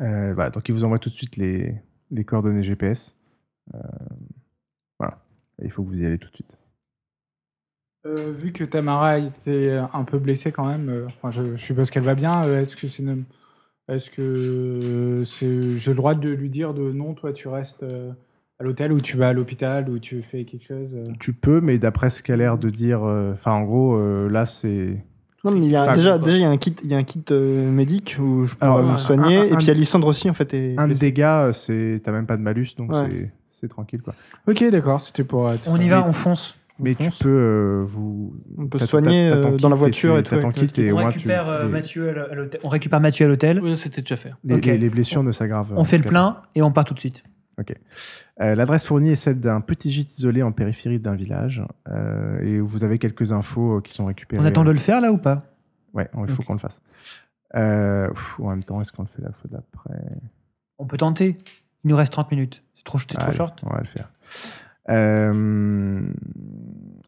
Speaker 1: Euh, voilà, donc il vous envoie tout de suite les, les coordonnées GPS. Euh, voilà, Et il faut que vous y allez tout de suite.
Speaker 2: Euh, vu que Tamara était un peu blessée quand même, euh, enfin, je, je suppose qu'elle va bien. euh, Est-ce que c'est une- Est-ce que c'est- j'ai le droit de lui dire de non, toi tu restes euh, à l'hôtel ou tu vas à l'hôpital ou tu fais quelque chose euh.
Speaker 1: Tu peux, mais d'après ce qu'a l'air de dire, euh, enfin en gros, euh, là c'est.
Speaker 5: Non, mais il y a,
Speaker 1: Enfin,
Speaker 5: déjà,
Speaker 1: quoi.
Speaker 5: déjà, il y a un kit, il y a un kit euh, médic où je peux
Speaker 1: Alors,
Speaker 5: me
Speaker 1: un-
Speaker 5: soigner.
Speaker 1: un-
Speaker 5: et puis
Speaker 1: un-
Speaker 5: Alissandre aussi, en fait. Est
Speaker 1: Un
Speaker 5: blessée.
Speaker 1: dégât, euh, c'est t'as même pas de malus, donc
Speaker 5: Ouais.
Speaker 1: c'est- c'est tranquille quoi.
Speaker 2: Ok, d'accord, c'était pour. être-
Speaker 3: On y va, on fonce.
Speaker 1: Mais tu
Speaker 2: fonce.
Speaker 1: peux euh, vous.
Speaker 5: On peut
Speaker 1: t'as-
Speaker 5: se soigner
Speaker 1: t'as- t'as ton
Speaker 5: euh,
Speaker 1: kit
Speaker 5: dans la
Speaker 1: et
Speaker 5: voiture
Speaker 1: tu-
Speaker 5: et tout.
Speaker 1: t'as ton
Speaker 5: avec le
Speaker 1: kit et-
Speaker 5: kit.
Speaker 1: au
Speaker 3: On
Speaker 1: moins,
Speaker 3: récupère,
Speaker 1: tu-
Speaker 3: euh,
Speaker 1: les-
Speaker 3: Mathieu à l'- à l'hôtel. On récupère Mathieu à l'hôtel.
Speaker 4: Oui, c'était déjà fait.
Speaker 1: Les,
Speaker 3: Ok.
Speaker 1: les- les blessures ne s'aggravent.
Speaker 3: On fait le
Speaker 1: euh,
Speaker 3: plein et on part tout de suite.
Speaker 1: Euh, L'adresse fournie est celle d'un petit gîte isolé en périphérie d'un village, euh, et vous avez quelques infos euh, qui sont récupérées.
Speaker 3: On attend de le faire là ou pas
Speaker 1: Ouais, il faut
Speaker 3: Ok.
Speaker 1: qu'on le fasse. Euh, pff, en même temps, est-ce qu'on le fait la fois d'après
Speaker 3: On peut tenter. Il nous reste 30 minutes. C'est trop, c'est trop
Speaker 1: Allez,
Speaker 3: short.
Speaker 1: On va le faire. Euh,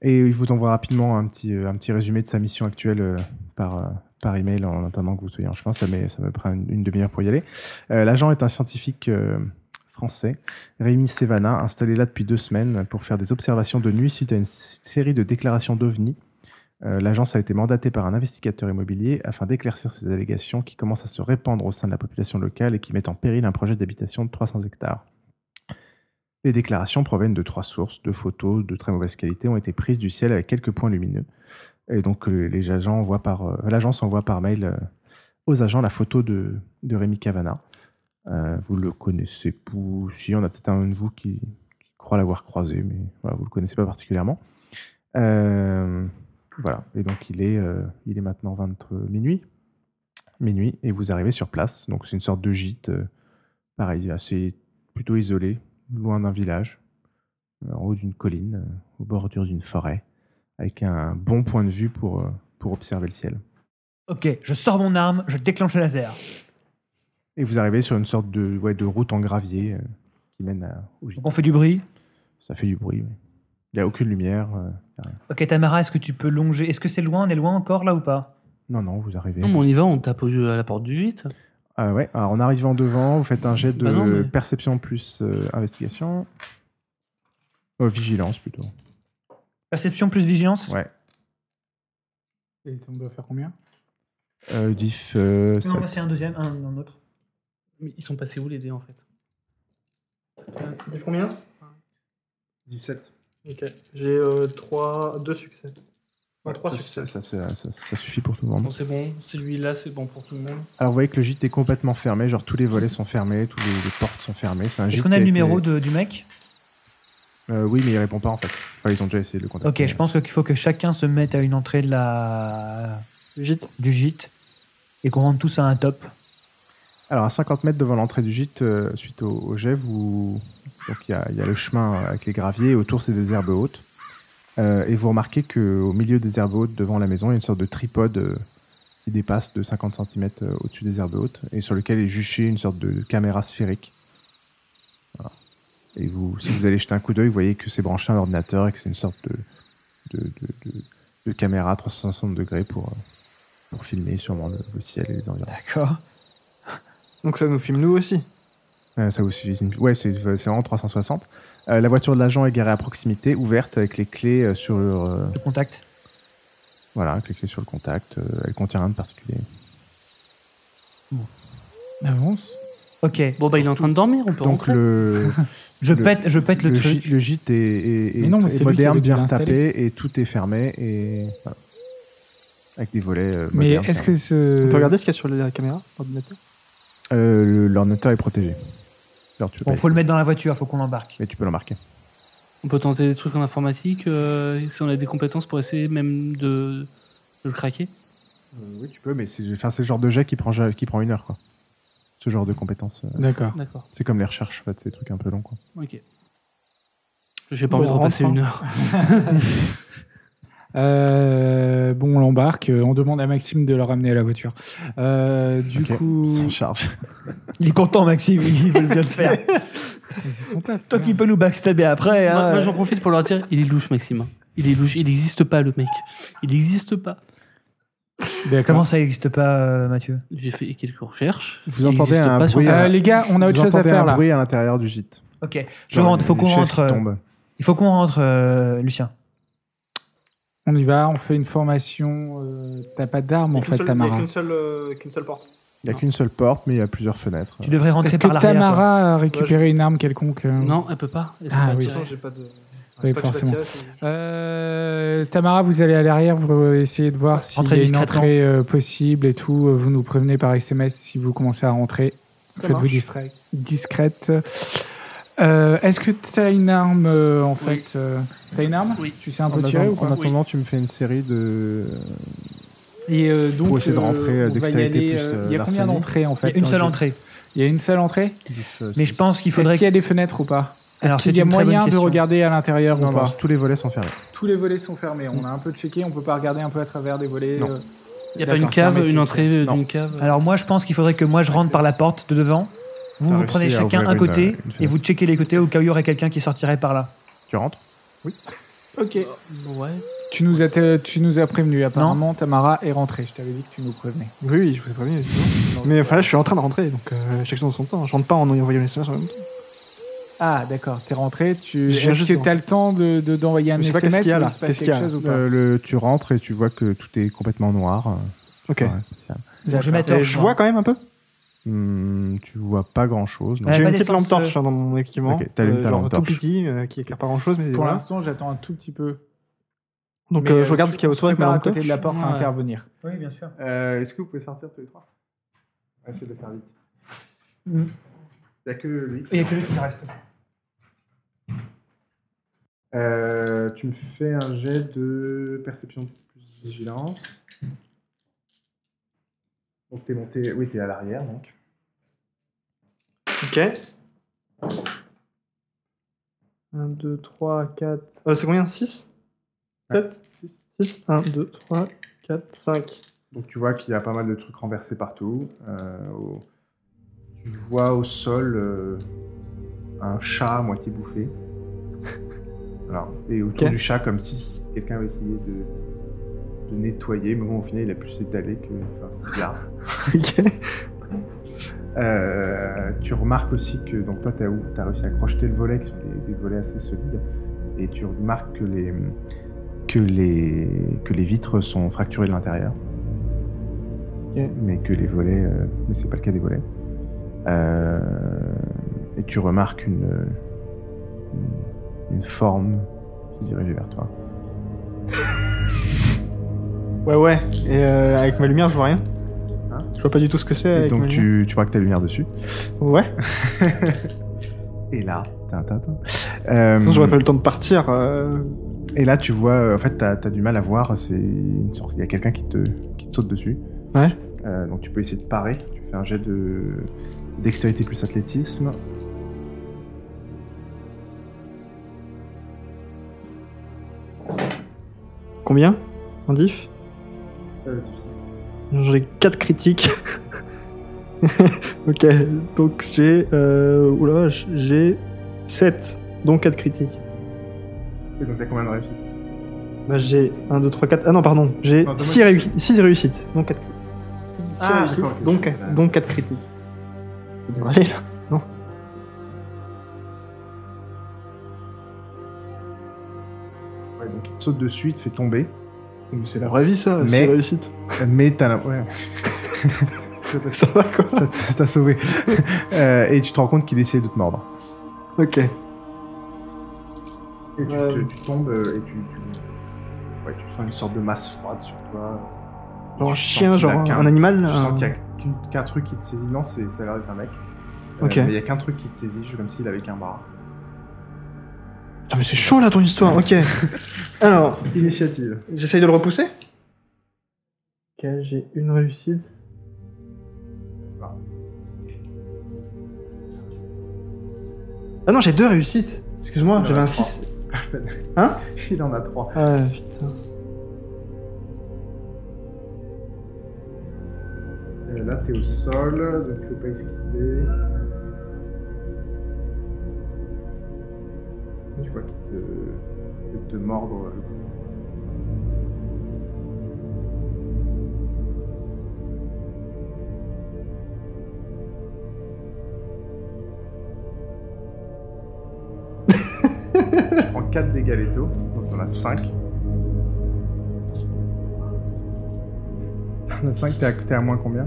Speaker 1: et il vous envoie rapidement un petit, euh, un petit résumé de sa mission actuelle euh, par, euh, par email en attendant que vous soyez en chemin. Ça, met, ça me prend une, une demi-heure pour y aller. Euh, L'agent est un scientifique euh, français, Rémi Sevana, installé là depuis deux semaines pour faire des observations de nuit suite à une s- série de déclarations d'OVNI. Euh, L'agence a été mandatée par un investigateur immobilier afin d'éclaircir ces allégations qui commencent à se répandre au sein de la population locale et qui mettent en péril un projet d'habitation de 300 hectares. Les déclarations proviennent de trois sources, de photos de très mauvaise qualité ont été prises du ciel avec quelques points lumineux. Et donc euh, les agents envoient par euh, l'agence envoie par mail euh, aux agents la photo de, de Rémi Cavana. Euh, vous le connaissez pou- si on a peut-être un de vous qui, qui croit l'avoir croisé, mais voilà, vous le connaissez pas particulièrement. Euh, voilà. Et donc il est euh, il est maintenant 20 minuit minuit et vous arrivez sur place. Donc c'est une sorte de gîte, euh, pareil assez plutôt isolé loin d'un village, euh, en haut d'une colline, euh, aux bordures d'une forêt, avec un bon point de vue pour, euh, pour observer le ciel.
Speaker 3: Ok, je sors mon arme, je déclenche le laser.
Speaker 1: Et vous arrivez sur une sorte de, ouais, de route en gravier euh, qui mène à, au gîte.
Speaker 3: On fait du bruit.
Speaker 1: Ça fait du bruit. ouais. Il n'y a aucune lumière. euh, y a rien.
Speaker 3: Ok, Tamara, est-ce que tu peux longer Est-ce que c'est loin On est loin encore là ou pas
Speaker 1: non, non, vous arrivez.
Speaker 4: Non, mais on y va, on tape au- à la porte du gîte.
Speaker 1: Ah ouais, alors, en arrivant devant, vous faites un jet de
Speaker 4: Bah non, mais-
Speaker 1: perception plus euh, investigation. Euh, vigilance plutôt.
Speaker 3: Perception plus vigilance
Speaker 1: Ouais.
Speaker 2: Et on doit faire combien
Speaker 1: Euh, diff, euh,
Speaker 3: Non,
Speaker 1: sept.
Speaker 3: moi, c'est un deuxième, un, un autre.
Speaker 4: Mais ils sont passés où les dés en fait
Speaker 5: Dis combien
Speaker 1: 17.
Speaker 5: Ok. J'ai 3, 2 succès.
Speaker 1: Ouais,
Speaker 10: trois
Speaker 1: ça,
Speaker 10: succès.
Speaker 1: ça- ça- ça- ça suffit pour tout le monde.
Speaker 4: Bon, c'est bon. Celui-là, c'est bon pour tout le monde.
Speaker 1: Alors vous voyez que le gîte est complètement fermé, genre tous les volets sont fermés, toutes les, les portes sont fermées. C'est un
Speaker 3: Est-ce
Speaker 1: gîte
Speaker 3: qu'on a
Speaker 1: qui
Speaker 3: le
Speaker 1: été-
Speaker 3: numéro de- du mec
Speaker 1: Euh, Oui, mais il répond pas en fait. Enfin, ils ont déjà essayé de le contacter.
Speaker 3: Ok, je pense qu'il faut que chacun se mette à une entrée de la... du gîte et qu'on rentre tous à un top.
Speaker 1: Alors, à 50 mètres devant l'entrée du gîte, euh, suite au, au jet, vous... Donc, il y, a- il y a le chemin euh, avec les graviers, et autour, c'est des herbes hautes. Euh, et vous remarquez qu'au milieu des herbes hautes, devant la maison, il y a une sorte de tripode euh, qui dépasse de 50 cm au-dessus des herbes hautes, et sur lequel est juchée une sorte de caméra sphérique. Voilà. Et vous, si vous allez jeter un coup d'œil, vous voyez que c'est branché à un ordinateur et que c'est une sorte de, de, de- de- de caméra à 360 degrés pour, euh, pour filmer sûrement le, le ciel et les environs.
Speaker 3: D'accord.
Speaker 5: Donc ça nous filme nous aussi.
Speaker 1: Euh, ça vous suffit. c'est une- Ouais, c'est c'est vraiment 360. Euh, la voiture de l'agent est garée à proximité, ouverte, avec les clés euh, sur euh,
Speaker 3: Le contact.
Speaker 1: voilà, avec les clés sur le contact. Euh, elle contient rien de particulier.
Speaker 2: On avance.
Speaker 3: Ok,
Speaker 4: Bon, bah, il est en train de dormir. On peut
Speaker 1: Donc
Speaker 4: rentrer.
Speaker 1: le,
Speaker 3: je,
Speaker 1: Le-
Speaker 3: pète, je pète le,
Speaker 1: le
Speaker 3: truc.
Speaker 1: gîte, le gîte est, est- est-
Speaker 2: Mais non, mais
Speaker 1: est
Speaker 2: c'est lui qui
Speaker 1: moderne,
Speaker 2: avait dû
Speaker 1: bien
Speaker 2: l'installer.
Speaker 1: retapé et tout est fermé et voilà. avec des volets. euh,
Speaker 2: Mais
Speaker 1: modernes,
Speaker 2: est-ce que ce.
Speaker 5: On peut regarder ce qu'il y a sur la caméra, l'ordinateur
Speaker 1: fermés. Euh, le- l'ordinateur est protégé. Alors, tu peux
Speaker 3: Bon,
Speaker 1: pas
Speaker 3: faut
Speaker 1: essayer,
Speaker 3: le mettre dans la voiture, faut qu'on l'embarque.
Speaker 1: Mais tu peux l'embarquer.
Speaker 4: On peut tenter des trucs en informatique euh, si on a des compétences pour essayer même de, de le craquer.
Speaker 1: Euh, oui, tu peux, mais c'est enfin, c'est le genre de jet qui prend ja- qui prend une heure quoi. Ce genre de compétences. euh,
Speaker 2: D'accord.
Speaker 4: D'accord.
Speaker 1: c'est comme les recherches en fait, c'est des trucs un peu longs quoi.
Speaker 4: Ok. J'ai pas
Speaker 5: Bon,
Speaker 4: envie de repasser
Speaker 5: rentre, hein.
Speaker 4: une heure.
Speaker 2: Euh, bon, on l'embarque. euh, On demande à Maxime de le ramener à la voiture. Euh, du
Speaker 1: Ok.
Speaker 2: coup.
Speaker 1: Sans charge.
Speaker 3: Il est content, Maxime, ils veulent bien le faire. Toi qui peux nous backstabber après. hein.
Speaker 4: Moi, moi, j'en profite pour leur dire il est louche, Maxime. Il est louche. Il n'existe pas, le mec. Il n'existe pas.
Speaker 3: Comment
Speaker 2: D'accord.
Speaker 3: ça n'existe pas, euh, Mathieu
Speaker 4: J'ai fait quelques recherches.
Speaker 1: Vous
Speaker 4: Il
Speaker 1: entendez
Speaker 4: existe
Speaker 1: un
Speaker 4: pas sur
Speaker 1: bruit,
Speaker 4: Internet.
Speaker 2: Euh, les gars, on a autre
Speaker 1: Vous
Speaker 2: chose à
Speaker 1: entendez
Speaker 2: faire
Speaker 1: un
Speaker 2: là.
Speaker 1: bruit à l'intérieur du gîte.
Speaker 3: Ok, je
Speaker 1: Genre
Speaker 3: rentre, faut
Speaker 1: une
Speaker 3: qu'on
Speaker 1: chaise qui
Speaker 3: rentre. euh,
Speaker 1: tombe.
Speaker 3: Il faut qu'on rentre, euh, Lucien.
Speaker 2: On y va, on fait une formation. euh, T'as pas d'armes en fait, Tamara.
Speaker 5: seule, porte.
Speaker 1: Il n'y a qu'une seule porte, mais il y a plusieurs fenêtres.
Speaker 3: Tu devrais rentrer
Speaker 2: Est-ce que
Speaker 3: par l'arrière. toi.
Speaker 2: Tamara a récupéré une arme quelconque euh
Speaker 4: Non, elle peut pas. Elle sait
Speaker 2: Ah
Speaker 4: pas
Speaker 2: oui.
Speaker 5: De toute
Speaker 4: tirer.
Speaker 5: façon, j'ai pas de.
Speaker 2: Oui,
Speaker 5: pas de
Speaker 2: forcément.
Speaker 5: tirer, c'est-
Speaker 2: Euh, Tamara, vous allez à l'arrière, vous essayez de voir s'il y
Speaker 3: Rentrez
Speaker 2: a une
Speaker 3: discrètement.
Speaker 2: entrée euh, possible et tout. Euh, Vous nous prévenez par SMS si vous commencez à rentrer.
Speaker 5: Ça
Speaker 2: Faites-vous
Speaker 5: marche.
Speaker 2: discret. discrète. Euh, Est-ce que t'as une arme euh, en fait euh, T'as une arme
Speaker 4: Oui.
Speaker 2: Tu sais un
Speaker 1: En,
Speaker 2: peu tirer
Speaker 1: attendant-
Speaker 2: ou pas
Speaker 1: en attendant, tu me fais une série de.
Speaker 2: Et euh, donc,
Speaker 1: Pour essayer de rentrer,
Speaker 2: on va y
Speaker 1: dextérité
Speaker 2: aller,
Speaker 1: plus,
Speaker 2: euh,
Speaker 1: euh,
Speaker 2: Il y a combien
Speaker 1: l'arsenal
Speaker 2: d'entrées en
Speaker 3: Il
Speaker 2: fait
Speaker 3: y a une
Speaker 2: dans
Speaker 3: seule
Speaker 2: le jeu
Speaker 3: entrée.
Speaker 2: Il y a une seule entrée
Speaker 3: Mais je pense qu'il
Speaker 2: Est-ce
Speaker 3: faudrait.
Speaker 2: qu'il y a des fenêtres ou pas Est-ce
Speaker 3: Alors,
Speaker 2: qu'il
Speaker 3: c'est
Speaker 2: y a
Speaker 3: une très bonne
Speaker 2: moyen de
Speaker 3: question.
Speaker 2: regarder à l'intérieur ou
Speaker 1: Non,
Speaker 2: pas
Speaker 1: non, tous les volets sont fermés.
Speaker 2: Tous les volets sont fermés. On a un peu checké, on peut pas regarder un peu à travers des volets.
Speaker 1: Non.
Speaker 2: euh,
Speaker 4: Il n'y a pas une
Speaker 2: d'accord, c'est un
Speaker 4: cave,
Speaker 2: métier,
Speaker 4: une
Speaker 2: ça.
Speaker 4: entrée euh,
Speaker 1: Non.
Speaker 4: d'une cave.
Speaker 3: Alors moi, je pense qu'il faudrait que moi je rentre par la porte de devant.
Speaker 1: T'as
Speaker 3: Vous, vous
Speaker 1: réussi
Speaker 3: prenez
Speaker 1: à
Speaker 3: chacun
Speaker 1: ouvrir
Speaker 3: un
Speaker 1: une,
Speaker 3: côté
Speaker 1: euh, une
Speaker 3: et
Speaker 1: fenêtre.
Speaker 3: vous checkez les côtés au cas où il y aurait quelqu'un qui sortirait par là.
Speaker 1: Tu rentres
Speaker 2: Ok.
Speaker 4: euh, Ouais.
Speaker 2: Tu nous as, tu nous as prévenu. Apparemment,
Speaker 3: Apparemment,
Speaker 2: Tamara est rentrée. Je t'avais dit que tu nous prévenais.
Speaker 5: Oui, oui, je vous ai prévenu. Mais enfin là, je suis en train de rentrer, donc euh, chacun dans son temps. Je rentre pas en envoyant les SMS en même temps.
Speaker 2: Ah, d'accord. T'es rentrée. Tu...
Speaker 5: Je viens
Speaker 2: Est-ce
Speaker 5: juste
Speaker 2: que
Speaker 5: de-
Speaker 2: t'as le temps d'envoyer de, d'envoyer un
Speaker 5: Je sais pas
Speaker 2: SMS
Speaker 5: qu'est-ce qu'il
Speaker 2: ou
Speaker 5: y a,
Speaker 2: il
Speaker 5: là.
Speaker 2: se passe
Speaker 5: Qu'est-ce qu'il y a
Speaker 2: quelque chose ou pas
Speaker 1: Euh, le, Tu rentres et tu vois que tout est complètement noir. euh,
Speaker 5: Ok.
Speaker 1: ouais, spécial.
Speaker 3: Bon, je vais
Speaker 2: D'accord.
Speaker 3: mettre
Speaker 5: Et
Speaker 3: torche,
Speaker 5: je
Speaker 3: moi.
Speaker 5: vois quand même un peu.
Speaker 1: Hum, tu vois pas grand chose.
Speaker 3: Ouais,
Speaker 5: J'ai
Speaker 3: pas
Speaker 5: une petite
Speaker 3: d'essence,
Speaker 5: lampe torche
Speaker 3: euh,
Speaker 5: hein, dans mon équipement.
Speaker 1: Ok, t'allumes ta
Speaker 5: genre
Speaker 1: lampe
Speaker 5: tout
Speaker 1: torche.
Speaker 5: petit, euh, qui éclaire pas grand chose, mais
Speaker 2: Pour
Speaker 5: voilà.
Speaker 2: l'instant, j'attends un tout petit peu.
Speaker 5: Donc
Speaker 2: Mais,
Speaker 5: euh,
Speaker 2: euh,
Speaker 5: je regarde
Speaker 2: tu-
Speaker 5: ce qu'il y a autour avec ma
Speaker 2: prépare à
Speaker 5: lampe
Speaker 2: côté
Speaker 5: torche.
Speaker 2: de la porte à
Speaker 4: Ouais.
Speaker 2: intervenir.
Speaker 3: Oui, bien sûr.
Speaker 1: Euh, Est-ce que vous pouvez sortir tous les trois Essayez de le faire vite.
Speaker 3: Mm.
Speaker 1: Il n'y a que lui.
Speaker 3: Il y a que lui qui reste.
Speaker 1: Euh, tu me fais un jet de perception plus vigilance. Donc t'es monté, oui t'es à l'arrière donc.
Speaker 5: Ok. 1, 2, 3, 4. Euh, c'est combien 6 7 6, 1, 2, 3, 4, 5.
Speaker 1: Donc tu vois qu'il y a pas mal de trucs renversés partout. Euh, au- Tu vois au sol euh, un chat à moitié bouffé. Alors, et autour
Speaker 5: Ok.
Speaker 1: du chat comme si quelqu'un avait essayé de, de nettoyer, mais bon au final il a plus s'étaler que... Enfin c'est bizarre.
Speaker 5: Ok.
Speaker 1: Euh, tu remarques aussi que donc toi tu as, réussi à crocheter le volet qui sont des, des volets assez solides et tu remarques que les que les que les vitres sont fracturées de l'intérieur mais que les volets euh, mais c'est pas le cas des volets Euh, et tu remarques une une, une forme se diriger vers toi
Speaker 5: Ouais, ouais. Et euh, avec ma lumière, je vois rien.
Speaker 2: Hein
Speaker 5: je vois pas du tout ce que c'est.
Speaker 1: Et
Speaker 5: avec ma
Speaker 1: donc
Speaker 5: lumière.
Speaker 1: tu, tu braques ta lumière dessus.
Speaker 5: Ouais.
Speaker 1: Et là. tin, tin, tin. Euh,
Speaker 5: Sinon, j'aurais pas eu le temps de partir. euh,
Speaker 1: et là, tu vois, euh, en fait, t'as as du mal à voir. C'est une sorte- Il y a quelqu'un qui te, qui te saute dessus.
Speaker 5: Ouais.
Speaker 1: Euh, donc tu peux essayer de parer. Tu fais un jet de dextérité plus athlétisme.
Speaker 5: Combien En diff
Speaker 1: Euh,
Speaker 5: J'ai 4 critiques. ok, donc j'ai. Euh... Oula, vache, j'ai 7, donc 4 critiques.
Speaker 1: Et donc t'as combien de réussites
Speaker 5: Bah, j'ai 1, 2, 3, 4. Ah non, pardon, j'ai
Speaker 1: Non, dommage.
Speaker 5: 6, réussites, donc 4 critiques.
Speaker 1: Ah,
Speaker 5: Ah, réussites,
Speaker 1: d'accord, ok.
Speaker 5: donc,
Speaker 1: Ouais.
Speaker 5: donc 4 critiques. Ça devrait aller là, non
Speaker 1: Ouais, donc il te saute dessus, il te fait tomber.
Speaker 5: C'est la vraie vie ça,
Speaker 1: six
Speaker 5: réussites.
Speaker 1: Mais t'as la... Ouais.
Speaker 5: Ça va quoi
Speaker 1: ça ça t'a sauvé. Euh, et tu te rends compte qu'il essaie de te mordre.
Speaker 5: Ok.
Speaker 1: Et tu,
Speaker 5: Ouais.
Speaker 1: te- tu tombes euh, et tu, tu, ouais, tu sens une sorte de masse froide sur toi.
Speaker 5: Genre un
Speaker 1: Tu sens
Speaker 5: chien,
Speaker 1: qu'il
Speaker 5: genre
Speaker 1: a
Speaker 5: un,
Speaker 1: qu'un-
Speaker 5: un animal
Speaker 1: Tu
Speaker 5: un-
Speaker 1: sens qu'il y a qu'une- qu'un truc qui te saisit. Non, c'est- ça a l'air d'être un mec. Euh,
Speaker 5: Ok.
Speaker 1: mais il y a qu'un truc qui te saisit, je- comme s'il avait qu'un bras.
Speaker 5: Putain, Ah, mais c'est chaud là ton histoire, ok. Alors,
Speaker 1: Initiative.
Speaker 5: J'essaye de le repousser Ok, j'ai une réussite.
Speaker 1: Ah.
Speaker 5: Ah non, j'ai deux réussites Excuse-moi,
Speaker 1: Il en
Speaker 5: j'avais
Speaker 1: a
Speaker 5: un
Speaker 1: trois.
Speaker 5: 6.
Speaker 1: Il en a trois.
Speaker 5: Ah putain.
Speaker 1: Euh, là, t'es au sol, donc tu peux pas esquiver. Tu vois qu'il te, essaie de te mordre euh. le cou. tu prends 4 dégâts létaux, donc t'en as 5. T'en as 5, t'es à, t'es à moins combien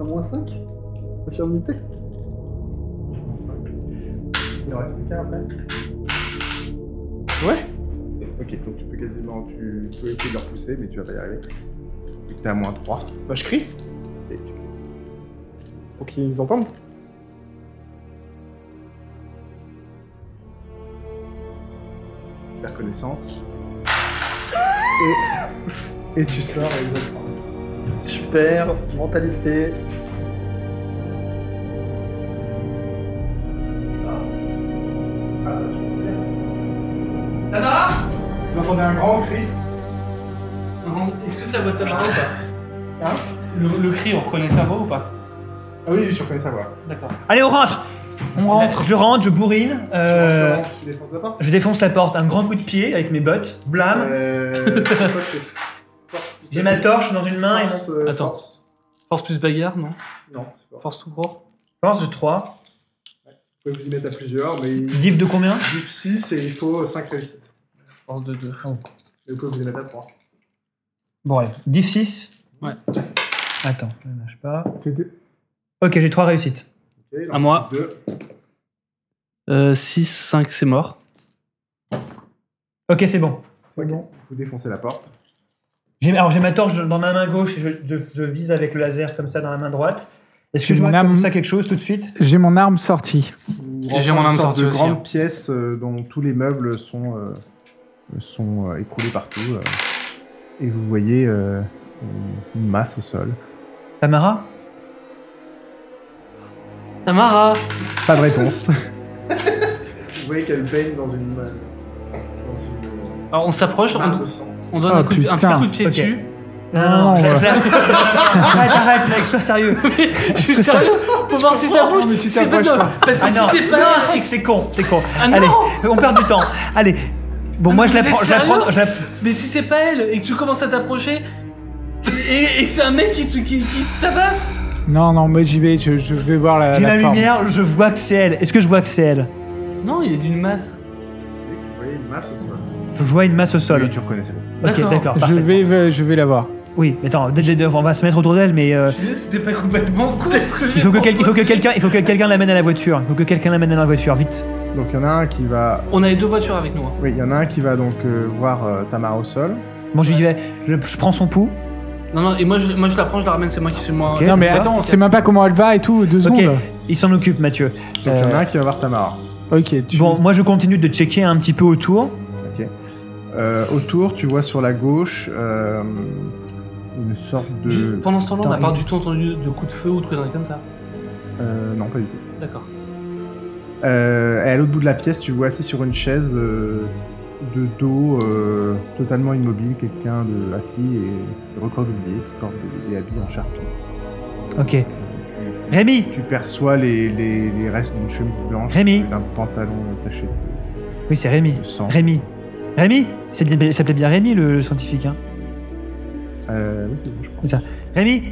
Speaker 5: À moins 5 Infirmité
Speaker 1: Il en reste plus qu'un après
Speaker 5: Ouais
Speaker 1: Ok, donc tu peux quasiment. Tu peux essayer de le repousser, mais tu vas pas y arriver. Vu que t'es à moins 3.
Speaker 5: Bah je crie
Speaker 1: Et
Speaker 5: Pour qu'ils entendent
Speaker 1: tu perds connaissance. Et, et tu sors et ils ont
Speaker 5: Super, mentalité
Speaker 1: J'entendais un grand cri.
Speaker 6: Est-ce que ça va ta le, le cri, on reconnaît sa voix ou pas
Speaker 1: Ah oui, oui, je reconnais sa voix.
Speaker 6: D'accord.
Speaker 3: Allez, on rentre On rentre, je rentre, je bourrine. euh,
Speaker 1: Comment Tu défonces la porte
Speaker 3: je défonce la porte, un grand coup de pied avec mes bottes, blâme.
Speaker 1: Euh. je sais pas, c'est force plus-
Speaker 3: J'ai ma torche dans une main et
Speaker 1: Force, euh,
Speaker 6: Attends.
Speaker 1: force.
Speaker 6: Force plus bagarre, non
Speaker 1: Non, c'est force.
Speaker 6: Force tout court
Speaker 3: mon force de 3.
Speaker 1: Vous pouvez vous y mettre à plusieurs, mais il
Speaker 3: Div de combien
Speaker 1: diff 6 et il faut 5 réussites.
Speaker 6: Force de 2.
Speaker 2: Oh,
Speaker 1: Et vous pouvez vous y mettre à 3.
Speaker 3: Bon, allez. Div 6.
Speaker 5: Ouais.
Speaker 3: Attends, je ne lâche pas. Ok, j'ai 3 réussites.
Speaker 6: À moi.
Speaker 4: Euh,
Speaker 6: 6, 5, c'est mort.
Speaker 3: Ok, c'est bon.
Speaker 1: Vous défoncez la porte.
Speaker 3: J'ai- Alors j'ai ma torche dans ma main gauche et je, je- je vise avec le laser comme ça dans la main droite. Est-ce que
Speaker 2: J'ai
Speaker 3: je
Speaker 2: mon
Speaker 3: vois
Speaker 2: âme.
Speaker 3: comme ça quelque chose tout de suite
Speaker 2: J'ai mon arme sortie.
Speaker 1: Vous
Speaker 6: j'ai
Speaker 1: rentrez
Speaker 6: mon
Speaker 1: dans
Speaker 6: âme
Speaker 1: une sorte
Speaker 6: sortie
Speaker 1: de
Speaker 6: aussi,
Speaker 1: grande
Speaker 6: hein.
Speaker 1: pièce euh, dont tous les meubles sont, euh, sont euh, écroulés partout. euh, et vous voyez euh, une- une masse au sol.
Speaker 3: Tamara
Speaker 6: Tamara
Speaker 1: Pas de réponse. vous voyez qu'elle baigne dans une. euh, dans
Speaker 6: Alors on s'approche,
Speaker 1: une mare
Speaker 6: on,
Speaker 1: de sang.
Speaker 6: on donne
Speaker 2: Ah,
Speaker 6: un, coup de, un petit
Speaker 2: putain.
Speaker 6: coup de pied
Speaker 3: Ok.
Speaker 6: dessus.
Speaker 3: Non, non, non.
Speaker 2: non,
Speaker 3: je-
Speaker 2: voilà.
Speaker 3: je- arrête, arrête, mec, sois sérieux.
Speaker 6: Je suis sérieux Pour voir si ça
Speaker 3: Oh,
Speaker 6: bouge, hein c'est pas non, Parce que
Speaker 3: Ah
Speaker 6: si
Speaker 3: non,
Speaker 6: c'est pas.
Speaker 3: non, mec, c'est con, t'es con.
Speaker 6: Ah non Ah
Speaker 3: Allez, on perd du temps. Allez. Bon,
Speaker 6: Non,
Speaker 3: moi
Speaker 6: mais
Speaker 3: je la
Speaker 6: vous
Speaker 3: prends,
Speaker 6: êtes
Speaker 3: je la prends,
Speaker 6: sérieux
Speaker 3: je la-
Speaker 2: Ah,
Speaker 6: Mais si c'est pas elle et que tu commences à t'approcher et, et c'est un mec qui, te- qui, qui te tabasse
Speaker 2: Non, non, mais j'y vais, je, je vais voir la.
Speaker 3: j'ai
Speaker 2: la
Speaker 3: la
Speaker 2: forme.
Speaker 3: lumière, je vois que c'est elle. Est-ce que je vois que c'est elle
Speaker 6: Non, il est d'une masse.
Speaker 1: Vous voyez que vous voyez une masse au sol.
Speaker 3: Je vois une masse au sol.
Speaker 1: Oui, tu reconnais ça.
Speaker 3: Ok,
Speaker 6: D'accord.
Speaker 3: d'accord.
Speaker 2: Je
Speaker 3: parfait.
Speaker 2: vais, euh, je vais la voir.
Speaker 3: Oui, mais attends, déjà, déjà, on va se mettre autour d'elle, mais euh,
Speaker 6: C'était pas complètement con ce que j'ai
Speaker 3: il faut que quel- il faut que
Speaker 6: proposé.
Speaker 3: quelqu'un, il faut que quelqu'un l'amène à la voiture. Il faut que quelqu'un l'amène à la voiture, vite.
Speaker 1: Donc il y en a un qui va.
Speaker 6: On a les deux voitures avec nous. hein.
Speaker 1: Oui, il y en a un qui va donc euh, voir euh, Tamara au sol.
Speaker 3: Moi, je lui dis, eh, je, je prends son pouls.
Speaker 4: Non, non, et moi je, moi, je la prends, je la ramène, c'est moi qui suis moins.
Speaker 3: Ok.
Speaker 2: Non, mais
Speaker 3: Pourquoi
Speaker 2: attends, on sait même pas comment elle va et tout, deux
Speaker 3: Ok.
Speaker 2: secondes.
Speaker 3: Il s'en occupe, Mathieu. Euh,
Speaker 1: Donc il y en
Speaker 6: Euh.
Speaker 1: a un qui va voir Tamara.
Speaker 2: Ok, tu.
Speaker 3: Bon, moi, je continue de checker un petit peu autour.
Speaker 1: Euh, autour, tu vois sur la gauche euh, une sorte de.
Speaker 4: Juste, pendant ce temps-là, on n'a
Speaker 3: Attends,
Speaker 4: pas du tout entendu de coups de feu ou de conneries comme ça.
Speaker 1: Euh, non, pas du tout.
Speaker 4: D'accord.
Speaker 1: Euh, et à l'autre bout de la pièce, tu vois assis sur une chaise euh, de dos euh, totalement immobile, quelqu'un de assis et recroquevillé qui porte des, des habits en charpie. Euh,
Speaker 3: Ok. Rémi
Speaker 1: Tu perçois les, les- les restes d'une chemise blanche
Speaker 3: Rémi.
Speaker 1: et d'un pantalon taché
Speaker 3: Oui, c'est Rémi.
Speaker 1: de sang.
Speaker 3: Rémi. Rémi C'est bien- Il s'appelait bien Rémi, le scientifique. Hein.
Speaker 1: Euh, oui, c'est ça, je crois.
Speaker 3: Rémi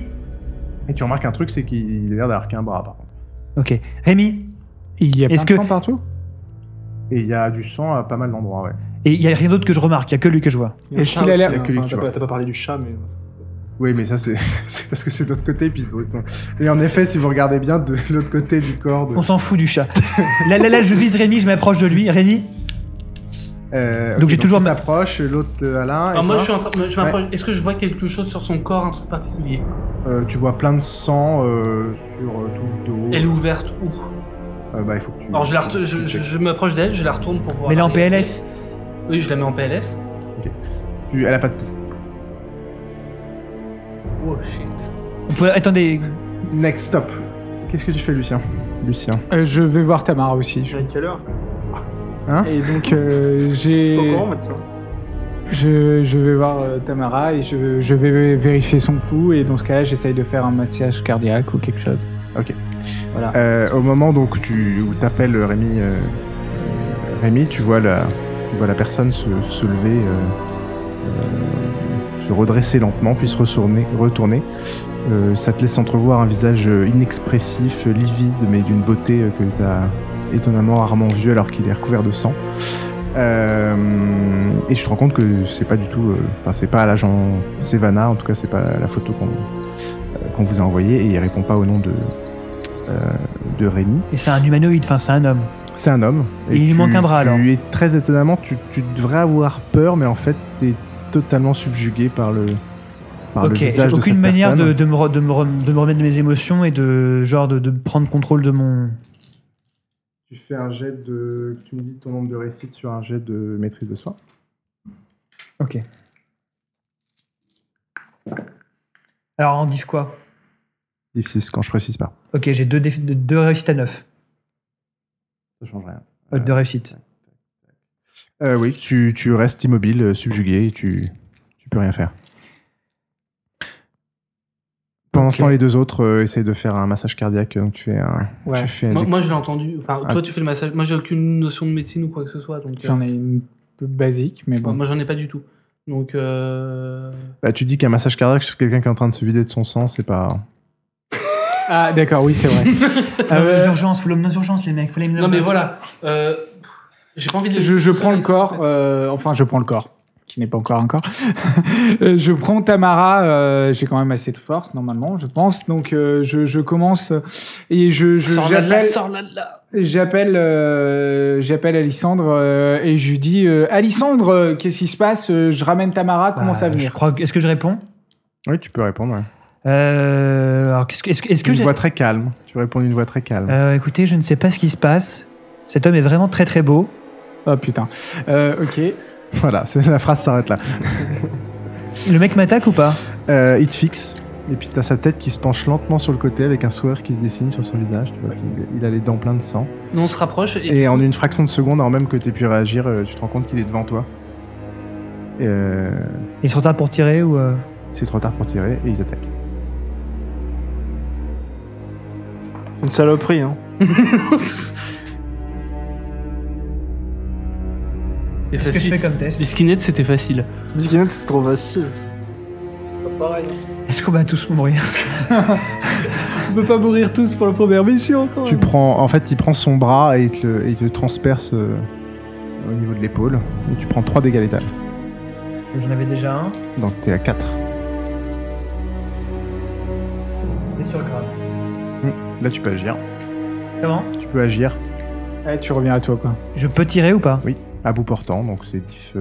Speaker 1: Et tu remarques un truc, c'est qu'il a l'air d'avoir qu'un bras par contre.
Speaker 3: Ok. Rémi
Speaker 2: Il y a plein
Speaker 3: Est-ce
Speaker 2: de
Speaker 3: que-
Speaker 2: sang partout
Speaker 1: Et il y a du sang à pas mal d'endroits, ouais.
Speaker 3: Et il n'y a rien d'autre que je remarque, il n'y a que lui que je vois.
Speaker 2: Est-ce qu'il a l'air-
Speaker 1: que lui,
Speaker 5: Enfin,
Speaker 1: tu
Speaker 5: T'as
Speaker 1: vois.
Speaker 5: pas, t'as pas parlé du chat, mais.
Speaker 1: Oui, mais ça, c'est c'est parce que c'est de l'autre côté. Puis ils ont- ils ont- Et en effet, si vous regardez bien, de l'autre côté du corps, de...
Speaker 3: On s'en fout du chat. là, là, là, je vise Rémi, je m'approche de lui. Rémi
Speaker 1: Euh,
Speaker 3: Donc
Speaker 1: ok,
Speaker 3: j'ai toujours
Speaker 1: une
Speaker 3: ma-
Speaker 1: approche, l'autre euh, Alain. et
Speaker 4: Alors Ah, moi
Speaker 1: toi
Speaker 4: je suis en train. je m'approche- Est-ce que je vois quelque chose sur son corps, un truc particulier
Speaker 1: Euh, tu vois plein de sang euh, sur euh, tout le dos.
Speaker 4: Elle est ouverte où
Speaker 1: Euh, bah, il faut que tu.
Speaker 4: Alors je la retourne- je,
Speaker 1: tu
Speaker 4: je-
Speaker 1: checkes.
Speaker 4: je m'approche d'elle, je la retourne pour voir.
Speaker 3: Mais là, en
Speaker 4: les- les-
Speaker 3: PLS.
Speaker 4: Oui, je la mets en PLS.
Speaker 1: Tu- Elle a pas de pouls.
Speaker 4: Oh shit.
Speaker 3: On peut- Attendez.
Speaker 1: Next stop. Qu'est-ce que tu fais, Lucien Lucien.
Speaker 2: Euh, Je vais voir Tamara aussi.
Speaker 5: Je
Speaker 2: je-
Speaker 5: à quelle heure
Speaker 2: Et donc euh,
Speaker 5: T'es au
Speaker 2: j'ai.
Speaker 5: courant, médecin
Speaker 2: Je, je vais voir euh, Tamara et je, je vais vérifier son pouls et dans ce cas-là j'essaye de faire un massage cardiaque ou quelque chose.
Speaker 1: Euh, au moment donc où tu où t'appelles euh, Rémi, euh, Rémi, tu vois la, tu vois la personne se, se lever, euh, euh, se redresser lentement, puis se retourner. retourner. Euh, ça te laisse entrevoir un visage euh, inexpressif, euh, livide, mais d'une beauté euh, que t'as étonnamment rarement vu alors qu'il est recouvert de sang. Euh, et tu te rends compte que c'est pas du tout, euh, enfin c'est pas l'agent Sevana, en tout cas c'est pas la photo qu'on euh, qu'on vous a envoyée et il répond pas au nom de, de Rémi.
Speaker 3: Et c'est un humanoïde, enfin, c'est un homme.
Speaker 1: C'est un homme.
Speaker 3: Et il lui
Speaker 1: tu-
Speaker 3: manque un bras,
Speaker 1: tu
Speaker 3: alors.
Speaker 1: es très étonnamment, tu, tu devrais avoir peur, mais en fait, t'es totalement subjugué par le, par le
Speaker 3: Ok, j'ai
Speaker 1: visage de
Speaker 3: aucune
Speaker 1: cette
Speaker 3: manière de,
Speaker 1: personne.
Speaker 3: de me re- de me re- de me remettre de mes émotions et de genre de, de prendre contrôle de mon.
Speaker 1: Tu fais un jet de. Tu me dis ton nombre de réussites sur un jet de maîtrise de soi.
Speaker 3: Ok. Alors, en 10 quoi
Speaker 1: Difficile quand je précise pas.
Speaker 3: Ok, j'ai deux, défi- deux réussites à 9.
Speaker 1: Ça change rien.
Speaker 3: deux réussites.
Speaker 1: Euh, oui, tu, tu restes immobile, euh, subjugué, et tu, tu peux rien faire. Pendant ce
Speaker 3: Ok.
Speaker 1: temps, les deux autres euh, essayent de faire un massage cardiaque, donc tu fais un.
Speaker 2: Ouais.
Speaker 1: Tu fais un
Speaker 4: Moi,
Speaker 1: dex-
Speaker 4: moi, je l'ai entendu. Enfin,
Speaker 1: Ah.
Speaker 4: toi tu fais le massage. Moi j'ai aucune notion de médecine ou quoi que ce soit. Donc, euh,
Speaker 2: J'en ai une peu basique mais
Speaker 3: Oh,
Speaker 4: bon,
Speaker 2: bon.
Speaker 4: moi j'en ai pas du tout. Donc euh...
Speaker 1: Bah, tu dis qu'un massage cardiaque sur quelqu'un qui est en train de se vider de son sang, c'est pas.
Speaker 2: Ah d'accord oui c'est vrai. Ah ouais.
Speaker 3: L'urgence, faut l'homme d'urgence, les mecs. Faut
Speaker 4: Non mais voilà. Euh... J'ai pas envie de les
Speaker 2: je,
Speaker 4: laisser
Speaker 2: je
Speaker 4: tout
Speaker 2: prends
Speaker 4: seuls
Speaker 2: le
Speaker 4: avec ça,
Speaker 2: corps,
Speaker 4: en fait.
Speaker 2: euh, enfin je prends le corps, qui n'est pas encore un corps. Euh, je prends Tamara, euh, j'ai quand même assez de force normalement, je pense. Donc euh, je, je commence et je, je-
Speaker 4: Sors là de là,
Speaker 2: j'appelle,
Speaker 4: sors là de là.
Speaker 2: j'appelle, euh, j'appelle Alissandre euh, et je lui dis euh, Alissandre, euh, qu'est-ce qui se passe Euh, Je ramène Tamara,
Speaker 4: Bah,
Speaker 2: comment ça va
Speaker 3: Je
Speaker 2: venir
Speaker 3: crois. que- Est-ce que je réponds
Speaker 1: Oui, tu peux répondre. ouais.
Speaker 3: Euh, alors, qu'est-ce que- est-ce que, est-ce que
Speaker 1: une
Speaker 3: j'ai-
Speaker 1: voix très calme. Tu réponds d'une voix très calme.
Speaker 3: Euh, écoutez, je ne sais pas ce qui se passe. Cet homme est vraiment très très beau.
Speaker 2: Oh putain. Euh, ok.
Speaker 1: Voilà, c'est- la phrase s'arrête là.
Speaker 3: Le mec m'attaque ou pas
Speaker 1: Euh, il te fixe. Et puis t'as sa tête qui se penche lentement sur le côté avec un sourire qui se dessine sur son visage. Tu vois qu'il- il a les dents pleines de sang.
Speaker 4: Nous on se rapproche et,
Speaker 1: Et en une fraction de seconde, avant même que t'aies pu réagir, euh, tu te rends compte qu'il est devant toi. Et, euh,
Speaker 3: Il est trop tard pour tirer ou euh,
Speaker 1: c'est trop tard pour tirer et ils attaquent.
Speaker 5: Une saloperie, hein.
Speaker 4: C'est
Speaker 3: Qu'est-ce que je
Speaker 4: facile.
Speaker 3: fais comme test
Speaker 4: Les skinheads c'était facile.
Speaker 5: Disneyland, c'est trop facile. C'est pas pareil.
Speaker 3: Est-ce qu'on va tous mourir
Speaker 5: On peut pas mourir tous pour la première mission, quand
Speaker 1: Tu prends, en fait, il prend son bras et il te, le- et il te transperce euh, au niveau de l'épaule. Et tu prends 3 dégâts létals.
Speaker 3: J'en avais déjà un.
Speaker 1: Donc t'es à 4.
Speaker 3: Et sur le grade.
Speaker 1: Là, tu peux agir.
Speaker 3: Comment
Speaker 1: Tu peux agir
Speaker 2: Eh, tu reviens à toi quoi.
Speaker 3: Je peux tirer ou pas
Speaker 1: à bout portant, donc c'est diff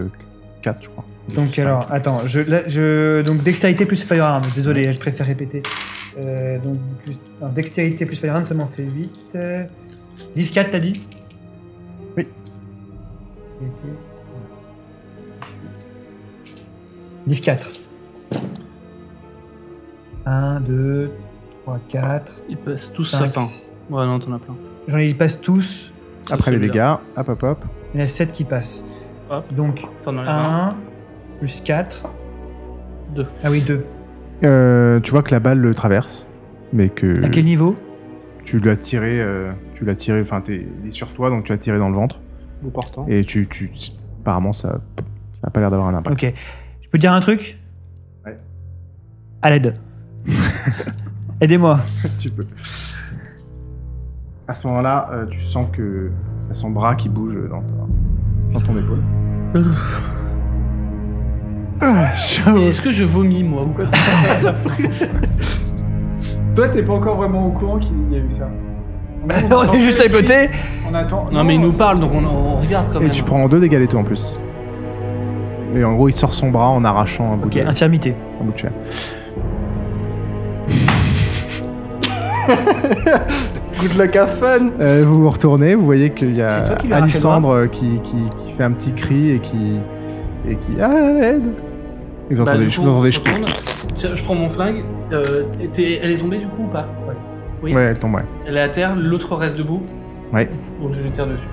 Speaker 1: 4, je crois.
Speaker 3: Donc alors, attends, je, là, je, donc dextérité plus firearm, désolé, je préfère répéter. Euh, donc plus, alors, dextérité plus firearm, ça m'en fait 8. Euh, 10 4, t'as dit
Speaker 1: Oui.
Speaker 3: Ok. 10 4. 1, 2, 3, 4.
Speaker 4: Ils passent tous hein. sa fin. Ouais, non, t'en as plein.
Speaker 3: J'en ai, ils passent tous.
Speaker 1: Après les
Speaker 4: Celui-là.
Speaker 1: dégâts, hop hop hop.
Speaker 3: Il y en a 7 qui passent.
Speaker 4: Hop.
Speaker 3: Donc
Speaker 4: T'en enlèves un.
Speaker 3: 1 plus 4.
Speaker 4: Deux.
Speaker 3: Ah oui, 2.
Speaker 1: Euh, tu vois que la balle le traverse, mais que
Speaker 3: À quel niveau
Speaker 1: tu l'as tiré, euh, tu l'as tiré, enfin t'es il est sur toi donc tu l'as tiré dans le ventre
Speaker 5: le portant.
Speaker 1: et tu, tu apparemment ça, ça a pas l'air d'avoir un impact.
Speaker 3: Ok. Je peux te dire un truc
Speaker 1: Ouais.
Speaker 3: À l'aide. Aidez-moi.
Speaker 1: tu peux. À ce moment-là, euh, tu sens que t'as son bras qui bouge dans, ta- dans ton épaule.
Speaker 4: Et Est-ce que je vomis, moi ou pas
Speaker 2: Toi, t'es pas encore vraiment au courant qu'il y a eu ça.
Speaker 3: On est juste à côté.
Speaker 2: On attend.
Speaker 4: Non, mais il nous parle, donc on, on regarde quand
Speaker 1: Et
Speaker 4: même.
Speaker 1: tu prends deux dégâts les en plus. Et en gros, il sort son bras en arrachant un bout,
Speaker 3: Ok,
Speaker 1: de,
Speaker 3: infirmité.
Speaker 1: un bout de chair.
Speaker 5: Good luck à fun
Speaker 1: Euh, vous vous retournez, vous voyez qu'il y
Speaker 3: C'est toi
Speaker 1: a
Speaker 3: qui lui as arraché le
Speaker 1: Alissandre euh, qui, qui, qui fait un petit cri et qui. et qui. Ah, à l'aide Et vous
Speaker 4: Bah,
Speaker 1: entendez
Speaker 4: du
Speaker 1: des
Speaker 4: coup,
Speaker 1: choses, vous entendez
Speaker 4: on
Speaker 1: des
Speaker 4: se
Speaker 1: choses.
Speaker 4: retourne. Tiens, je prends mon flingue. Euh, t'es- elle est tombée du coup ou pas oui.
Speaker 1: Ouais, elle tombe, ouais.
Speaker 4: Elle est à terre, l'autre reste debout.
Speaker 1: Ouais.
Speaker 4: Donc je lui tire dessus.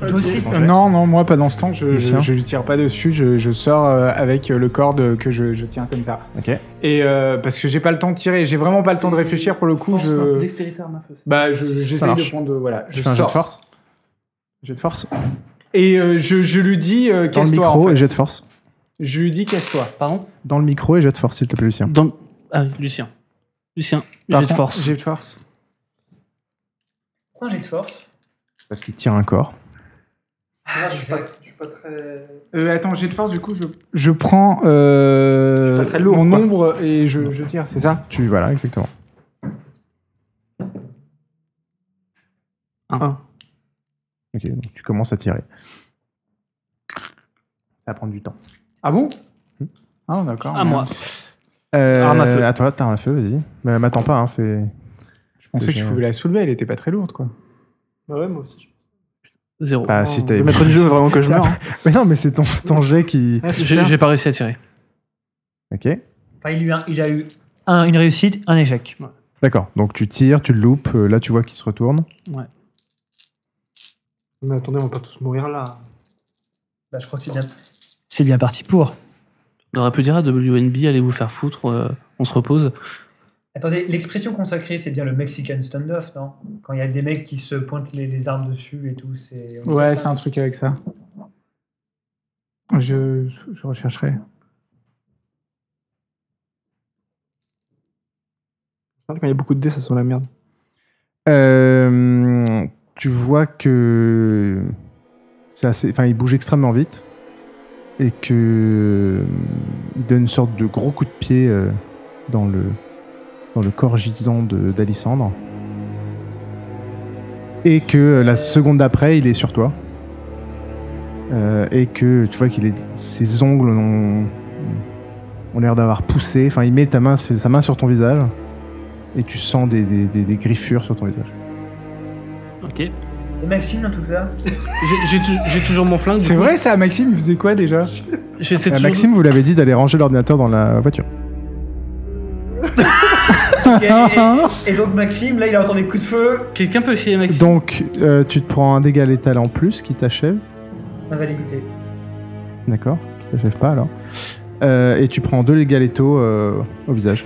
Speaker 3: Toi aussi.
Speaker 6: euh,
Speaker 1: Danger.
Speaker 2: non, non, moi, pas dans ce temps. Je, je,
Speaker 1: Lucien.
Speaker 2: je lui tire pas dessus. Je, je sors euh, avec euh, le corde euh, que je, je tiens comme ça.
Speaker 1: Ok.
Speaker 2: Et euh, parce que j'ai pas le temps de tirer. J'ai vraiment pas le temps de réfléchir pour le coup.
Speaker 4: Force, hein,
Speaker 2: Je,
Speaker 4: Dextérité arme à feu.
Speaker 2: bah, je- j'essaye de
Speaker 1: marche.
Speaker 2: prendre. euh, Voilà.
Speaker 1: Tu
Speaker 2: Je
Speaker 1: fais un jet de
Speaker 2: sors.
Speaker 1: force Jet de force
Speaker 2: Et euh, je, je lui dis, euh,
Speaker 1: Dans le
Speaker 2: casse-toi.
Speaker 1: micro
Speaker 2: en
Speaker 1: et
Speaker 2: fait.
Speaker 1: jet de force.
Speaker 2: Je lui dis, casse-toi.
Speaker 4: Pardon
Speaker 1: Dans le micro et jet de force, s'il te plaît, Lucien.
Speaker 4: Dans... Ah, oui, Lucien. Lucien,
Speaker 1: Par
Speaker 4: j'ai de
Speaker 1: contre,
Speaker 4: force.
Speaker 2: J'ai de force.
Speaker 6: Pourquoi j'ai de force
Speaker 1: Parce qu'il tire un corps. Ah,
Speaker 5: je, suis pas, je suis pas très.
Speaker 2: Euh, attends, j'ai de force, du coup, je, je prends euh,
Speaker 5: Je suis pas très lourd,
Speaker 2: mon
Speaker 5: quoi.
Speaker 2: ombre et je, je tire, c'est ça
Speaker 1: Tu. Voilà, exactement.
Speaker 4: Un.
Speaker 1: Ok, donc tu commences à tirer. Ça prend du temps.
Speaker 2: Ah bon Ah, d'accord.
Speaker 4: À
Speaker 2: merde.
Speaker 4: moi.
Speaker 1: Euh,
Speaker 4: Arme à feu.
Speaker 1: À toi, t'as un feu, vas-y. Mais M'attends pas, hein, fais.
Speaker 2: Je pensais que je pouvais la soulever, elle était pas très lourde, quoi.
Speaker 5: Bah ouais, moi aussi.
Speaker 4: Zéro.
Speaker 1: Bah, si t'avais
Speaker 5: Le maître du jeu veut vraiment que je meure. hein.
Speaker 1: Mais non, mais c'est ton, ton jet qui.
Speaker 5: Ah,
Speaker 4: J'ai j'ai pas réussi à tirer.
Speaker 1: Ok.
Speaker 6: Enfin, il, lui a- il a eu.
Speaker 3: Un- une réussite, un échec.
Speaker 1: D'accord. Donc tu tires, tu le loupes. euh, Là, tu vois qu'il se retourne.
Speaker 5: Mais attendez, on va pas tous mourir là.
Speaker 6: Bah, je crois que c'est bien.
Speaker 3: C'est bien parti pour.
Speaker 4: On aurait pu dire à WNB, allez vous faire foutre, euh, on se repose.
Speaker 6: Attendez, l'expression consacrée, c'est bien le Mexican standoff, non Quand il y a des mecs qui se pointent les, les armes dessus et tout, c'est.
Speaker 3: Oh.
Speaker 6: on
Speaker 2: Ouais,
Speaker 6: fait ça
Speaker 2: c'est un truc avec ça. Je, je rechercherai.
Speaker 5: Quand il y a beaucoup de dés, ça sent la merde.
Speaker 1: Euh, tu vois que c'est assez. Enfin, il bouge extrêmement vite et que euh, il donne une sorte de gros coup de pied euh, dans le dans le corps gisant de- d'Alissandre. Et que euh, la seconde d'après, il est sur toi. Euh, et que tu vois qu'il est ses ongles ont, ont l'air d'avoir poussé. Enfin, il met ta main, sa main sur ton visage et tu sens des, des- des- des griffures sur ton visage.
Speaker 4: Ok. J'ai-
Speaker 6: Et Maxime, en tout cas
Speaker 4: J'ai tou- j'ai toujours mon flingue. du
Speaker 2: C'est
Speaker 4: coup.
Speaker 2: vrai, ça, Maxime, il faisait quoi déjà
Speaker 4: J'essaie
Speaker 1: Euh,
Speaker 4: toujours.
Speaker 1: Maxime, vous l'avez dit d'aller ranger l'ordinateur dans la voiture.
Speaker 6: et, et- et donc Maxime, là, il a entendu des coups de feu.
Speaker 4: Quelqu'un peut crier Maxime
Speaker 1: Donc, euh, tu te prends un dégât létal en plus qui t'achève.
Speaker 6: Invalidité.
Speaker 1: D'accord Qui t'achève pas alors. Euh, et tu prends deux dégâts létaux euh, au visage.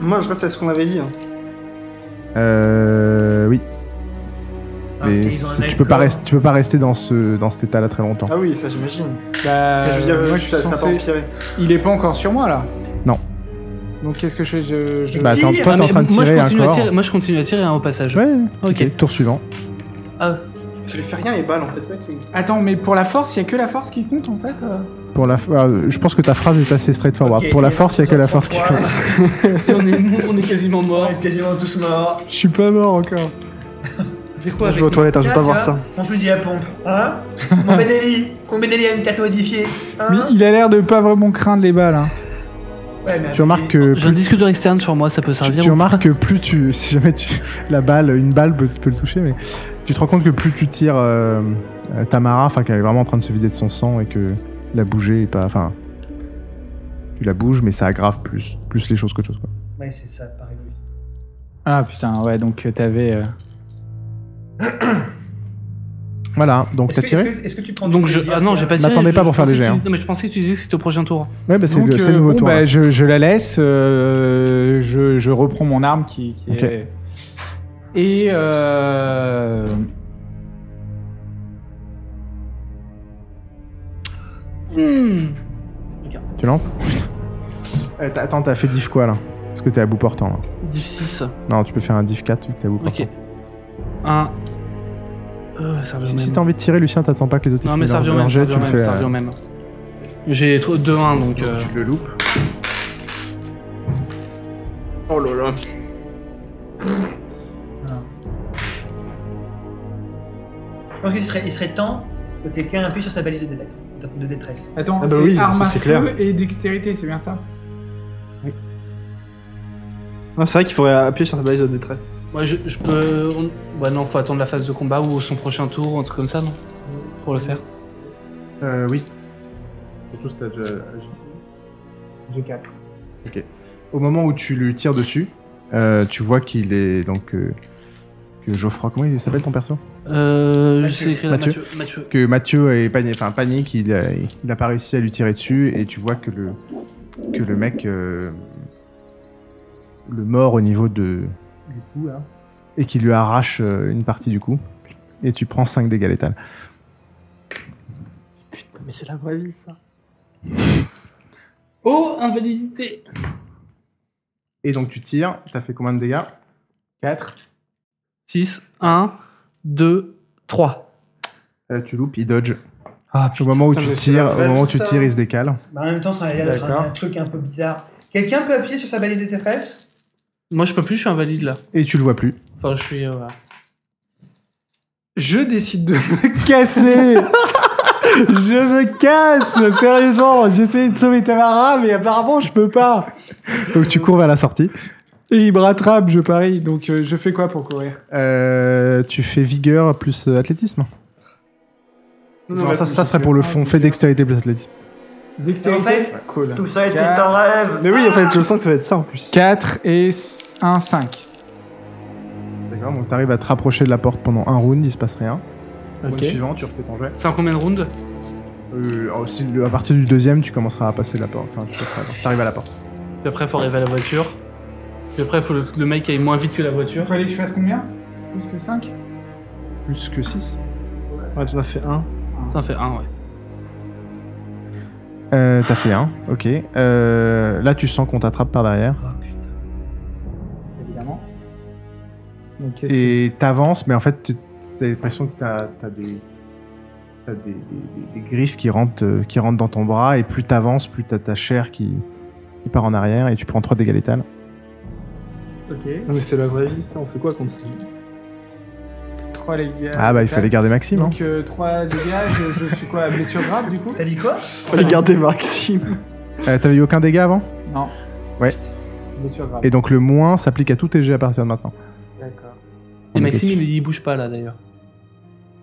Speaker 5: Moi, je reste à ce qu'on avait dit. hein.
Speaker 1: Euh, oui,
Speaker 6: Ah,
Speaker 1: mais
Speaker 6: putain, ils ont un
Speaker 1: c'est- tu
Speaker 6: alcool.
Speaker 1: peux, pas rester, tu peux pas rester dans, ce, dans cet état-là très longtemps.
Speaker 5: Ah oui, ça j'imagine.
Speaker 2: Bah,
Speaker 5: Euh, je veux dire,
Speaker 2: moi, je suis
Speaker 5: ça, ça
Speaker 2: censé-
Speaker 5: peut empirer.
Speaker 2: Il est pas encore sur moi, là
Speaker 1: Non.
Speaker 2: Donc, qu'est-ce que je fais je, je-
Speaker 1: Bah, attends,
Speaker 6: Si,
Speaker 1: toi,
Speaker 4: Ah,
Speaker 1: t'es en
Speaker 4: mais
Speaker 1: train de
Speaker 4: moi, je
Speaker 1: tirer un
Speaker 4: continue à
Speaker 1: corps.
Speaker 4: tirer- moi je continue à tirer hein, au passage.
Speaker 1: Ouais,
Speaker 4: ok.
Speaker 1: ok, tour suivant.
Speaker 5: Ça lui fait rien, les balles en fait. ça qui-
Speaker 2: Attends, mais pour la force, il y a que la force qui compte, en fait euh.
Speaker 1: Pour la, f- euh, je pense que ta phrase est assez straightforward.
Speaker 6: Ok,
Speaker 1: bah, Pour la
Speaker 6: et
Speaker 1: force, il n'y a que la force qui
Speaker 6: 33,
Speaker 1: compte.
Speaker 4: on, est, on est quasiment
Speaker 6: On
Speaker 4: mort.
Speaker 6: est quasiment tous morts.
Speaker 2: Je suis pas mort encore.
Speaker 4: J'ai quoi
Speaker 5: Je vais aux toilettes, hein, je vais pas
Speaker 6: Tiens,
Speaker 5: voir
Speaker 6: tiens,
Speaker 5: ça.
Speaker 6: Mon fusil à pompe, hein Mon Benelli Mon Benelli M4 modifié, hein
Speaker 5: Ah.
Speaker 2: Mais il a l'air de pas vraiment craindre les balles. hein.
Speaker 6: Ouais, mais
Speaker 1: Tu remarques que
Speaker 4: J'ai un discuteur externe sur moi, ça peut
Speaker 1: Tu,
Speaker 4: servir.
Speaker 1: tu
Speaker 4: ou-
Speaker 1: remarques que plus tu. Si jamais tu. La balle, une balle peut, peut le toucher, mais. Tu te rends compte que plus tu tires euh, euh, Tamara, enfin qu'elle est vraiment en train de se vider de son sang et que la bouger est pas. Enfin. Tu la bouges, mais ça aggrave plus, plus les choses qu'autre chose. Quoi.
Speaker 6: Ouais, c'est ça, pareil. oui.
Speaker 2: Ah putain, ouais, donc euh, t'avais. euh,
Speaker 1: Voilà, donc
Speaker 6: Est-ce
Speaker 1: t'as
Speaker 6: que,
Speaker 1: tiré
Speaker 6: est-ce que- est-ce que tu prends du
Speaker 4: Donc je.
Speaker 6: plaisir,
Speaker 4: Ah non,
Speaker 6: toi
Speaker 4: j'ai pas dit.
Speaker 1: M'attendez pas pour faire des jets, hein.
Speaker 4: Non, mais je pensais que tu disais que c'était au prochain tour.
Speaker 1: Ouais, bah c'est
Speaker 2: Donc,
Speaker 1: le- c'est
Speaker 2: euh,
Speaker 1: le nouveau
Speaker 2: bon,
Speaker 1: tour.
Speaker 2: bah,
Speaker 1: là.
Speaker 2: je, je la laisse, euh, je, je reprends mon arme qui, qui
Speaker 1: Ok.
Speaker 2: est... Et... euh,
Speaker 1: Tu lampes Euh, t'as- Attends, t'as fait diff quoi là Parce que t'es à bout portant là.
Speaker 4: Div 6.
Speaker 1: Non, tu peux faire un diff 4 vu que t'es à bout portant.
Speaker 4: Ok. bah, Un. Euh, ça revient au
Speaker 1: Si,
Speaker 4: même.
Speaker 1: si t'as envie de tirer, Lucien, t'attends pas que les autres
Speaker 4: Non,
Speaker 1: ils
Speaker 4: mais
Speaker 1: finissent leur-
Speaker 4: ça revient au
Speaker 1: leur
Speaker 4: même.
Speaker 1: jet,
Speaker 4: Ça
Speaker 1: tu
Speaker 4: revient au
Speaker 1: le
Speaker 4: même,
Speaker 1: fais. euh,
Speaker 4: ça revient au même. J'ai 2-1, donc. euh,
Speaker 11: Tu le loupes. Oh là là.
Speaker 6: Je pense qu'il serait, il serait temps que quelqu'un appuie sur sa balise de détresse. De détresse.
Speaker 2: Attends,
Speaker 5: Ah bah
Speaker 2: c'est
Speaker 5: oui,
Speaker 2: arme
Speaker 5: ça,
Speaker 2: à
Speaker 5: c'est
Speaker 2: feu
Speaker 5: clair.
Speaker 2: et dextérité, c'est bien ça
Speaker 5: Non, c'est vrai qu'il faudrait appuyer sur sa balise de détresse.
Speaker 4: euh, Ouais, je, je peux. on- Ouais, non, faut attendre la phase de combat ou son prochain tour, un truc comme ça, non Pour le faire.
Speaker 11: Euh, oui. Surtout si t'as déjà agi.
Speaker 1: Au moment où tu lui tires dessus, euh, tu vois qu'il est donc euh, que Geoffroy, comment il s'appelle ton perso
Speaker 4: Euh, je
Speaker 6: Mathieu.
Speaker 4: sais écrire là,
Speaker 1: Mathieu.
Speaker 4: Mathieu. Mathieu.
Speaker 1: Que Mathieu est panique, enfin panique, il a, il a pas réussi à lui tirer dessus et tu vois que le que le mec euh, le mort au niveau de du cou là, et qui lui arrache euh, une partie du cou et tu prends 5 dégâts létales.
Speaker 5: Putain, mais c'est la vraie vie ça.
Speaker 4: Oh, invalidité
Speaker 1: Et donc tu tires, ça fait combien de dégâts 4.
Speaker 4: 6, 1, 2, 3.
Speaker 1: Euh, tu loupes, il dodge.
Speaker 3: Ah,
Speaker 1: Au moment où
Speaker 5: putain,
Speaker 1: tu
Speaker 5: mais c'est la
Speaker 1: tires, au
Speaker 5: vraie
Speaker 1: moment où
Speaker 5: vie,
Speaker 1: tu
Speaker 5: ça.
Speaker 1: tires, il se décale.
Speaker 6: Bah, en même temps, ça a l'air d'être
Speaker 1: D'accord.
Speaker 6: un, un truc un peu bizarre. Quelqu'un peut appuyer sur sa balise de détresse
Speaker 4: Moi, je peux plus, je suis invalide là.
Speaker 1: Et tu le vois plus.
Speaker 4: Enfin, je suis. euh, voilà.
Speaker 2: Je décide de...
Speaker 1: casser Je me casse Sérieusement, j'essayais de sauver Tamara, mais apparemment je peux pas Donc tu cours vers la sortie.
Speaker 2: Et il me rattrape, je parie, donc euh, je fais quoi pour courir
Speaker 1: Euh, tu fais vigueur plus euh, athlétisme
Speaker 2: non,
Speaker 1: Non,
Speaker 2: mais
Speaker 1: ça,
Speaker 2: plus
Speaker 1: ça serait pour le fond. Fais dextérité plus athlétisme.
Speaker 2: Dextérité
Speaker 6: En fait,
Speaker 2: Cool.
Speaker 6: Tout ça était
Speaker 2: Quatre.
Speaker 6: un rêve
Speaker 5: Mais oui, en fait, je sens que ça va être ça en plus.
Speaker 2: 4 et 1, 5.
Speaker 1: D'accord, donc t'arrives à te rapprocher de la porte pendant un round, il se passe rien. Round
Speaker 4: Ok.
Speaker 1: suivant, tu refais ton jet.
Speaker 4: C'est en combien de rounds
Speaker 1: Euh, aussi, le- à partir du deuxième, tu commenceras à passer la porte. Enfin, tu passeras la porte. T'arrives à la porte.
Speaker 4: Puis après, faut arriver à la voiture. Puis après, faut le, le mec aille moins vite que la voiture.
Speaker 2: Il fallait que je fasse combien Plus que 5
Speaker 1: Plus que 6.
Speaker 5: Ouais, tu en as fait un.
Speaker 4: Ça fait 1, ouais.
Speaker 1: Euh, t'as fait un, ok. Euh, là, tu sens qu'on t'attrape par derrière.
Speaker 2: Évidemment. Donc, qu'est-ce que-
Speaker 1: Et t'avances, mais en fait, tu- t'as l'impression que t'as t'as des, t'as des, des- des- des griffes qui rentrent, euh, qui rentrent dans ton bras, et plus t'avances, plus t'as ta chair qui, qui part en arrière, et tu prends 3 dégâts létales.
Speaker 4: Euh,
Speaker 5: Non, mais c'est la vraie vie ça, on fait quoi comme ça
Speaker 2: 3 les gars.
Speaker 1: Ah bah, il fallait garder Maxime, hein.
Speaker 2: Donc euh, 3 dégâts, je, je suis quoi à Blessure grave du coup
Speaker 6: T'as dit quoi
Speaker 5: Fallait garder Maxime.
Speaker 1: Euh, T'avais eu aucun dégât avant
Speaker 2: Non.
Speaker 1: Ouais.
Speaker 2: Blessure grave.
Speaker 1: Et donc le moins s'applique à tous tes jets à partir de maintenant.
Speaker 2: D'accord.
Speaker 4: Et Maxime, il, il bouge pas là d'ailleurs.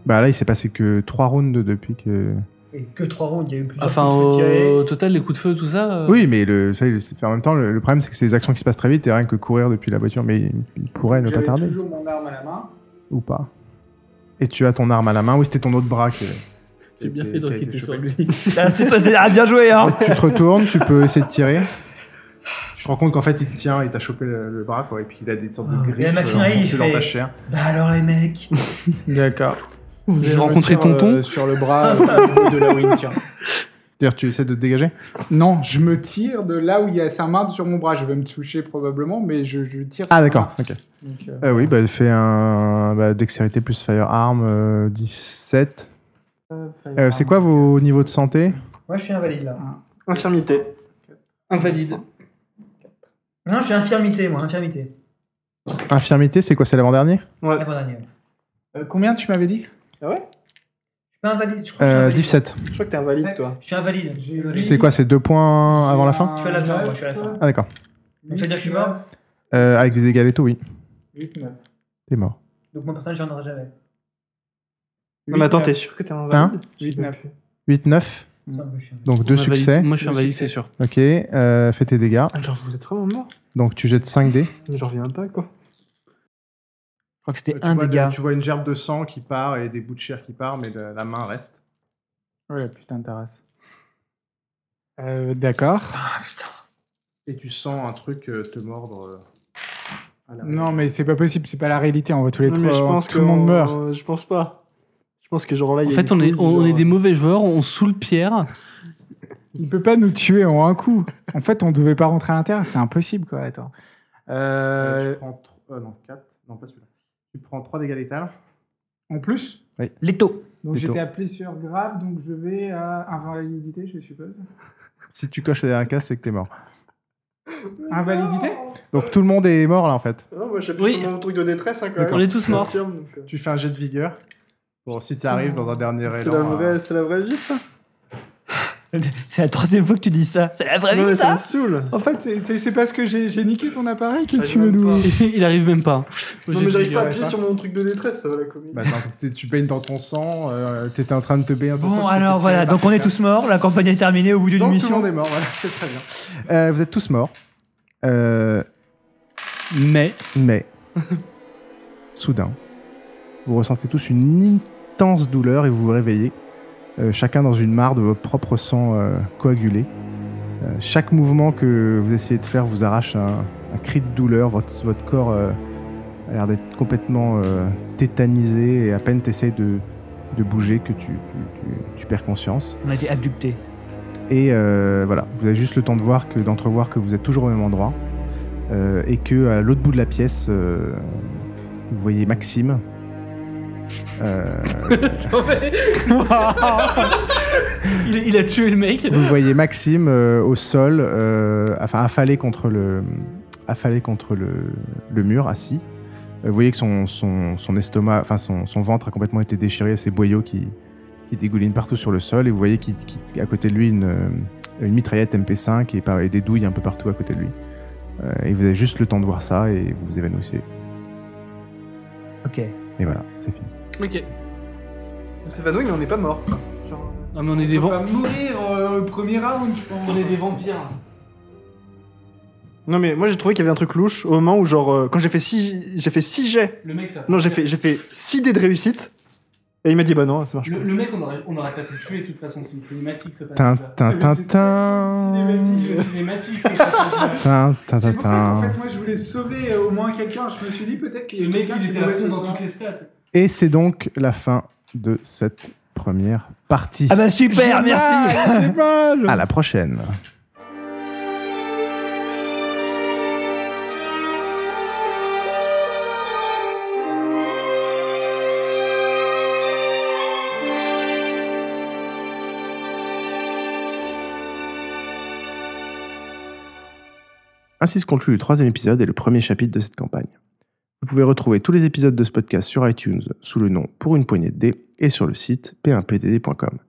Speaker 1: Bah là, il s'est passé que 3 rounds depuis que...
Speaker 6: Et que 3 rounds, il y a eu plusieurs
Speaker 4: Enfin, euh,
Speaker 6: coups de feu tirés.
Speaker 4: au, au total, les coups de feu, tout ça. euh,
Speaker 1: Oui, mais le, ça, il- c'est- en même temps, le, le problème, c'est que c'est des actions qui se passent très vite, et rien que courir depuis la voiture, mais il, il pourrait ne pas
Speaker 2: J'avais
Speaker 1: tarder.
Speaker 2: toujours mon arme à la main.
Speaker 1: Ou pas. Et tu as ton arme à la main, oui, c'était ton autre bras qui...
Speaker 4: J'ai bien
Speaker 1: qui-
Speaker 4: fait de
Speaker 1: qui a été
Speaker 4: quitter
Speaker 1: chopé.
Speaker 4: sur lui.
Speaker 3: Ah, c'est toi, c'est- ah, bien joué, hein
Speaker 1: tu te retournes, tu peux essayer de tirer. Tu te rends compte qu'en fait, il te tient, il t'a chopé le, le bras, quoi, et puis il a des sortes de
Speaker 4: Ah.
Speaker 1: griffes
Speaker 6: Et Maxime,
Speaker 1: euh,
Speaker 6: il
Speaker 1: enfoncées dans
Speaker 6: fait-
Speaker 1: ta chair.
Speaker 6: Bah alors les mecs
Speaker 2: D'accord. Vous
Speaker 4: avez rencontré tonton
Speaker 2: Sur le bras euh, au niveau de là où il me tient.
Speaker 1: D'ailleurs, tu essaies de te dégager
Speaker 2: Non, je me tire de là où il y a sa main sur mon bras. Je vais me toucher probablement, mais je, je tire. sur
Speaker 1: Ah,
Speaker 2: ma
Speaker 1: d'accord, ok.
Speaker 2: main. Donc, euh,
Speaker 1: Euh, oui, bah, fais un bah, dextérité plus firearm euh, 17.
Speaker 5: Ah,
Speaker 1: Euh, c'est quoi vos niveaux de santé
Speaker 6: Moi, je suis invalide là.
Speaker 5: Infirmité.
Speaker 4: Invalide.
Speaker 6: Non, je suis infirmité, moi, infirmité.
Speaker 1: Infirmité, c'est quoi C'est l'avant-dernier
Speaker 5: Ouais.
Speaker 6: Avant-dernière.
Speaker 2: Euh, combien tu m'avais dit
Speaker 6: suis pas invalide, je crois que
Speaker 3: Ah,
Speaker 1: Euh,
Speaker 6: je suis invalide.
Speaker 1: 17.
Speaker 5: Je crois que t'es invalide, toi.
Speaker 6: Je suis invalide. désolé.
Speaker 1: C'est quoi C'est deux points avant la fin
Speaker 6: Je suis à la fin, moi, je suis à la fin.
Speaker 1: Ah, d'accord.
Speaker 6: Donc, ça veut dire que je suis mort
Speaker 1: Euh, avec des dégâts létaux, oui.
Speaker 2: 8, 9.
Speaker 1: T'es mort.
Speaker 6: Donc, mon personnage, j'en aurai jamais.
Speaker 5: Non, mais attends, t'es sûr que t'es invalide
Speaker 2: 8, 9.
Speaker 1: 8, 9.
Speaker 3: Mm.
Speaker 6: Ça, je suis invalide.
Speaker 1: Donc deux
Speaker 4: On a validé-
Speaker 1: succès.
Speaker 4: Moi, je suis
Speaker 2: Deux
Speaker 4: invalide,
Speaker 2: succès.
Speaker 4: c'est sûr.
Speaker 1: Ok. euh, fais tes dégâts.
Speaker 5: Ah, genre, vous êtes vraiment mort
Speaker 1: Donc tu jettes 5 dés.
Speaker 5: Mais j'en reviens pas, quoi.
Speaker 3: Je crois que c'était
Speaker 1: Bah, Tu
Speaker 3: un
Speaker 1: vois de-
Speaker 3: dégât.
Speaker 1: Tu vois une gerbe de sang qui part et des bouts de chair qui part, mais le- la main reste.
Speaker 2: Ouais, putain de ta race. Euh, D'accord.
Speaker 1: Et tu sens un truc euh, te mordre. euh, à l'arrière.
Speaker 2: Non, mais c'est pas possible, c'est pas la réalité. On va tous les
Speaker 5: Non,
Speaker 2: trois. hein,
Speaker 5: mais je pense
Speaker 2: tout le monde
Speaker 5: qu'on-
Speaker 2: meurt.
Speaker 5: Je pense pas. Je pense que genre là, il
Speaker 4: En
Speaker 5: y a
Speaker 4: fait,
Speaker 5: une
Speaker 4: on est,
Speaker 5: foule,
Speaker 4: on
Speaker 5: genre,
Speaker 4: est des mauvais joueurs, on saoule Pierre.
Speaker 2: Il peut pas nous tuer en un coup. En fait, on devait pas rentrer à l'intérieur, c'est impossible quoi. Attends.
Speaker 1: Euh,
Speaker 2: Euh,
Speaker 1: Tu prends 3, non, 4, non pas celui-là. Tu prends 3 dégâts létales.
Speaker 2: En plus
Speaker 3: Les taux.
Speaker 2: Donc
Speaker 1: Plutôt.
Speaker 2: j'étais appelé sur grave, donc je vais à invalidité, je suppose.
Speaker 1: Si tu coches la dernière case, c'est que t'es mort.
Speaker 2: Invalidité
Speaker 1: Donc tout le monde est mort là en fait.
Speaker 5: euh, Non, moi j'appuie
Speaker 4: Oui.
Speaker 5: sur mon truc de détresse hein, quand
Speaker 1: D'accord.
Speaker 4: On
Speaker 5: même.
Speaker 4: est tous morts.
Speaker 5: Confirme, donc, euh,
Speaker 1: Tu fais un jet de vigueur. Bon, si tu arrives dans un dernier
Speaker 5: C'est
Speaker 1: élan,
Speaker 5: la,
Speaker 1: euh,
Speaker 5: vraie, c'est la vraie vie ça
Speaker 3: C'est la troisième fois que tu dis ça. C'est la vraie
Speaker 5: Non,
Speaker 3: vie,
Speaker 5: mais ça
Speaker 3: ça
Speaker 5: me saoule
Speaker 2: En fait, c'est- c'est c'est parce que j'ai j'ai niqué ton appareil que
Speaker 5: Ah,
Speaker 2: tu
Speaker 5: je
Speaker 2: me
Speaker 5: m'aime
Speaker 2: nous.
Speaker 5: pas.
Speaker 4: Il arrive même pas.
Speaker 5: Non mais j'arrive pas à
Speaker 1: dirais
Speaker 5: appuyer
Speaker 1: pas.
Speaker 5: sur mon truc de détresse, ça va la comédie.
Speaker 1: bah, attends, t'es- tu baignes dans ton sang, euh, t'étais en train de te baigner dans ton sang. tu
Speaker 3: Bon,
Speaker 1: t'es
Speaker 3: alors
Speaker 1: fait
Speaker 3: voilà.
Speaker 1: tirer
Speaker 3: Donc,
Speaker 1: par
Speaker 3: on est
Speaker 1: quelqu'un.
Speaker 3: tous morts. La campagne est terminée au bout d'une
Speaker 1: Donc, Tout le
Speaker 3: mission.
Speaker 1: monde est mort, voilà, c'est très bien. Euh, vous êtes tous morts. Euh,
Speaker 4: Mais
Speaker 1: Mais, soudain, vous ressentez tous une intense douleur et vous vous réveillez, euh, chacun dans une mare de votre propre sang euh, coagulé. Euh, chaque mouvement que vous essayez de faire vous arrache un, un cri de douleur. Votre, votre corps euh, a l'air d'être complètement euh, tétanisé et à peine t'essayes de, de bouger que tu- tu- tu- tu perds conscience.
Speaker 3: On a été abductés.
Speaker 1: Et euh, voilà, vous avez juste le temps de voir que d'entrevoir que vous êtes toujours au même endroit euh, et que à l'autre bout de la pièce, euh, vous voyez Maxime. Euh,
Speaker 4: il, il a tué le mec.
Speaker 1: vous voyez Maxime euh, au sol, euh, enfin affalé contre le, affalé contre le, le mur, assis. Euh, Vous voyez que son, son, son estomac, enfin son, son ventre a complètement été déchiré, ses boyaux qui, qui dégoulinent partout sur le sol. Et vous voyez qu'il- qu'il- à côté de lui une, euh, une mitraillette MP5 et, par- et des douilles un peu partout à côté de lui. Euh, et vous avez juste le temps de voir ça et vous vous évanouissez.
Speaker 3: Ok.
Speaker 1: Et voilà, c'est fini.
Speaker 4: Ok.
Speaker 5: On s'évanouit mais on n'est pas mort. Genre,
Speaker 4: Non, mais on est des vents.
Speaker 2: mourir euh, au premier round, je pense.
Speaker 4: On est des vampires. hein.
Speaker 5: Non mais moi j'ai trouvé qu'il y avait un truc louche au moment où genre euh, quand j'ai fait 6 j'ai fait 6 jets.
Speaker 4: Le mec, ça.
Speaker 5: Non, j'ai fait j'ai fait 6 dés de réussite et il m'a dit bah non, ça marche pas.
Speaker 4: Le, le mec, on aurait, on aurait pas fait tuer de toute façon. C'est une cinématique, ce
Speaker 1: Tin,
Speaker 4: passage-là.
Speaker 1: tin, tin,
Speaker 4: C'est une
Speaker 1: tin.
Speaker 4: cinématique, ce passage-là.
Speaker 1: Tin, tin, tin,
Speaker 2: C'est pour ça qu'en
Speaker 1: tin.
Speaker 2: fait, moi, je voulais sauver euh, au moins quelqu'un. Je me suis dit peut-être qu'il y a
Speaker 4: Le mec,
Speaker 2: quelqu'un
Speaker 4: il
Speaker 2: qui
Speaker 4: était à
Speaker 2: pouvait
Speaker 4: fond
Speaker 2: se
Speaker 4: dans
Speaker 2: sauver.
Speaker 4: toutes les stats.
Speaker 1: Et c'est donc la fin de cette première partie.
Speaker 3: Ah bah super, merci.
Speaker 1: À la prochaine.
Speaker 11: Ainsi se conclut le troisième épisode et le premier chapitre de cette campagne. Vous pouvez retrouver tous les épisodes de ce podcast sur iTunes sous le nom Pour une poignée de dés et sur le site p1pdd.com.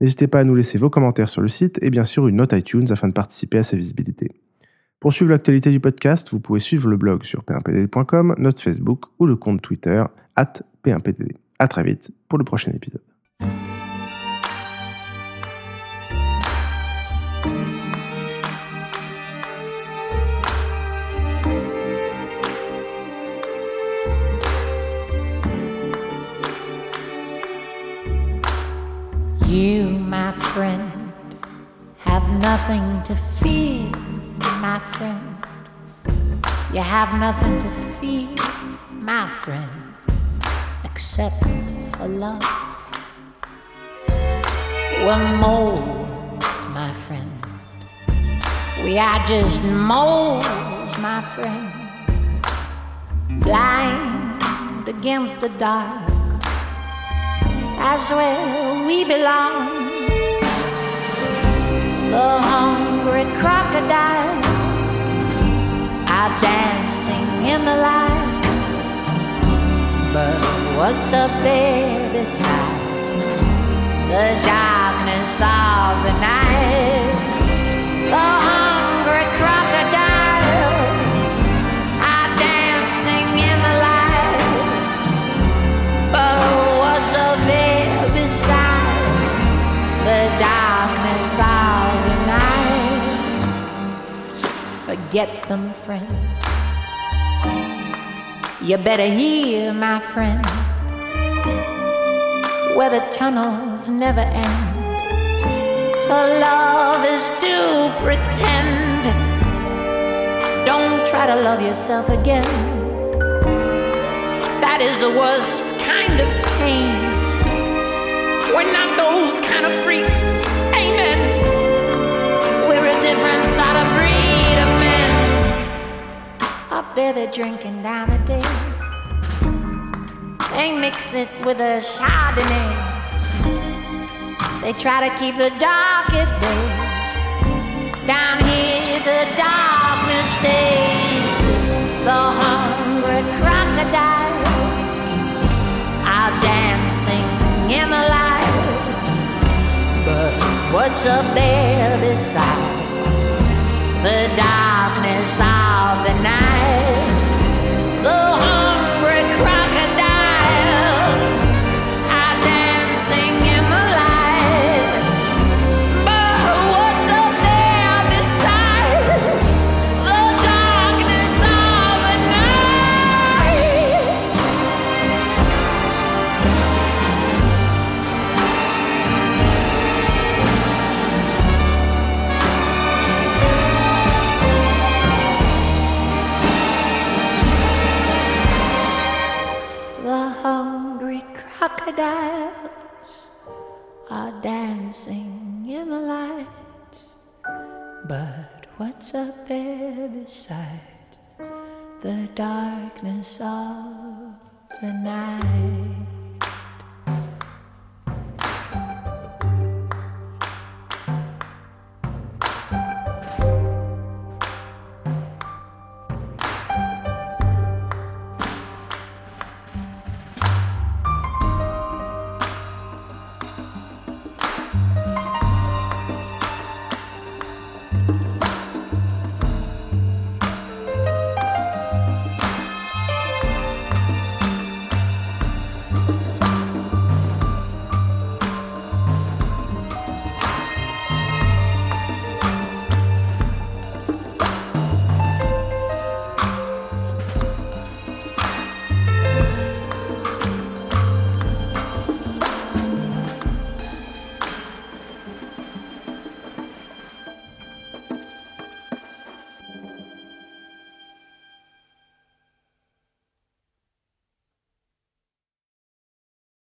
Speaker 11: N'hésitez pas à nous laisser vos commentaires sur le site et bien sûr une note iTunes afin de participer à sa visibilité. Pour suivre l'actualité du podcast, vous pouvez suivre le blog sur p1pdd.com, notre Facebook ou le compte Twitter at p1pdd. À très vite pour le prochain épisode.
Speaker 12: You, my friend, have nothing to fear, my friend. You have nothing to fear, my friend, except for love. We're moles, my friend. We are just moles, my friend. Blind against the dark. That's where we belong. The hungry crocodile are dancing in the light, but What's up there beside the darkness of the night? The hungry crocodile are dancing in the light. But what's up there beside the darkness of the night? Forget them, friend. You better hear, my friend, where the tunnels never end. To love is to pretend. Don't try to love yourself again. That is the worst kind of pain. We're not those kind of freaks. Amen. We're a different sort of breed of men. Up there they're drinking down a day. They mix it with a Chardonnay. They try to keep the dark at bay. Down here the darkness stays. The hungry crocodile are dancing in the light. But what's up there beside? the darkness of the night. The hungry crocodiles are dancing in the light. But what's up there beside the darkness of the night? The hungry crocodiles are dancing in the light. But what's up there beside the darkness of the night?